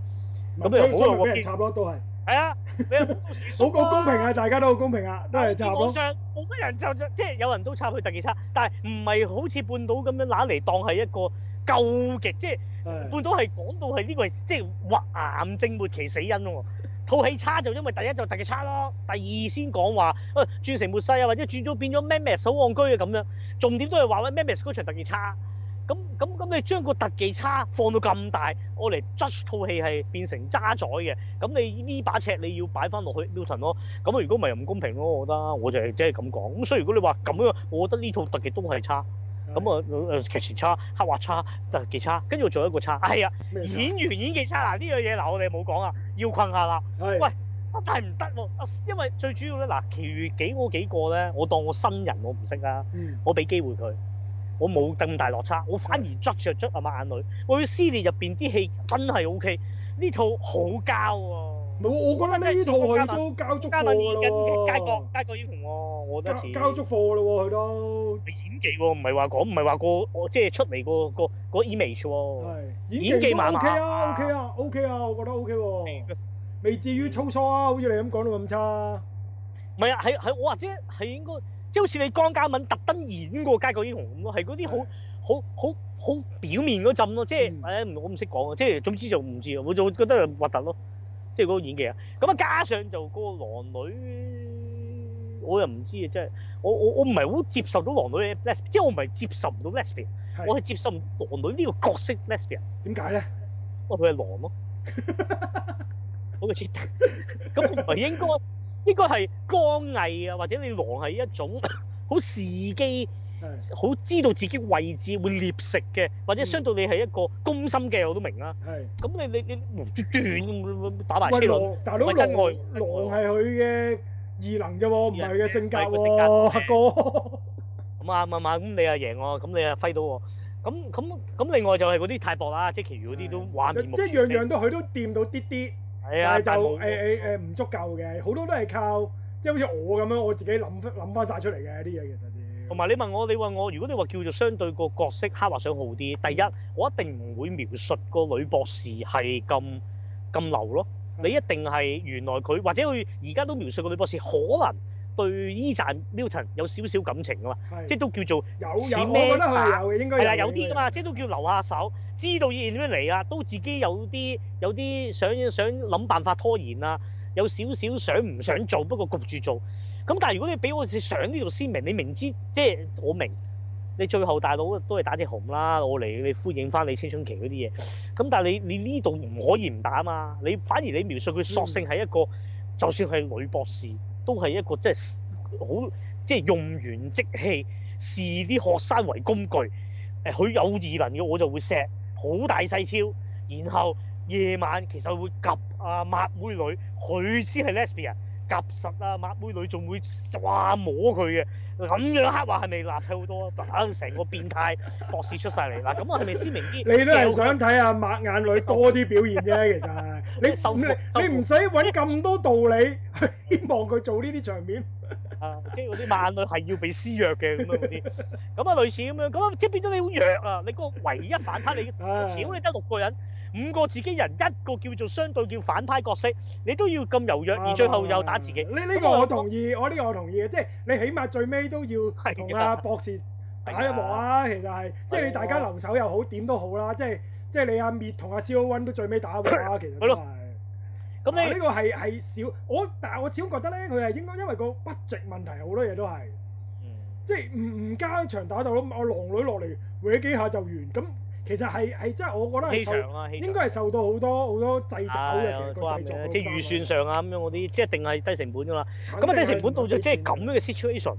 [SPEAKER 2] 咁
[SPEAKER 1] 咁你又冇
[SPEAKER 2] 所以
[SPEAKER 1] 話
[SPEAKER 2] 嗯咪俾
[SPEAKER 1] 我
[SPEAKER 2] 人插咯，都係
[SPEAKER 1] 係啊，你
[SPEAKER 2] (laughs)
[SPEAKER 1] 又冇到時數
[SPEAKER 2] 好好公平啊，大家都好公平啊，都係插
[SPEAKER 1] 網
[SPEAKER 2] 咯。
[SPEAKER 1] 上冇乜人就即係有人都插佢特技差，但係唔係好似半島咁樣揦嚟當係一個究極，即係。
[SPEAKER 2] 係
[SPEAKER 1] 半島係講到係呢個係即係話癌症末期死因喎。套戲差就因為第一就特技差咯，第二先講話誒轉成末世啊，或者轉咗變咗 m e m e s 手按居啊咁樣，重點都係話喂 m e m e s 嗰場特技差。咁咁咁，你將個特技差放到咁大，我嚟 judge 套戲係變成渣滓嘅，咁你呢把尺你要擺翻落去 Newton 咯。咁啊如果唔係又唔公平咯，我覺得我就係即係咁講。咁所以如果你話咁樣，我覺得呢套特技都係差。咁啊誒劇情差、刻畫差、特技差，跟住我仲有一個差，係啊
[SPEAKER 2] 咩插
[SPEAKER 1] 演員演技差嗱呢樣嘢嗱我哋冇講啊，要困下啦，
[SPEAKER 2] 係
[SPEAKER 1] 喂真係唔得喎，啊因為最主要咧嗱，其餘幾嗰幾個咧，我當我新人我唔識啦，
[SPEAKER 2] 嗯
[SPEAKER 1] 我俾機會佢，我冇咁大落差，我反而捽着捽啊抹眼淚，我要撕裂入邊啲戲真係 O K，呢套好膠喎、
[SPEAKER 2] 唔係我我覺得呢套佢都交足
[SPEAKER 1] 加
[SPEAKER 2] 貨
[SPEAKER 1] 埋
[SPEAKER 2] 㗎
[SPEAKER 1] 面筋嘅街角
[SPEAKER 2] 咯
[SPEAKER 1] 街角英雄喎、我覺得似
[SPEAKER 2] 喎，交交足貨㗎咯喎，佢都
[SPEAKER 1] 演技喎、唔係話講，唔係話個我即係出嚟個個個 image 喎、
[SPEAKER 2] 係
[SPEAKER 1] 演
[SPEAKER 2] 演
[SPEAKER 1] 技
[SPEAKER 2] 技都
[SPEAKER 1] 麻麻
[SPEAKER 2] OK 啊，OK 啊，OK 啊，我覺得 OK 喎，未至於粗疏啊，好似你咁講到咁差。
[SPEAKER 1] 唔係啊，係係我或者係應該，即係好似你江嘉敏特登演過《街角英雄》咁咯，係嗰啲好好好好表面嗰陣咯，即係
[SPEAKER 2] 啊
[SPEAKER 1] 誒
[SPEAKER 2] 嗯
[SPEAKER 1] 唔我唔識講啊，即係總之就唔知啊，我就覺得核突咯，即係嗰個演技啊。咁啊，加上就嗰個狼女，我又唔知啊，即係我我我唔係好接受到狼女嘅 lesbian，即係我唔係接受唔到 lesbian，
[SPEAKER 2] 係
[SPEAKER 1] 我係接受唔到狼女呢個角色 lesbian。
[SPEAKER 2] 點解咧？
[SPEAKER 1] 哦，佢係狼
[SPEAKER 2] (laughs)
[SPEAKER 1] 咯，好個設定。咁唔係應該應該係剛毅啊，或者你狼係一種好自己、
[SPEAKER 2] 係
[SPEAKER 1] 好知道自己位置會獵食嘅，或
[SPEAKER 2] 嗯
[SPEAKER 1] 者相對你係一個攻心嘅，我都明啦。
[SPEAKER 2] 係。
[SPEAKER 1] 咁你你你無端端咁打埋車
[SPEAKER 2] 喂，
[SPEAKER 1] 輪，
[SPEAKER 2] 狼大佬
[SPEAKER 1] 咪真
[SPEAKER 2] 狼
[SPEAKER 1] 愛
[SPEAKER 2] 狼係佢嘅異能啫喎，唔係佢嘅性格喎，
[SPEAKER 1] 唔
[SPEAKER 2] 阿
[SPEAKER 1] 係
[SPEAKER 2] 哥。
[SPEAKER 1] 咁啊啱啊，咁你啊贏我，咁你啊揮到我。咁咁咁，另外就係嗰啲泰博啦，即係其餘嗰啲都畫面無
[SPEAKER 2] 即係樣樣都佢都掂到啲啲，
[SPEAKER 1] 係啊，
[SPEAKER 2] 但係就誒
[SPEAKER 1] 冇
[SPEAKER 2] 誒誒唔足夠嘅，好多都係靠即係好似我咁樣，我自己諗諗翻晒出嚟嘅啲嘢其實要
[SPEAKER 1] 同埋你問我，你話我，如果你話叫做相對個角色刻畫想好啲，第一我一定唔會描述個女博士係咁咁流咯。你一定係原來佢或者佢而家都描述個女博士可能對伊贊 Milton 有少少感情噶嘛，
[SPEAKER 2] 係
[SPEAKER 1] 即係都叫做
[SPEAKER 2] 有
[SPEAKER 1] 似
[SPEAKER 2] 有，我
[SPEAKER 1] 咩
[SPEAKER 2] 覺得佢係有嘅，應該
[SPEAKER 1] 係啦，有啲噶
[SPEAKER 2] 㗎。
[SPEAKER 1] 嘛，即係都叫留下手，知道要點樣嚟啊，都自己有啲有啲想想諗辦法拖延啊，有少少想唔想做，不過焗住做。咁但係如果你俾我想呢度鮮明，你明知即係我明，你最後大佬都係打隻熊啦，我嚟你呼應翻你青春期嗰啲嘢。咁但係你你呢度唔可以唔打啊嘛，你反而你描述佢索性係一個，
[SPEAKER 2] 嗯
[SPEAKER 1] 就算係女博士都係一個即係好即係用完即棄，視啲學生為工具。誒佢有異能嘅我就會錫，好大細超，然後夜晚其實會及啊抹妹女，佢先係 lesbian，及實啊抹妹女仲會哇摸佢嘅，咁樣刻畫係咪立體好多啊？啊成個變態博士出晒嚟嗱，咁啊係咪鮮明啲？
[SPEAKER 2] 你都係想睇下抹
[SPEAKER 1] (laughs)
[SPEAKER 2] 眼女多啲表現啫，其實係你
[SPEAKER 1] 收
[SPEAKER 2] 唔
[SPEAKER 1] 貨收貨
[SPEAKER 2] 你你唔使揾咁多道理 (laughs) 去希望佢做呢啲場面。
[SPEAKER 1] (laughs) 啊，即係嗰啲慢女係要被施虐嘅咁樣嗰啲，咁啊類似咁樣，咁啊即係變咗你好弱啊！你個唯一反派你，
[SPEAKER 2] 唉
[SPEAKER 1] 屌你得六個人，五個自己人，一個叫做相對叫反派角色，你都要咁柔弱，而最後又打自己。
[SPEAKER 2] 呢呢個我啊同意，我呢個我同意嘅，即係你起碼最尾都要
[SPEAKER 1] (laughs)
[SPEAKER 2] 同
[SPEAKER 1] 係啊
[SPEAKER 2] 阿博士打一幕啊。其實係，即係你大家留守又好，點都好啦，即係即係你阿滅同阿 C O One 都最尾打和啦，其實
[SPEAKER 1] 係
[SPEAKER 2] 都
[SPEAKER 1] 咯
[SPEAKER 2] 係。
[SPEAKER 1] 咁
[SPEAKER 2] 嗱呢
[SPEAKER 1] 你
[SPEAKER 2] 個係係少我，但係我始終覺得咧，佢係應該因為個 budget 問題，好多嘢都係
[SPEAKER 1] 嗯
[SPEAKER 2] 即係唔唔加場打鬥咯。我狼女落嚟搲幾下就完，咁其實係係真係我覺得係
[SPEAKER 1] 嗯氣
[SPEAKER 2] 受
[SPEAKER 1] 場啊啦，氣場
[SPEAKER 2] 應該係受到好多好多掣肘嘅，其
[SPEAKER 1] 係
[SPEAKER 2] 實個
[SPEAKER 1] 關
[SPEAKER 2] 製
[SPEAKER 1] 嘅
[SPEAKER 2] 作
[SPEAKER 1] 即係預算上啊咁樣嗰啲，即係一定係低成本㗎啦。咁啊低成本到咗即係咁樣嘅 situation，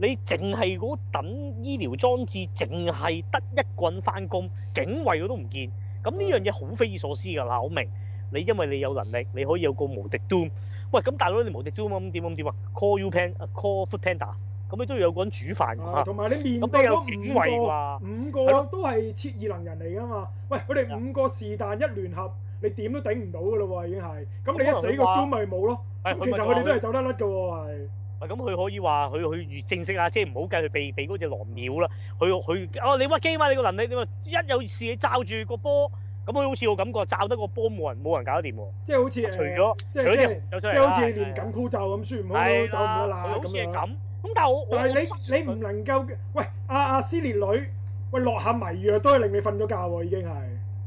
[SPEAKER 1] 你淨係嗰等醫療裝置，淨係得一個人翻工，警衛我都唔見。咁
[SPEAKER 2] 嗯
[SPEAKER 1] 呢樣嘢好匪夷所思㗎啦，我明。你因為你有能力，你可以有個無敵 Doom。喂，咁大佬你無敵 Doom 咁點咁點啊？Call you pan call food panda，咁你都要有個人煮飯
[SPEAKER 2] 啊，
[SPEAKER 1] 㗎。
[SPEAKER 2] 同埋你面
[SPEAKER 1] 咁
[SPEAKER 2] 對
[SPEAKER 1] 都有
[SPEAKER 2] 嗰
[SPEAKER 1] 警
[SPEAKER 2] 五
[SPEAKER 1] 衛
[SPEAKER 2] 個。
[SPEAKER 1] 啩？
[SPEAKER 2] 五
[SPEAKER 1] 係
[SPEAKER 2] 個
[SPEAKER 1] 咯
[SPEAKER 2] 都係切異能人嚟噶嘛？喂，佢哋五個是但一聯合，你點都頂唔到噶咯喎，已經係。咁你一死個
[SPEAKER 1] 咁可能佢話
[SPEAKER 2] Doom 咪冇咯。
[SPEAKER 1] 係
[SPEAKER 2] 咁其實
[SPEAKER 1] 哎咪
[SPEAKER 2] 佢哋
[SPEAKER 1] 話
[SPEAKER 2] 都係走得甩噶喎，係。
[SPEAKER 1] 啊喂，咁佢可以話佢佢越正式啊，即係唔好計佢被被嗰只狼秒啦。佢佢哦，你屈機嘛，你個能力你咪一有事你罩住個波，咁佢好似我感覺罩得個波冇人冇人搞得掂喎。
[SPEAKER 2] 即係好似
[SPEAKER 1] 除
[SPEAKER 2] 誒，
[SPEAKER 1] 咗
[SPEAKER 2] 即
[SPEAKER 1] 除
[SPEAKER 2] 係
[SPEAKER 1] 咗
[SPEAKER 2] 即
[SPEAKER 1] 只
[SPEAKER 2] 係
[SPEAKER 1] 有出嚟啦
[SPEAKER 2] 即係好似練緊箍咒咁，孫悟空都走唔得
[SPEAKER 1] 係啊
[SPEAKER 2] 啦
[SPEAKER 1] 好
[SPEAKER 2] 咁
[SPEAKER 1] 似係
[SPEAKER 2] 樣。
[SPEAKER 1] 咁。咁但係我我
[SPEAKER 2] 但係
[SPEAKER 1] 我
[SPEAKER 2] 你你唔能夠，喂阿阿撕裂女，喂落下迷藥都係令你瞓咗覺喎，已經係。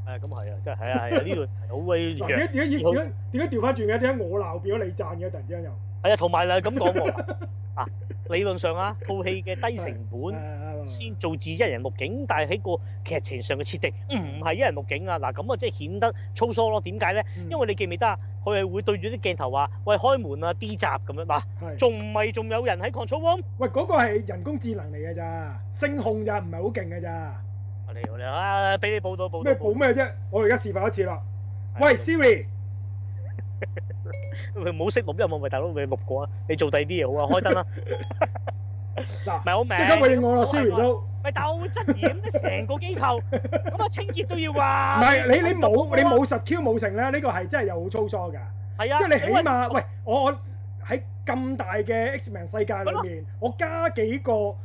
[SPEAKER 1] 係咁係啊，真係係啊係啊，呢
[SPEAKER 2] (laughs)
[SPEAKER 1] 度係好鬼
[SPEAKER 2] 嗱，
[SPEAKER 1] 弱。
[SPEAKER 2] 點解點解
[SPEAKER 1] 然後
[SPEAKER 2] 點解點解調翻轉嘅？點解我鬧變咗你讚嘅？突然之間又。
[SPEAKER 1] 係啊，同埋啦咁講
[SPEAKER 2] (laughs)
[SPEAKER 1] 喎，啊理論上啊，套戲嘅低成本。
[SPEAKER 2] 本
[SPEAKER 1] 先做至一人錄景，但係喺個劇情上嘅設定唔係一人錄景啊！嗱，咁啊即係顯得粗疏咯。點解咧？
[SPEAKER 2] 嗯
[SPEAKER 1] 因為你記唔記得啊？佢係會對住啲鏡頭話：喂，開門啊，D 閘咁樣嗱，
[SPEAKER 2] 係。
[SPEAKER 1] 仲咪仲有人喺 control room？
[SPEAKER 2] 喂，嗰、個係人工智能嚟嘅咋，聲控咋，唔係好勁嘅咋。
[SPEAKER 1] 我哋我哋啊，俾你報到報到
[SPEAKER 2] 咩保咩啫？我而家示範一次啦。
[SPEAKER 1] 係
[SPEAKER 2] 喂，Siri，
[SPEAKER 1] 佢冇識錄音啊！咪大佬咪錄過啊！你做第二啲嘢好啊，開
[SPEAKER 2] (laughs)
[SPEAKER 1] 燈啦！唔
[SPEAKER 2] 嗱，
[SPEAKER 1] 係我明，
[SPEAKER 2] 即刻回應我啦，Siri
[SPEAKER 1] 係啊
[SPEAKER 2] 都。
[SPEAKER 1] 咪但係我會質疑咁咧，成個機構咁啊，清潔都要
[SPEAKER 2] 唔
[SPEAKER 1] 話
[SPEAKER 2] 係你你冇你冇實 Q 冇成咧，呢個係真係有好粗疏㗎。
[SPEAKER 1] 係
[SPEAKER 2] 即
[SPEAKER 1] 啊，
[SPEAKER 2] 係你起
[SPEAKER 1] 因為
[SPEAKER 2] 碼喂我我喺咁大嘅 Xman 世界裏面，我加幾個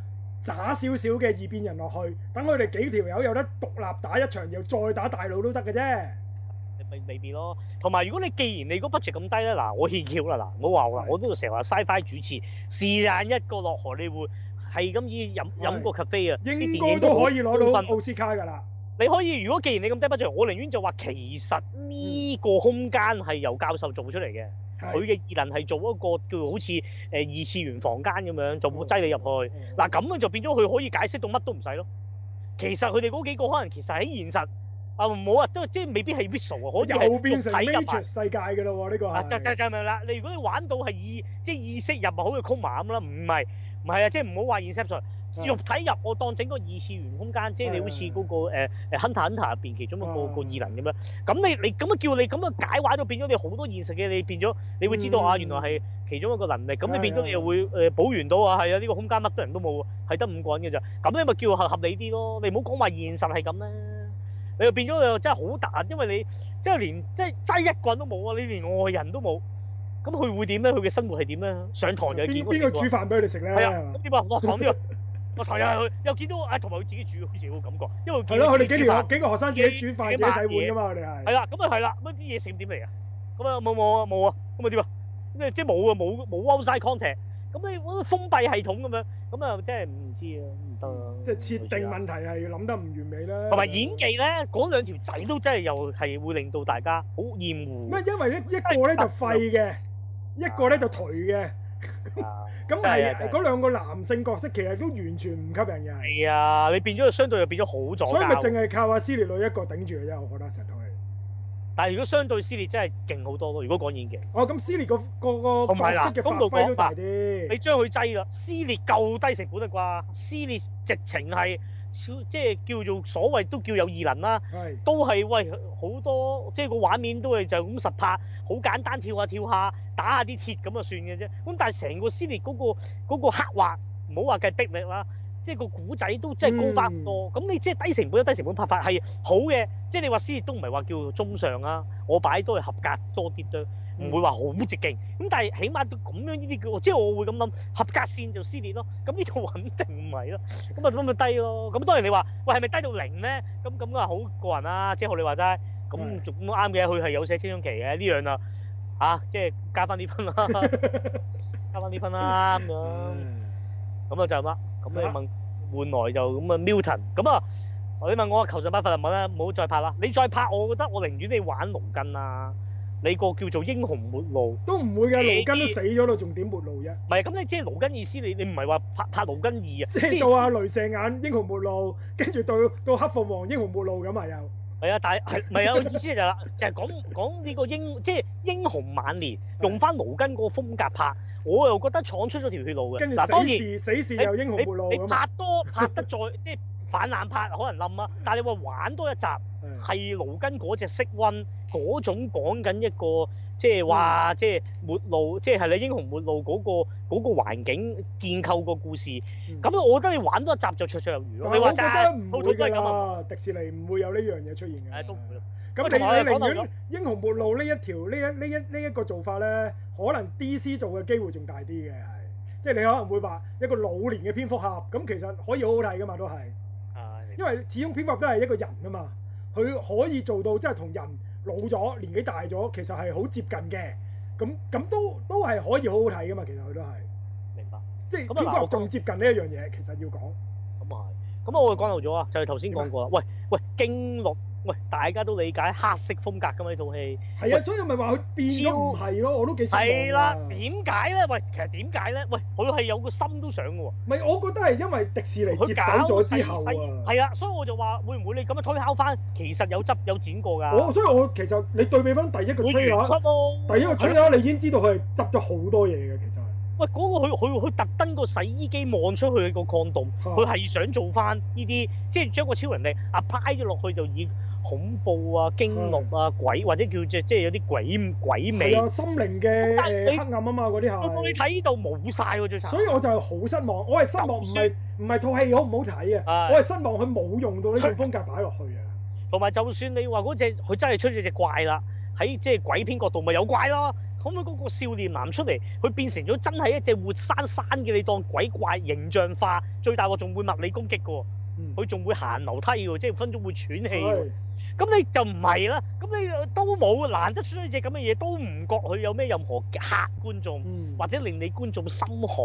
[SPEAKER 2] 渣少少嘅異變人落去，等佢哋幾條友有得獨立打一場，又再打大佬都得嘅啫。
[SPEAKER 1] 咪未必咯。同埋如果你既然你個 budget 咁低咧，嗱，我欠橋啦，嗱，我話我啦
[SPEAKER 2] 係，
[SPEAKER 1] 我都成日話 Sci-Fi 主持，是但一個落荷里活，係咁意飲飲個 cafe 啊，啲
[SPEAKER 2] 應
[SPEAKER 1] 電
[SPEAKER 2] 該
[SPEAKER 1] 影
[SPEAKER 2] 都
[SPEAKER 1] 好
[SPEAKER 2] 可以攞到
[SPEAKER 1] 高分
[SPEAKER 2] 奧斯卡㗎啦。
[SPEAKER 1] 你可以，如果既然你咁低 budget，我寧願就話其實呢個空間係由教授做出嚟嘅，
[SPEAKER 2] 嗯係
[SPEAKER 1] 佢嘅異能係做一個叫好似誒二次元房間咁樣，就擠你入去。
[SPEAKER 2] 嗯
[SPEAKER 1] 嗱咁樣就變咗佢可以解釋到乜都唔使咯。其實佢哋嗰幾個可能其實喺現實啊冇啊，都即係未必係 visual 啊，可以係
[SPEAKER 2] 又變成
[SPEAKER 1] 肉體入埋
[SPEAKER 2] Matrix 世界嘅咯喎，呢個
[SPEAKER 1] 啊，就就
[SPEAKER 2] 係。
[SPEAKER 1] 就咪啦！你如果你玩到係意即係意識入啊，好似 coma 咁啦，唔係唔係啊，即係唔好話 inception，
[SPEAKER 2] 嗯
[SPEAKER 1] 肉體入我當整個二次元空間，即係你好似嗰、個誒誒 hunter hunter 入邊其中一個、
[SPEAKER 2] 嗯
[SPEAKER 1] 個異能咁樣。咁你你咁樣叫你咁樣解畫咗，變咗你好多現實嘅你變咗，你會知道啊，
[SPEAKER 2] 嗯
[SPEAKER 1] 原來係其中一個能力。咁
[SPEAKER 2] 係
[SPEAKER 1] 你變咗
[SPEAKER 2] 係
[SPEAKER 1] 你又會誒補完到啊，係啊，呢、個空間乜都人都冇，係得五個人嘅咋。咁你咪叫合合理啲咯，你唔好講話現實係咁啦。你又變咗你又真係好大，因為你即係連即係擠一個人都冇啊！你連外人都冇，咁佢會點咧？佢嘅生活係點咧？上堂又
[SPEAKER 2] 邊
[SPEAKER 1] 見
[SPEAKER 2] 邊個
[SPEAKER 1] 嗰
[SPEAKER 2] 煮
[SPEAKER 1] 個
[SPEAKER 2] 飯俾佢哋食咧？
[SPEAKER 1] 係啊，咁點啊？落堂呢個落堂又係佢，又見到啊，同埋佢自己煮，好似有個感覺，因為
[SPEAKER 2] 係咯，佢哋
[SPEAKER 1] 見
[SPEAKER 2] 幾
[SPEAKER 1] 自己煮
[SPEAKER 2] 條
[SPEAKER 1] 飯
[SPEAKER 2] 幾個學生自己煮飯、自己洗碗㗎嘛，佢哋
[SPEAKER 1] 係
[SPEAKER 2] 係。
[SPEAKER 1] 啦，咁啊係啦，乜啲嘢食點嚟啊？咁啊冇冇啊冇啊，咁啊點啊？咁啊即係冇啊冇冇 out 晒 contact，咁你嗰個封閉系統咁樣，咁啊真係唔知啊，唔得啊，
[SPEAKER 2] 即係設定問題係諗得唔完美啦。
[SPEAKER 1] 同埋演技咧，嗰兩條仔都真係又係會令到大家好厭惡。
[SPEAKER 2] 咩？因為一一個咧就廢嘅，一個咧就頹嘅。
[SPEAKER 1] 啊真
[SPEAKER 2] 咁
[SPEAKER 1] 係
[SPEAKER 2] 係
[SPEAKER 1] 啊真係
[SPEAKER 2] 嗰兩個男性角色其實都完全唔吸引嘅，
[SPEAKER 1] 係啊，你變咗相對又變咗好左
[SPEAKER 2] 所以咪淨
[SPEAKER 1] 膠。
[SPEAKER 2] 係靠阿斯列女一個頂住嘅啫，我覺得成套戲。
[SPEAKER 1] 但係如果相對撕裂真係勁好多咯。如果講演技，
[SPEAKER 2] 哦，咁斯列個個
[SPEAKER 1] 同
[SPEAKER 2] 個角
[SPEAKER 1] 埋
[SPEAKER 2] 色
[SPEAKER 1] 嗱
[SPEAKER 2] 嘅
[SPEAKER 1] 公
[SPEAKER 2] 發
[SPEAKER 1] 道
[SPEAKER 2] 揮都
[SPEAKER 1] 講
[SPEAKER 2] 大
[SPEAKER 1] 白
[SPEAKER 2] 啲。
[SPEAKER 1] 你將佢擠啦，撕裂夠低成本啦啩？撕裂直情係超即係叫做所謂都叫有異能啦，
[SPEAKER 2] 係
[SPEAKER 1] 都係喂好多即係個畫面都係就咁實拍，好簡單跳下跳下打下啲鐵咁就啊算嘅啫。咁但係成個撕裂嗰個嗰個刻畫，唔好話計逼力啦。即係個古仔都真係高百多，咁、你即係低成本有低成本拍法係好嘅，即係你話撕裂都唔係話叫做中上啊，我擺都係合格多啲啫，唔會話好直勁。咁但係起碼都咁樣呢啲叫，即係我會咁諗，合格線就撕裂咯。咁呢度肯定唔係咯，咁啊咁咪低咯。咁當然你話喂係咪低到零咧？咁咁啊好個人啦，即係學你話齋，咁
[SPEAKER 2] 係
[SPEAKER 1] 咁啱嘅，佢係有寫青春期嘅呢樣啊，嚇、即係加翻啲分啦，加翻啲分啦咁樣。咁啊就係咁啦。咁你
[SPEAKER 2] 係啦
[SPEAKER 1] 問換來就咁啊 Milton，咁啊你問我求神拜佛就問啦，唔好再拍啦。你再拍，我覺得我寧願你玩勞根啊，你個叫做英雄末路。
[SPEAKER 2] 都唔會嘅，勞根都死咗咯，仲點末路啫？
[SPEAKER 1] 唔係咁，你即係勞根意思，你你唔係話拍拍勞根二啊，
[SPEAKER 2] 即係到阿雷射眼英雄末路，跟住到到黑鳳凰英雄末路咁啊又。
[SPEAKER 1] 係啊，但係係唔係啊？我意思就係啦， (laughs) 就係講講呢個英即係英雄晚年，
[SPEAKER 2] 啊
[SPEAKER 1] 用翻勞根嗰個風格拍，我又覺得闖出咗條血路嘅。
[SPEAKER 2] 跟住
[SPEAKER 1] 嗱，當
[SPEAKER 2] 死
[SPEAKER 1] 然
[SPEAKER 2] 侍死侍又英雄末路
[SPEAKER 1] 你你
[SPEAKER 2] 咁啊
[SPEAKER 1] 拍多 (laughs) 拍得再即係反冷拍可能冧啊，但係你話玩多一集。
[SPEAKER 2] 係
[SPEAKER 1] 係勞根嗰隻色温嗰種講緊一個即係
[SPEAKER 2] 嗯
[SPEAKER 1] 話即係末路，即係係你英雄末路嗰、個嗰、個環境建構個故事。
[SPEAKER 2] 嗯
[SPEAKER 1] 咁、我覺得你玩多一集就綽綽有餘
[SPEAKER 2] 但
[SPEAKER 1] 咯。你
[SPEAKER 2] 係我
[SPEAKER 1] 話
[SPEAKER 2] 覺
[SPEAKER 1] 就
[SPEAKER 2] 得
[SPEAKER 1] 係
[SPEAKER 2] 唔
[SPEAKER 1] 套套
[SPEAKER 2] 會
[SPEAKER 1] 都係咁啊，
[SPEAKER 2] 㗎，迪士尼唔會有呢樣嘢出現
[SPEAKER 1] 誒都唔會
[SPEAKER 2] 嘅
[SPEAKER 1] 啦。
[SPEAKER 2] 咁
[SPEAKER 1] 喂
[SPEAKER 2] 你
[SPEAKER 1] 同埋
[SPEAKER 2] 你
[SPEAKER 1] 我哋講
[SPEAKER 2] 寧
[SPEAKER 1] 漏
[SPEAKER 2] 願英雄末路呢一條呢一呢一呢一個做法咧，可能 DC 做嘅機會仲大啲嘅，係即係你可能會話一個老年嘅蝙蝠俠，咁其實可以好好睇噶嘛，都係，
[SPEAKER 1] 係
[SPEAKER 2] 因為始終蝙蝠俠都係一個人啊嘛，佢可以做到即係同人老咗、年紀大咗，其實係好接近嘅，咁咁都都係可以好好睇噶嘛，其實佢都係，
[SPEAKER 1] 明白。
[SPEAKER 2] 即係
[SPEAKER 1] 咁啊
[SPEAKER 2] 蝙蝠
[SPEAKER 1] 嗱我
[SPEAKER 2] 俠
[SPEAKER 1] 講
[SPEAKER 2] 仲接近呢一樣嘢，其實要講
[SPEAKER 1] 咁啊係。咁我哋講漏咗啊，就係頭先講過啦。喂喂，經絡喂，大家都理解黑色風格㗎嘛呢套戲。
[SPEAKER 2] 係啊，所以咪話佢變咗唔係咯，我都幾失望啊
[SPEAKER 1] 係啦，點解咧？喂，其實點解咧？喂，佢係有個心都想㗎喎。
[SPEAKER 2] 唔係，我覺得係因為迪士尼接
[SPEAKER 1] 佢
[SPEAKER 2] 手
[SPEAKER 1] 搞
[SPEAKER 2] 咗之後啊。
[SPEAKER 1] 係啊，所以我就話會唔會你咁樣推敲翻，其實有執有剪過㗎。
[SPEAKER 2] 我所以我其實你對比翻第一個
[SPEAKER 1] 會原
[SPEAKER 2] trailer，
[SPEAKER 1] 出咯。
[SPEAKER 2] 第一個
[SPEAKER 1] 係咯
[SPEAKER 2] trailer 你已經知道佢係執咗好多嘢嘅，其實係。
[SPEAKER 1] 喂，嗰、個佢佢佢特登個洗衣機望出去個礦洞，
[SPEAKER 2] 哦
[SPEAKER 1] 佢係想做翻呢啲，即係將個超能力啊派咗落去就以恐怖啊、驚慄啊、鬼或者叫即即係有啲鬼鬼味。
[SPEAKER 2] 嗯係啊，心靈嘅誒
[SPEAKER 1] 但係你
[SPEAKER 2] 黑暗啊嘛，嗰啲
[SPEAKER 1] 到到你
[SPEAKER 2] 係。
[SPEAKER 1] 睇到冇晒喎，最慘。
[SPEAKER 2] 所以我就係好失望，我係失望，
[SPEAKER 1] 就唔
[SPEAKER 2] 唔係唔係套戲好唔好睇啊，
[SPEAKER 1] 係
[SPEAKER 2] 我係失望佢冇用到呢種風格擺落去啊。
[SPEAKER 1] 同埋就算你話嗰只佢真係出咗只怪啦，喺即係鬼片角度咪有怪咯。咁佢嗰個少年男出嚟，佢變成咗真係一隻活生生嘅，你當鬼怪形象化，最大鑊仲會物理攻擊嘅喎，
[SPEAKER 2] 嗯
[SPEAKER 1] 佢仲會行樓梯嘅喎，即係分鐘會喘氣嘅喎
[SPEAKER 2] 係。
[SPEAKER 1] 咁你就唔係啦，咁你都冇難得出呢只咁嘅嘢，都唔覺佢有咩任何嚇觀眾
[SPEAKER 2] 嗯
[SPEAKER 1] 或者令你觀眾心寒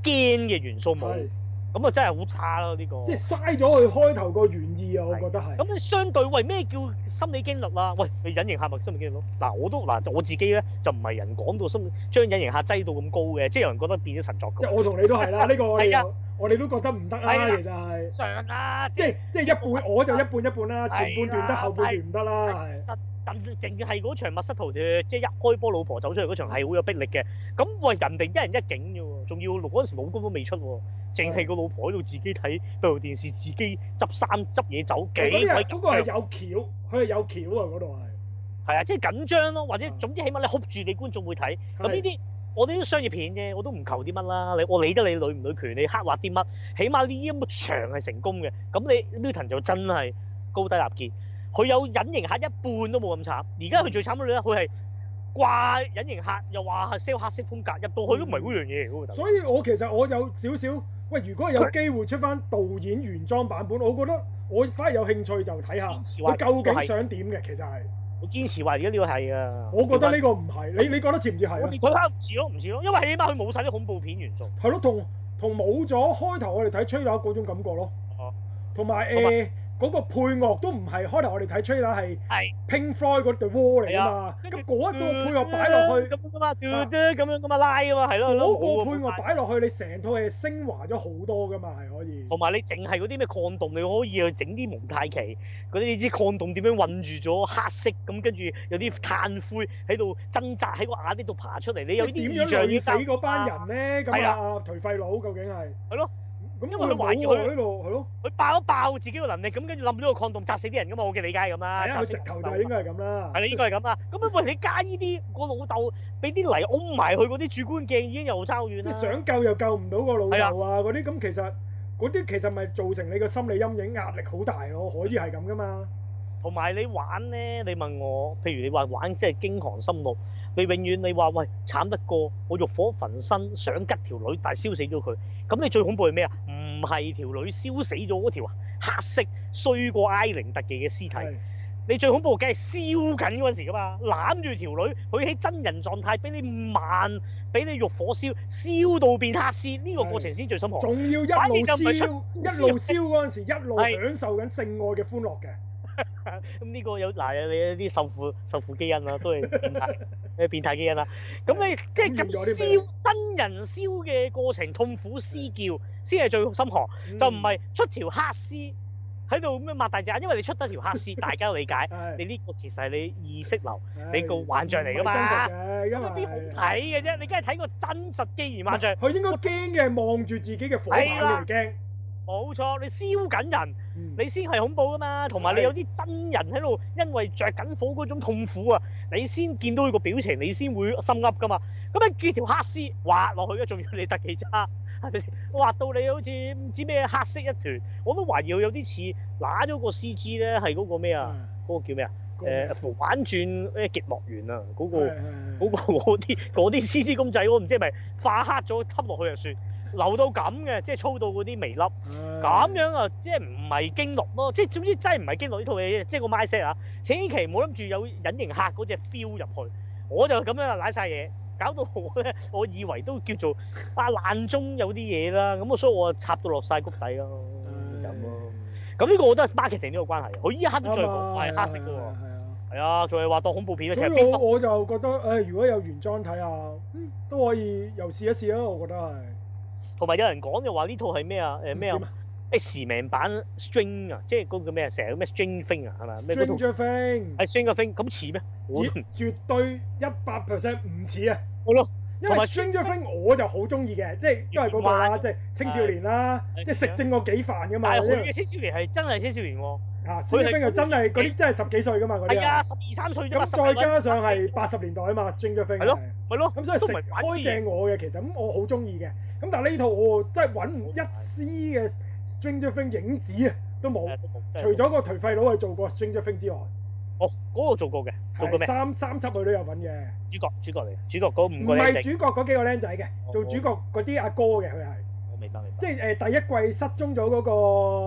[SPEAKER 1] 驚嘅元素冇
[SPEAKER 2] 係，
[SPEAKER 1] 咁啊真係好差咯呢個。
[SPEAKER 2] 即係嘥咗佢開頭個原意啊，我覺得係。
[SPEAKER 1] 咁你相對喂咩叫心理驚慄啊？喂，你隱形客咪心理驚慄咯。嗱，我都嗱我自己咧就唔係人講到心將隱形客擠到咁高嘅，即係有人覺得變咗神作
[SPEAKER 2] 即係
[SPEAKER 1] 咁。
[SPEAKER 2] 我同你都
[SPEAKER 1] (laughs)
[SPEAKER 2] 係啦，呢個我
[SPEAKER 1] 係
[SPEAKER 2] 哋
[SPEAKER 1] 啊
[SPEAKER 2] 就我哋都覺得唔得啦，
[SPEAKER 1] 係啦
[SPEAKER 2] 其實係。
[SPEAKER 1] 上啊，
[SPEAKER 2] 即
[SPEAKER 1] 即係
[SPEAKER 2] 係即係一半，我就一半一半啦，
[SPEAKER 1] 係啦
[SPEAKER 2] 前半段得，後半段唔得啦。係
[SPEAKER 1] 實淨淨係嗰場密室逃脫，即係一開波老婆走出嚟嗰場係好有逼力嘅。咁喂，人哋一人一景啫喎，仲要嗰陣時老公都未出喎，淨係個老婆喺度自己睇閉路電視，自己執衫執嘢走，幾
[SPEAKER 2] 嗰
[SPEAKER 1] 鬼
[SPEAKER 2] 啲係嗰個係
[SPEAKER 1] 緊張。
[SPEAKER 2] 有橋，佢係有橋啊！嗰度
[SPEAKER 1] 係啊，即係緊張咯，或者總之起碼你 hold 住你觀眾會睇。
[SPEAKER 2] 係。
[SPEAKER 1] 咁呢啲我哋都商業片啫，我都唔求啲乜啦。你我理得你女唔女權，你刻畫啲乜，起碼呢咁場係成功嘅。咁你 Newton 就真係高低立見，佢有隱形客一半都冇咁慘。而家佢最慘嗰啲咧，佢係掛隱形客，又話係 sell 黑色風格，入到去都唔係嗰樣嘢嚟嘅喎大佬。
[SPEAKER 2] 所以我其實我有少少喂，如果有機會出翻導演原裝版本，我覺得我反而有興趣就睇下佢究竟想點嘅。其實係，
[SPEAKER 1] 我堅持話而家呢個係啊，
[SPEAKER 2] 我覺得呢個唔係，你你覺得似唔似係
[SPEAKER 1] 我
[SPEAKER 2] 啊
[SPEAKER 1] 哋？佢黑唔似咯，唔似咯，因為起碼佢冇晒啲恐怖片元素。
[SPEAKER 2] 係咯，同同冇咗開頭我哋睇 trailer 嗰種感覺咯
[SPEAKER 1] 哦。
[SPEAKER 2] 同埋
[SPEAKER 1] 同埋
[SPEAKER 2] 誒嗰個配樂都唔係開頭我哋睇 trailer 係
[SPEAKER 1] 係
[SPEAKER 2] Pink Floyd 嗰對 wall 嚟啊嘛，
[SPEAKER 1] 跟住
[SPEAKER 2] 咁嗰一個配樂擺落去。
[SPEAKER 1] 咁噶嘛，嘟嘟咁樣咁啊拉噶嘛，係咯，係咯
[SPEAKER 2] 嗰個配
[SPEAKER 1] 啊冇啊
[SPEAKER 2] 樂擺落去，你成套戲升華咗好多噶嘛，係可以。
[SPEAKER 1] 同埋你淨係嗰啲咩抗凍，你可以去整啲蒙太奇嗰啲，你知抗凍點樣混住咗黑色咁，跟住有啲炭灰喺度掙扎喺個瓦呢度爬出嚟，你有呢
[SPEAKER 2] 點
[SPEAKER 1] 啲
[SPEAKER 2] 樣
[SPEAKER 1] 異象
[SPEAKER 2] 累
[SPEAKER 1] 要
[SPEAKER 2] 死嗰班人咧？咁
[SPEAKER 1] 係
[SPEAKER 2] 啊，啊頹廢佬究竟係？
[SPEAKER 1] 係咯。
[SPEAKER 2] 咁
[SPEAKER 1] 因為佢
[SPEAKER 2] 佢
[SPEAKER 1] 懷疑
[SPEAKER 2] 冇喎
[SPEAKER 1] 佢
[SPEAKER 2] 呢度係咯，
[SPEAKER 1] 佢爆一爆自己個能力，咁跟住冧咗個抗凍，砸死啲人噶嘛，我嘅理解係咁啦。
[SPEAKER 2] 係啊，
[SPEAKER 1] 砸
[SPEAKER 2] 佢
[SPEAKER 1] 死
[SPEAKER 2] 直
[SPEAKER 1] 個
[SPEAKER 2] 頭
[SPEAKER 1] 老
[SPEAKER 2] 就
[SPEAKER 1] 豆
[SPEAKER 2] 係應該係咁啦。
[SPEAKER 1] 係啦，應該係咁啦。咁啊，喂，你加呢啲個老豆俾啲泥擁埋佢嗰啲主觀鏡已經又差好遠
[SPEAKER 2] 即
[SPEAKER 1] 啦。
[SPEAKER 2] 係想救又救唔到個老豆啊嗰啲，咁其實嗰啲其實咪造成你個心理陰影，壓力好大咯，可以係咁噶嘛。
[SPEAKER 1] 同埋你玩咧，你問我，譬如你話玩即係驚寒心怒，你永遠你話喂慘得過我欲火焚身想吉條女，但係燒死咗佢，咁你最恐怖係咩啊？唔係條女燒死咗嗰條黑色衰過 I 零特技嘅屍體，
[SPEAKER 2] 係
[SPEAKER 1] 你最恐怖嘅係燒緊嗰陣時噶嘛，攬住條女，佢喺真人狀態俾你慢，俾你欲火燒，燒到變黑絲，呢、個過程先最心寒。
[SPEAKER 2] 仲要一
[SPEAKER 1] 反而
[SPEAKER 2] 路
[SPEAKER 1] 就唔係
[SPEAKER 2] 燒，
[SPEAKER 1] 出
[SPEAKER 2] 一路燒嗰陣時，一路
[SPEAKER 1] 係
[SPEAKER 2] 享受緊性愛嘅歡樂嘅。
[SPEAKER 1] (laughs) 咁呢個有嗱你啲受苦受苦基因啦，啊都係變態誒變呃態基
[SPEAKER 2] 啊
[SPEAKER 1] 因啦。咁你即係
[SPEAKER 2] 感染咗
[SPEAKER 1] 咁
[SPEAKER 2] 啲咩
[SPEAKER 1] 燒真人燒嘅過程，痛苦嘶叫先係最心寒。
[SPEAKER 2] 嗯
[SPEAKER 1] 就唔係出條黑絲喺度咩擘大隻眼，因為你出得條黑絲，大家都理
[SPEAKER 2] (laughs)
[SPEAKER 1] 解。
[SPEAKER 2] 係
[SPEAKER 1] 你呢個其實係你意識流，
[SPEAKER 2] 唉
[SPEAKER 1] 你個幻象嚟㗎嘛
[SPEAKER 2] 唔係真實嘅，因
[SPEAKER 1] 咁
[SPEAKER 2] 為
[SPEAKER 1] 有邊好睇嘅啫？你梗係睇個真實機而幻象，
[SPEAKER 2] 佢應該驚嘅，望住自己嘅火
[SPEAKER 1] 係啦
[SPEAKER 2] 棒嚟驚。
[SPEAKER 1] 冇錯。你燒緊人，
[SPEAKER 2] 嗯
[SPEAKER 1] 你先係恐怖噶嘛。同埋你
[SPEAKER 2] 係
[SPEAKER 1] 有啲真人喺度，因為着緊火嗰種痛苦啊，你先見到佢個表情，你先會心噏噶嘛。咁你見條黑絲滑落去啊，仲要你得幾差？係咪先？畫到你好似唔知咩黑色一團，我都懷疑佢有啲似揦咗個 C G 咧，係嗰個咩啊？
[SPEAKER 2] 啊
[SPEAKER 1] 嗰個叫咩啊？
[SPEAKER 2] 個
[SPEAKER 1] 誒《玩轉咩極樂園》啊，嗰、
[SPEAKER 2] 係
[SPEAKER 1] 個
[SPEAKER 2] 係
[SPEAKER 1] 嗰、個嗰啲嗰啲獅子公仔，我唔知係咪化黑咗吸落去就算，流到咁嘅，即係粗到嗰啲微粒
[SPEAKER 2] 係
[SPEAKER 1] 咁樣啊，即係唔係經絡咯，即係總之真係唔係經絡呢套嘢，即係個 mindset 啊，千祈唔好諗住有隱形客嗰只 feel 入去，我就咁樣啊，舐晒嘢。搞到我咧， (laughs) 我以為都叫做啊爛中有啲嘢啦，咁我啊所以我插到落晒谷底咯，
[SPEAKER 2] 唉
[SPEAKER 1] 咁咯。咁呢個我覺得 marketing 都有關係，佢依一刻都最
[SPEAKER 2] 啱
[SPEAKER 1] 紅
[SPEAKER 2] 啊
[SPEAKER 1] 係黑色嘅喎。
[SPEAKER 2] 係啊
[SPEAKER 1] 係啊，仲係話當恐怖片啊，其
[SPEAKER 2] 所
[SPEAKER 1] 實
[SPEAKER 2] 以
[SPEAKER 1] 邊
[SPEAKER 2] 我
[SPEAKER 1] 忽
[SPEAKER 2] 我就覺得誒、如果有原裝睇下，嗯，都可以又試一試啊！我覺得係
[SPEAKER 1] 同埋有人講就話呢套係咩啊？誒咩啊
[SPEAKER 2] 點啊
[SPEAKER 1] ？X 名版 String 啊，即係嗰個叫咩啊？成日咩 String Thing 啊，係咪啊？咩嗰套
[SPEAKER 2] ？Stranger Things
[SPEAKER 1] 係 String Thing 咁似咩？我都唔
[SPEAKER 2] 絕絕對一百 percent 唔似啊！
[SPEAKER 1] 好咯，
[SPEAKER 2] 因
[SPEAKER 1] 同
[SPEAKER 2] 為
[SPEAKER 1] 埋
[SPEAKER 2] Stranger Things 我就好中意嘅，即係因為嗰個啦，即係青少年啦，
[SPEAKER 1] 係啊
[SPEAKER 2] 即係食正我幾飯噶嘛。
[SPEAKER 1] 但係佢
[SPEAKER 2] 因為
[SPEAKER 1] 嘅青少年係真係青少年喎，
[SPEAKER 2] 啊
[SPEAKER 1] 佢係
[SPEAKER 2] ，Stranger Things 又真係嗰啲真係十幾歲噶嘛嗰
[SPEAKER 1] 係
[SPEAKER 2] 啲啊
[SPEAKER 1] 啊，。十二三歲啫嘛，
[SPEAKER 2] 咁
[SPEAKER 1] 十零
[SPEAKER 2] 再加上
[SPEAKER 1] 歲
[SPEAKER 2] 係八十年代啊嘛，Stranger Things
[SPEAKER 1] 係咯
[SPEAKER 2] 係
[SPEAKER 1] 咪咯，
[SPEAKER 2] 咁所以
[SPEAKER 1] 都唔係
[SPEAKER 2] 食
[SPEAKER 1] 玩
[SPEAKER 2] 開
[SPEAKER 1] 啲嘢
[SPEAKER 2] 正我嘅，其實咁我好中意嘅。咁但係呢套我真係揾唔一絲嘅 Stranger Things 影子啊，都
[SPEAKER 1] 係
[SPEAKER 2] 冇
[SPEAKER 1] 啊。都冇真係
[SPEAKER 2] 除咗個頹廢佬去做過 Stranger Things 之外，
[SPEAKER 1] 哦嗰個做過嘅，做過
[SPEAKER 2] 係
[SPEAKER 1] 咩？
[SPEAKER 2] 三三輯佢都有份嘅，
[SPEAKER 1] 主角主角嚟嘅，主角嗰
[SPEAKER 2] 唔
[SPEAKER 1] 五個靚
[SPEAKER 2] 係
[SPEAKER 1] 仔，
[SPEAKER 2] 主角嗰幾個僆仔嘅，
[SPEAKER 1] 哦
[SPEAKER 2] 做主角嗰啲阿哥嘅佢係，
[SPEAKER 1] 我明白明
[SPEAKER 2] 即
[SPEAKER 1] 白。
[SPEAKER 2] 係誒第一季失蹤咗嗰個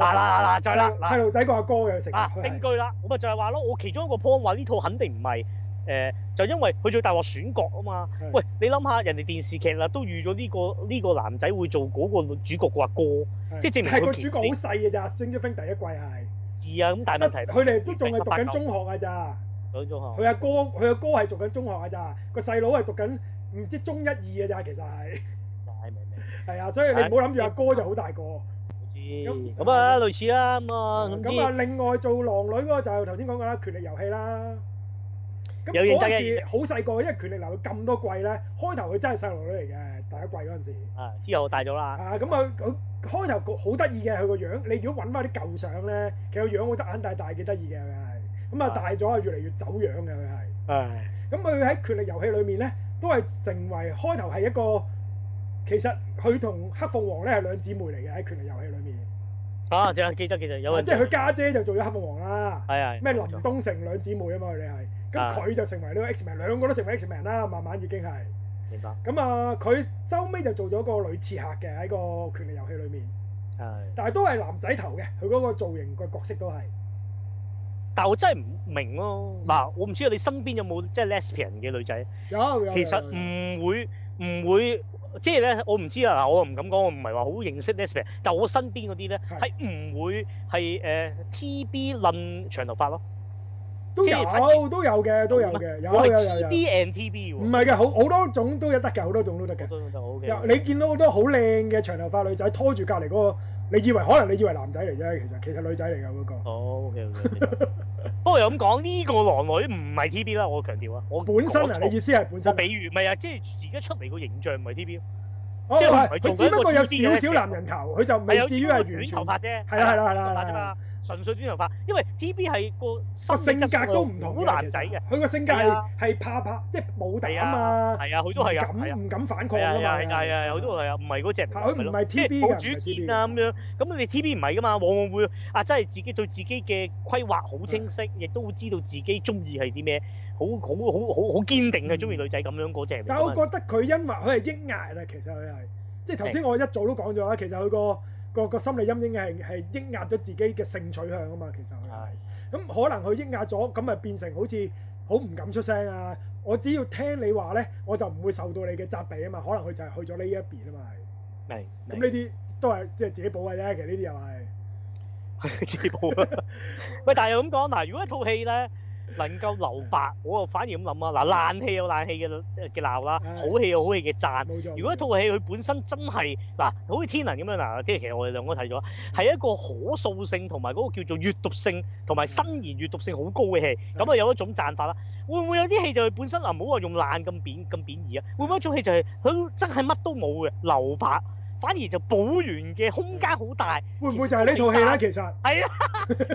[SPEAKER 1] 嗱嗱嗱嗱，再啦嗱
[SPEAKER 2] 細路仔個阿哥嘅佢食
[SPEAKER 1] 啊，
[SPEAKER 2] 佢
[SPEAKER 1] 定
[SPEAKER 2] 係
[SPEAKER 1] 居啦，咁啊就係話咯，我其中一個 point 話呢套肯定唔係誒，就因為佢做大學選角啊嘛。
[SPEAKER 2] 係
[SPEAKER 1] 喂，你諗下，人哋電視劇啦，都預咗呢個呢、個男仔會做嗰個主角個阿哥
[SPEAKER 2] 係
[SPEAKER 1] 即係證明
[SPEAKER 2] 但係個
[SPEAKER 1] 佢
[SPEAKER 2] 主角好細嘅咋，Stranger Things 第一季係，
[SPEAKER 1] 字啊，咁但係問題
[SPEAKER 2] 佢哋都仲係讀緊
[SPEAKER 1] 18
[SPEAKER 2] 中學㗎咋。
[SPEAKER 1] 嗰種啊
[SPEAKER 2] 佢阿哥佢阿哥係讀緊中學㗎咋，個細佬係讀緊唔知中一二嘅咋，其實係 (laughs)
[SPEAKER 1] 係明明
[SPEAKER 2] 係啊，所以你唔好諗住阿哥就好大個。
[SPEAKER 1] 好似
[SPEAKER 2] 咁
[SPEAKER 1] 咁啊，類似啦咁啊，總之
[SPEAKER 2] 咁啊，另外做狼女嗰個就頭先講過啦，權力遊戲啦。咁
[SPEAKER 1] 有認
[SPEAKER 2] 嗰
[SPEAKER 1] 真嘅
[SPEAKER 2] 陣時好細個，因為權力遊戲咁多季咧，開頭佢真係細路女嚟嘅，第一季嗰陣時。
[SPEAKER 1] 啊之後大咗啦，
[SPEAKER 2] 啊，咁啊，佢開頭好得意嘅佢個樣，你如果揾翻啲舊相咧，其實個樣好得眼大大幾得意嘅佢係。咁啊，
[SPEAKER 1] 啊
[SPEAKER 2] 大咗啊，越嚟越走樣嘅佢係。
[SPEAKER 1] 唉，
[SPEAKER 2] 咁佢喺權力遊戲裏面咧，都係成為開頭係一個，其實佢同黑鳳凰咧係兩姊妹嚟嘅喺權力遊戲裏面，
[SPEAKER 1] 啊就記得記得有人
[SPEAKER 2] 即係佢家姐就做咗黑鳳凰啦，
[SPEAKER 1] 係係
[SPEAKER 2] 咩林
[SPEAKER 1] 冇錯
[SPEAKER 2] 東城兩姊妹啊嘛佢哋係，
[SPEAKER 1] 啊
[SPEAKER 2] 咁佢就成為呢個 Xman，兩個都成為 Xman 啦，慢慢已經係，
[SPEAKER 1] 明白
[SPEAKER 2] 咁啊佢收尾就做咗個女刺客嘅喺個權力遊戲裏面，
[SPEAKER 1] 係，
[SPEAKER 2] 但係都係男仔頭嘅，佢嗰個造型個角色都係，
[SPEAKER 1] 但我真係唔明咯。嗱，我唔知你身邊有冇即係 lesbian 嘅女仔，
[SPEAKER 2] 有有有
[SPEAKER 1] 其實嗯
[SPEAKER 2] 有
[SPEAKER 1] 唔會唔會。即係咧，我唔知啊！嗱，我唔敢講，我唔係話好認識 lesbian，但我身邊嗰啲咧
[SPEAKER 2] 係
[SPEAKER 1] 係唔會係誒、TB 論長頭髮咯。
[SPEAKER 2] 都
[SPEAKER 1] 即係嗯反而
[SPEAKER 2] 有都有嘅都有嘅，有
[SPEAKER 1] 我
[SPEAKER 2] 哦有
[SPEAKER 1] 係
[SPEAKER 2] 有有
[SPEAKER 1] TB。and TB
[SPEAKER 2] 唔
[SPEAKER 1] 喎，
[SPEAKER 2] 係嘅，好好多種都有得嘅，好多種都得嘅
[SPEAKER 1] 我。都覺得 O K。
[SPEAKER 2] 又你見到好多好靚嘅長頭髮女仔拖住隔離嗰個，你以為可能你以為男仔嚟啫，其實其實女仔嚟嘅嗰個。
[SPEAKER 1] 哦，O K O K。不 (laughs) 過又咁講，呢個狼女唔係 T B 啦，我強調啊，我
[SPEAKER 2] 本身
[SPEAKER 1] 我
[SPEAKER 2] 啊，你意思係本
[SPEAKER 1] 我
[SPEAKER 2] 身？
[SPEAKER 1] 比喻唔係啊，即係而家出嚟個形象唔係 T B，
[SPEAKER 2] 哦，
[SPEAKER 1] 即係佢唔係
[SPEAKER 2] 係
[SPEAKER 1] 做緊一
[SPEAKER 2] 佢只
[SPEAKER 1] 個
[SPEAKER 2] 不過有
[SPEAKER 1] TV 嘅
[SPEAKER 2] 少少男人頭，佢就
[SPEAKER 1] 係有啊
[SPEAKER 2] 未至於係完
[SPEAKER 1] 短
[SPEAKER 2] 全
[SPEAKER 1] 頭髮啫，
[SPEAKER 2] 係啦係啦係啦
[SPEAKER 1] 短頭髮啫嘛，純粹短頭髮，因為 T B 係個
[SPEAKER 2] 個
[SPEAKER 1] 心
[SPEAKER 2] 性
[SPEAKER 1] 理質素
[SPEAKER 2] 格都唔同
[SPEAKER 1] 好
[SPEAKER 2] 嘅
[SPEAKER 1] 男仔嘅，。
[SPEAKER 2] 其實佢個性格
[SPEAKER 1] 係啊
[SPEAKER 2] 係係怕怕，即係冇
[SPEAKER 1] 係
[SPEAKER 2] 膽
[SPEAKER 1] 啊，
[SPEAKER 2] 啊，
[SPEAKER 1] 係啊，佢
[SPEAKER 2] 佢
[SPEAKER 1] 都係啊，係啊
[SPEAKER 2] 敢。唔敢反抗
[SPEAKER 1] 係啊
[SPEAKER 2] 㗎
[SPEAKER 1] 係啊
[SPEAKER 2] 嘛？
[SPEAKER 1] 係啊係啊，好多係啊，唔係嗰只嚟㗎，
[SPEAKER 2] 係佢唔
[SPEAKER 1] 係咯
[SPEAKER 2] 係
[SPEAKER 1] 即係
[SPEAKER 2] TB
[SPEAKER 1] 冇
[SPEAKER 2] 㗎唔係
[SPEAKER 1] 主
[SPEAKER 2] TB
[SPEAKER 1] 見啊咁樣。咁你 TB 唔係㗎嘛，往往會啊，真係自己對自己嘅規劃好清晰，
[SPEAKER 2] 嗯
[SPEAKER 1] 亦都會知道自己中意係啲咩，好好好好好堅定係中
[SPEAKER 2] 嗯
[SPEAKER 1] 意女仔咁樣嗰只嚟㗎嘛。
[SPEAKER 2] 但我覺得佢因為佢係抑壓啦，其實佢係即係頭先我一早都講咗啦，其實佢個個個心理陰影係係抑壓咗自己嘅性取向啊嘛，其實佢係。咁可能佢抑壓咗，咁咪變成好似好唔敢出聲啊！我只要聽你話咧，我就唔會受到你嘅責備啊嘛。可能佢就係去咗呢一邊啊嘛。
[SPEAKER 1] 明
[SPEAKER 2] 係咁呢啲都係即係自己補嘅啫，其實呢啲又係。
[SPEAKER 1] (laughs) 係自暴啊！喂，但係又咁講嗱，如果一套戲咧能夠留白，我又反而咁諗啊嗱，爛戲有爛戲嘅呃嘅鬧啦，
[SPEAKER 2] 係
[SPEAKER 1] 好戲有好戲嘅讚。
[SPEAKER 2] 冇錯。
[SPEAKER 1] 如果一套戲佢本身真係嗱，好似天能咁樣嗱，即係其實我哋兩個都睇咗，係一個可塑性同埋嗰個叫做閱讀性同埋新言閱讀性好高嘅戲，咁啊有一種讚法啦。會唔會有啲戲就係本身啊唔好話用爛咁貶咁貶義啊？會唔會有一種戲就係佢真係乜都冇嘅留白，反而就補完嘅空間好大？
[SPEAKER 2] 會唔會就係呢套戲咧？其實
[SPEAKER 1] 係啊，其實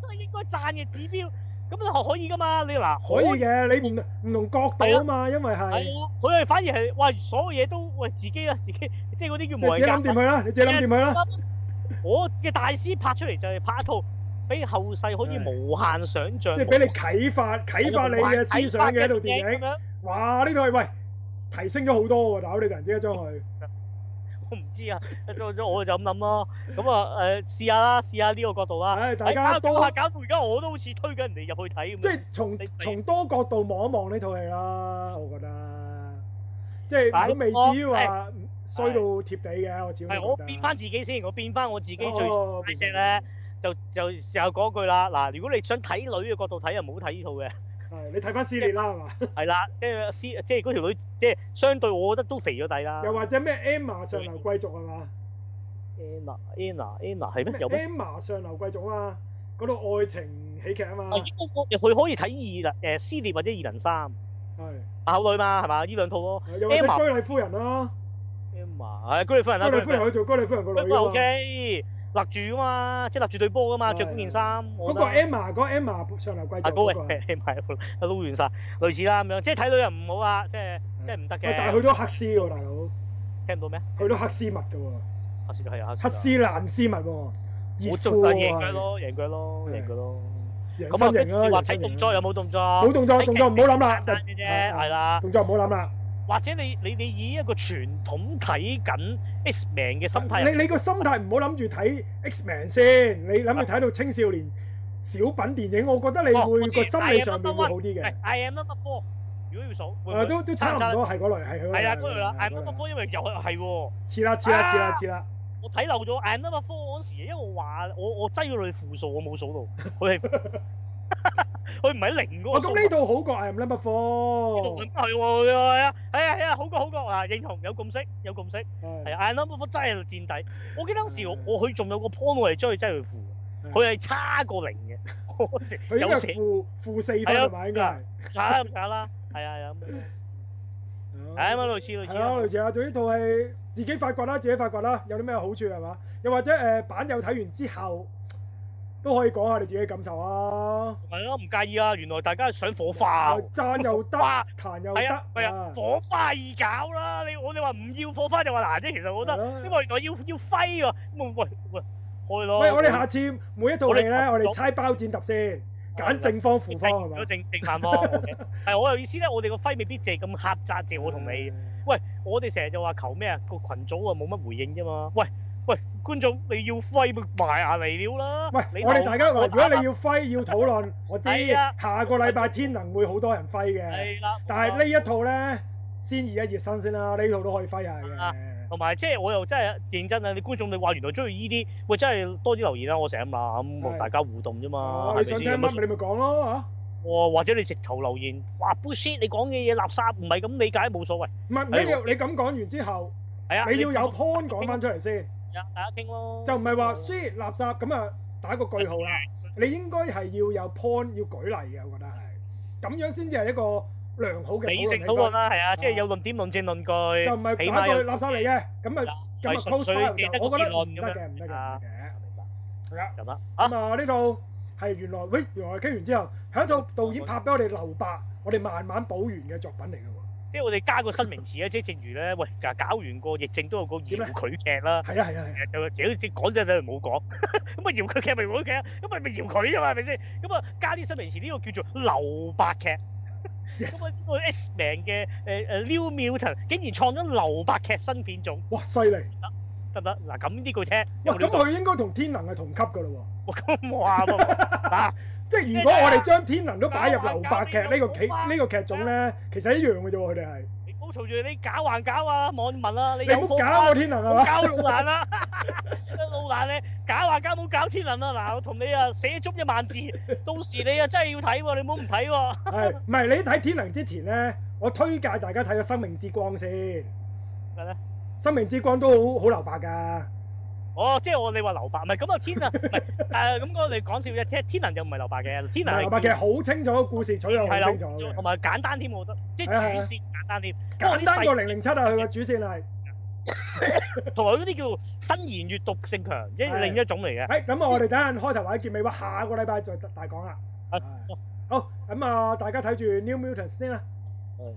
[SPEAKER 1] 都係應該讚嘅指標。咁你學可以噶嘛？你嗱
[SPEAKER 2] 可以嘅，你唔唔同角度啊嘛，因為係
[SPEAKER 1] 係啊，佢係反而係喂所有嘢都喂自己啊自己， (laughs) 即係嗰啲叫
[SPEAKER 2] 你
[SPEAKER 1] 無
[SPEAKER 2] 自己
[SPEAKER 1] 人駕
[SPEAKER 2] 諗掂
[SPEAKER 1] 駛。
[SPEAKER 2] 佢啦，你自己
[SPEAKER 1] 啊
[SPEAKER 2] 諗掂啊佢啦。
[SPEAKER 1] 我嘅大師拍出嚟就係拍一套俾後世可以無限想像，
[SPEAKER 2] 即係俾你啟發啟發你嘅思想嘅一套電
[SPEAKER 1] 咁
[SPEAKER 2] 影。
[SPEAKER 1] 樣。
[SPEAKER 2] 哇！呢套係喂提升咗好多喎，大佬你突然之間將佢
[SPEAKER 1] 我唔知啊， (laughs) 咗咗我就咁諗咯。咁啊誒試下啦，試下呢個角度啦。
[SPEAKER 2] 唉大家
[SPEAKER 1] 哎搞
[SPEAKER 2] 多
[SPEAKER 1] 搞下搞到而家我都好似推緊人哋入去睇咁樣。
[SPEAKER 2] 即係從
[SPEAKER 1] 你你
[SPEAKER 2] 從多角度望一望呢套戲啦，我覺得即係
[SPEAKER 1] 係
[SPEAKER 2] 都未至於話衰到貼地嘅，我始終
[SPEAKER 1] 係
[SPEAKER 2] 都
[SPEAKER 1] 我
[SPEAKER 2] 覺得
[SPEAKER 1] 變翻自己先，我變翻我自己最
[SPEAKER 2] 哦
[SPEAKER 1] 大聲咧，就就又嗰句啦。嗱，如果你想睇女嘅角度睇，就唔好睇呢套
[SPEAKER 2] (laughs)
[SPEAKER 1] 嘅。
[SPEAKER 2] 係你睇翻撕裂啦，係嘛？
[SPEAKER 1] 係啦，即係私即係嗰條女，即係相對我覺得都肥咗底
[SPEAKER 2] (laughs)
[SPEAKER 1] 啦。
[SPEAKER 2] 又或者咩 Emma 上流貴族係嘛
[SPEAKER 1] Anna Anna Anna 係咩？有咩？
[SPEAKER 2] ？Emma 上流貴族啊嘛，嗰套愛情喜劇啊嘛
[SPEAKER 1] 啊，，如果我佢可以睇二能誒撕裂或者二能三啊
[SPEAKER 2] 係
[SPEAKER 1] 考女嘛，係嘛？呢兩套咯。
[SPEAKER 2] 又或者
[SPEAKER 1] Emma
[SPEAKER 2] 居禮夫人啦，
[SPEAKER 1] Emma 係居里夫人
[SPEAKER 2] 居
[SPEAKER 1] 啦，
[SPEAKER 2] 禮夫人佢做居禮夫人個
[SPEAKER 1] 居里夫
[SPEAKER 2] 女
[SPEAKER 1] 人
[SPEAKER 2] 啊
[SPEAKER 1] O
[SPEAKER 2] 嘛
[SPEAKER 1] K，勒住啊嘛，即係勒住對波啊嘛，
[SPEAKER 2] 係
[SPEAKER 1] 着嗰件衫。
[SPEAKER 2] 嗰
[SPEAKER 1] 嗰
[SPEAKER 2] 個 Emma 嗰個 Emma 上流貴
[SPEAKER 1] 啊
[SPEAKER 2] 族
[SPEAKER 1] 嗰
[SPEAKER 2] 嗰
[SPEAKER 1] 個
[SPEAKER 2] 個係。
[SPEAKER 1] 係係撈亂晒，類似啦咁樣，即係睇女又唔好啊，即係即係唔得
[SPEAKER 2] 嗯喂但係
[SPEAKER 1] 嘅。
[SPEAKER 2] 去咗黑絲喎，大佬，
[SPEAKER 1] 聽唔到咩？
[SPEAKER 2] 去咗黑絲襪嘅喎，
[SPEAKER 1] 黑絲係啊，
[SPEAKER 2] 黑絲爛絲襪喎，熱
[SPEAKER 1] 我
[SPEAKER 2] 褲
[SPEAKER 1] 仲
[SPEAKER 2] 喎
[SPEAKER 1] 係贏佢，咯，贏佢咯，
[SPEAKER 2] 係
[SPEAKER 1] 贏佢咯。
[SPEAKER 2] 係
[SPEAKER 1] 咁啊，
[SPEAKER 2] 贏
[SPEAKER 1] 跟
[SPEAKER 2] 身型啊
[SPEAKER 1] 住你話睇動作有？冇動作？冇
[SPEAKER 2] 冇動作動作唔好諗啦
[SPEAKER 1] 簡單嘅啫，
[SPEAKER 2] 啊啊
[SPEAKER 1] 係啦。
[SPEAKER 2] 動作唔好諗啦，
[SPEAKER 1] 或者你你你以一個傳統睇緊 X-Men 嘅心態入
[SPEAKER 2] 你你個心態唔好諗住睇 X-Men 先，你諗住睇到青少年小品電影，我覺得你
[SPEAKER 1] 哦
[SPEAKER 2] 會
[SPEAKER 1] 我知
[SPEAKER 2] 個心理上面會好啲嘅
[SPEAKER 1] 係，I am number four，如果要數，會唔
[SPEAKER 2] 誒
[SPEAKER 1] 會
[SPEAKER 2] 都都差唔多係嗰類係嗰類，
[SPEAKER 1] 係啦，嗰類啦，I am
[SPEAKER 2] 係嗰
[SPEAKER 1] number
[SPEAKER 2] 類
[SPEAKER 1] four，因為又係係喎，
[SPEAKER 2] 似啦似啦似啦
[SPEAKER 1] 啊
[SPEAKER 2] 似啦，
[SPEAKER 1] 我睇漏咗 I am number four 嗰時，因為我話我我擠咗佢負數，我冇數到，佢
[SPEAKER 2] (laughs)
[SPEAKER 1] 係佢唔係零嗰
[SPEAKER 2] 哦
[SPEAKER 1] 個數
[SPEAKER 2] 咁呢度好過 I am number
[SPEAKER 1] 度
[SPEAKER 2] four，
[SPEAKER 1] 係喎，係啊，係啊，係啊，好過好過啊，認同有共識，有共識。係
[SPEAKER 2] 係嗯
[SPEAKER 1] 啊，I number four 真係墊底。我記得嗰時我我佢仲有個 point 我係追佢追佢負，佢係差過零嘅。我嗰時
[SPEAKER 2] 佢應該
[SPEAKER 1] 有
[SPEAKER 2] 係
[SPEAKER 1] 時
[SPEAKER 2] 負負四分
[SPEAKER 1] 係啊
[SPEAKER 2] 係咪應該係？
[SPEAKER 1] 差啦差啦，係啊係啊咁樣。係咁樣類似類似
[SPEAKER 2] 哦係咯，
[SPEAKER 1] 啦
[SPEAKER 2] 類。似啊，總之套戲自己發掘啦，自己發掘啦，有啲咩好處係嘛？又或者誒、呃版友睇完之後都可以講下你自己嘅感受啊，
[SPEAKER 1] 係咯，唔介意啊。原來大家想火化喎，
[SPEAKER 2] 讚又得
[SPEAKER 1] 哇，
[SPEAKER 2] 彈又得，
[SPEAKER 1] 係啊係啊，火花易搞啦。你我哋話唔要火花就話難啫。其實我覺得，
[SPEAKER 2] 係咯
[SPEAKER 1] 因為原來要要揮喎。咁啊喂喂，開咯。
[SPEAKER 2] 喂，我哋下次每一套戲咧，
[SPEAKER 1] 我哋
[SPEAKER 2] 我哋猜包剪揼先，揀正方負方係嘛
[SPEAKER 1] 有？正正反方。OK 係我有意思咧，我哋個揮未必借咁狹窄，借我同你。喂，我哋成日就話求咩啊？個群組啊冇乜回應啫嘛。喂喂，觀眾你要揮咪埋牙嚟料啦。
[SPEAKER 2] 喂，
[SPEAKER 1] 你
[SPEAKER 2] 我哋
[SPEAKER 1] 留
[SPEAKER 2] 大家嗱，
[SPEAKER 1] 我
[SPEAKER 2] 如果你要揮要
[SPEAKER 1] (laughs)
[SPEAKER 2] 討論，我知
[SPEAKER 1] 係啊
[SPEAKER 2] 下個禮拜天能會好多人揮嘅，
[SPEAKER 1] 係啦，啊
[SPEAKER 2] 但係呢一套咧先熱一熱身先啦，呢套都可以揮下
[SPEAKER 1] 啊
[SPEAKER 2] 嘅。
[SPEAKER 1] 同埋即係我又真係認真啊！你觀眾你話原來中意依啲，喂真係多啲留言啦！我成日咁啦，
[SPEAKER 2] 係
[SPEAKER 1] 咁大家互動啫嘛
[SPEAKER 2] 哦，，你
[SPEAKER 1] 係
[SPEAKER 2] 想
[SPEAKER 1] 咪
[SPEAKER 2] 聽
[SPEAKER 1] 啊先？
[SPEAKER 2] 乜咪你咪講咯
[SPEAKER 1] 我或者你直頭留言話 bullshit，你講嘅嘢垃圾，唔係咁理解冇所謂。
[SPEAKER 2] 嚇，唔係唔緊要，你咁講完之後，
[SPEAKER 1] 係啊，
[SPEAKER 2] 你要有 point 講翻出嚟先，
[SPEAKER 1] 係啊，大家傾咯。
[SPEAKER 2] 就唔係話輸垃圾咁啊打個句號啦。你應該係要有 point 要舉例嘅，我覺得係，咁樣先至係一個良好嘅
[SPEAKER 1] 理性
[SPEAKER 2] 討
[SPEAKER 1] 討論
[SPEAKER 2] 論。
[SPEAKER 1] 啦，係啊，即係有論點、論證、論據，
[SPEAKER 2] 就唔係
[SPEAKER 1] 起
[SPEAKER 2] 打
[SPEAKER 1] 碼
[SPEAKER 2] 句
[SPEAKER 1] 有
[SPEAKER 2] 垃圾嚟嘅，咁啊咁啊
[SPEAKER 1] 係
[SPEAKER 2] close
[SPEAKER 1] 純
[SPEAKER 2] file
[SPEAKER 1] 粹記得
[SPEAKER 2] 就
[SPEAKER 1] 個
[SPEAKER 2] 我覺
[SPEAKER 1] 結
[SPEAKER 2] 得唔
[SPEAKER 1] 論
[SPEAKER 2] 得
[SPEAKER 1] 咁
[SPEAKER 2] 嘅，
[SPEAKER 1] 樣。
[SPEAKER 2] 唔得嘅，唔得
[SPEAKER 1] 啊
[SPEAKER 2] 嘅。係啦，
[SPEAKER 1] 就得啊
[SPEAKER 2] 咁。啊呢套係原來喂原來傾完之後係一套導演拍俾我哋留白，我哋慢慢補完嘅作品嚟嘅喎。
[SPEAKER 1] 即係我哋加個新名詞咧，啊即係正如咧，喂，搞完個疫症都有個
[SPEAKER 2] 點咧
[SPEAKER 1] 遙距劇啦，
[SPEAKER 2] 係啊係啊係啊，
[SPEAKER 1] 就就即講真你唔好講，咁啊遙距劇咪遙距劇，咁咪咪遙距啫嘛，係咪先？咁啊加啲新名詞，呢個叫做留白劇。咁
[SPEAKER 2] Yes
[SPEAKER 1] 啊呢
[SPEAKER 2] (laughs)
[SPEAKER 1] 個 X 呃 Man 嘅誒誒 New Mutant 竟然創咗留白劇新片種，
[SPEAKER 2] 哇犀利！
[SPEAKER 1] 得唔得？嗱咁呢句聽，
[SPEAKER 2] 哇！
[SPEAKER 1] 有
[SPEAKER 2] 咁
[SPEAKER 1] 料到
[SPEAKER 2] 佢應該同天能係同級噶咯
[SPEAKER 1] 哇咁我啱啊！嗱，
[SPEAKER 2] 喎，即係如果我哋將天能都擺入留白劇呢個劇呢個劇種咧，其實一樣嘅啫喎，佢哋係。
[SPEAKER 1] 你唔好嘈住你搞還搞啊，網民啊，你
[SPEAKER 2] 你
[SPEAKER 1] 有
[SPEAKER 2] 唔好
[SPEAKER 1] 福
[SPEAKER 2] 搞
[SPEAKER 1] 啊
[SPEAKER 2] 我！
[SPEAKER 1] (laughs)
[SPEAKER 2] 天能係
[SPEAKER 1] 冇
[SPEAKER 2] 嘛？
[SPEAKER 1] 搞老蘭啦， (laughs) 老蘭咧搞啊搞冇搞天能啊！嗱，我同你啊寫足一萬
[SPEAKER 2] (laughs)
[SPEAKER 1] 字，到時你啊真係要睇喎，你唔好唔睇喎。
[SPEAKER 2] 係唔係？你睇天能之前咧，我推介大家睇個《生命之光》先，《
[SPEAKER 1] 係咧，
[SPEAKER 2] 生命之光》都好好留白㗎。
[SPEAKER 1] 哦，即係我你話留白，唔係咁啊天能，唔係誒咁我哋講笑啫，天天能就唔係留白嘅，天能係
[SPEAKER 2] 留白劇好清楚，故事取向好
[SPEAKER 1] 係
[SPEAKER 2] 清楚
[SPEAKER 1] 啦，同
[SPEAKER 2] 嘅，
[SPEAKER 1] 埋簡單添，我覺得即係
[SPEAKER 2] 係啊係啊
[SPEAKER 1] 主線簡單添，不過啲
[SPEAKER 2] 簡單過
[SPEAKER 1] 細
[SPEAKER 2] 零零七啊！佢個主線係。
[SPEAKER 1] 同埋嗰啲叫新言閱讀性強，即係
[SPEAKER 2] 係
[SPEAKER 1] 另一種嚟嘅。
[SPEAKER 2] 誒，咁我哋等陣開頭或者結尾話，下個禮拜再大講啦。
[SPEAKER 1] 啊
[SPEAKER 2] 係好，咁啊，大家睇住 New Mutants 先啦。
[SPEAKER 1] 係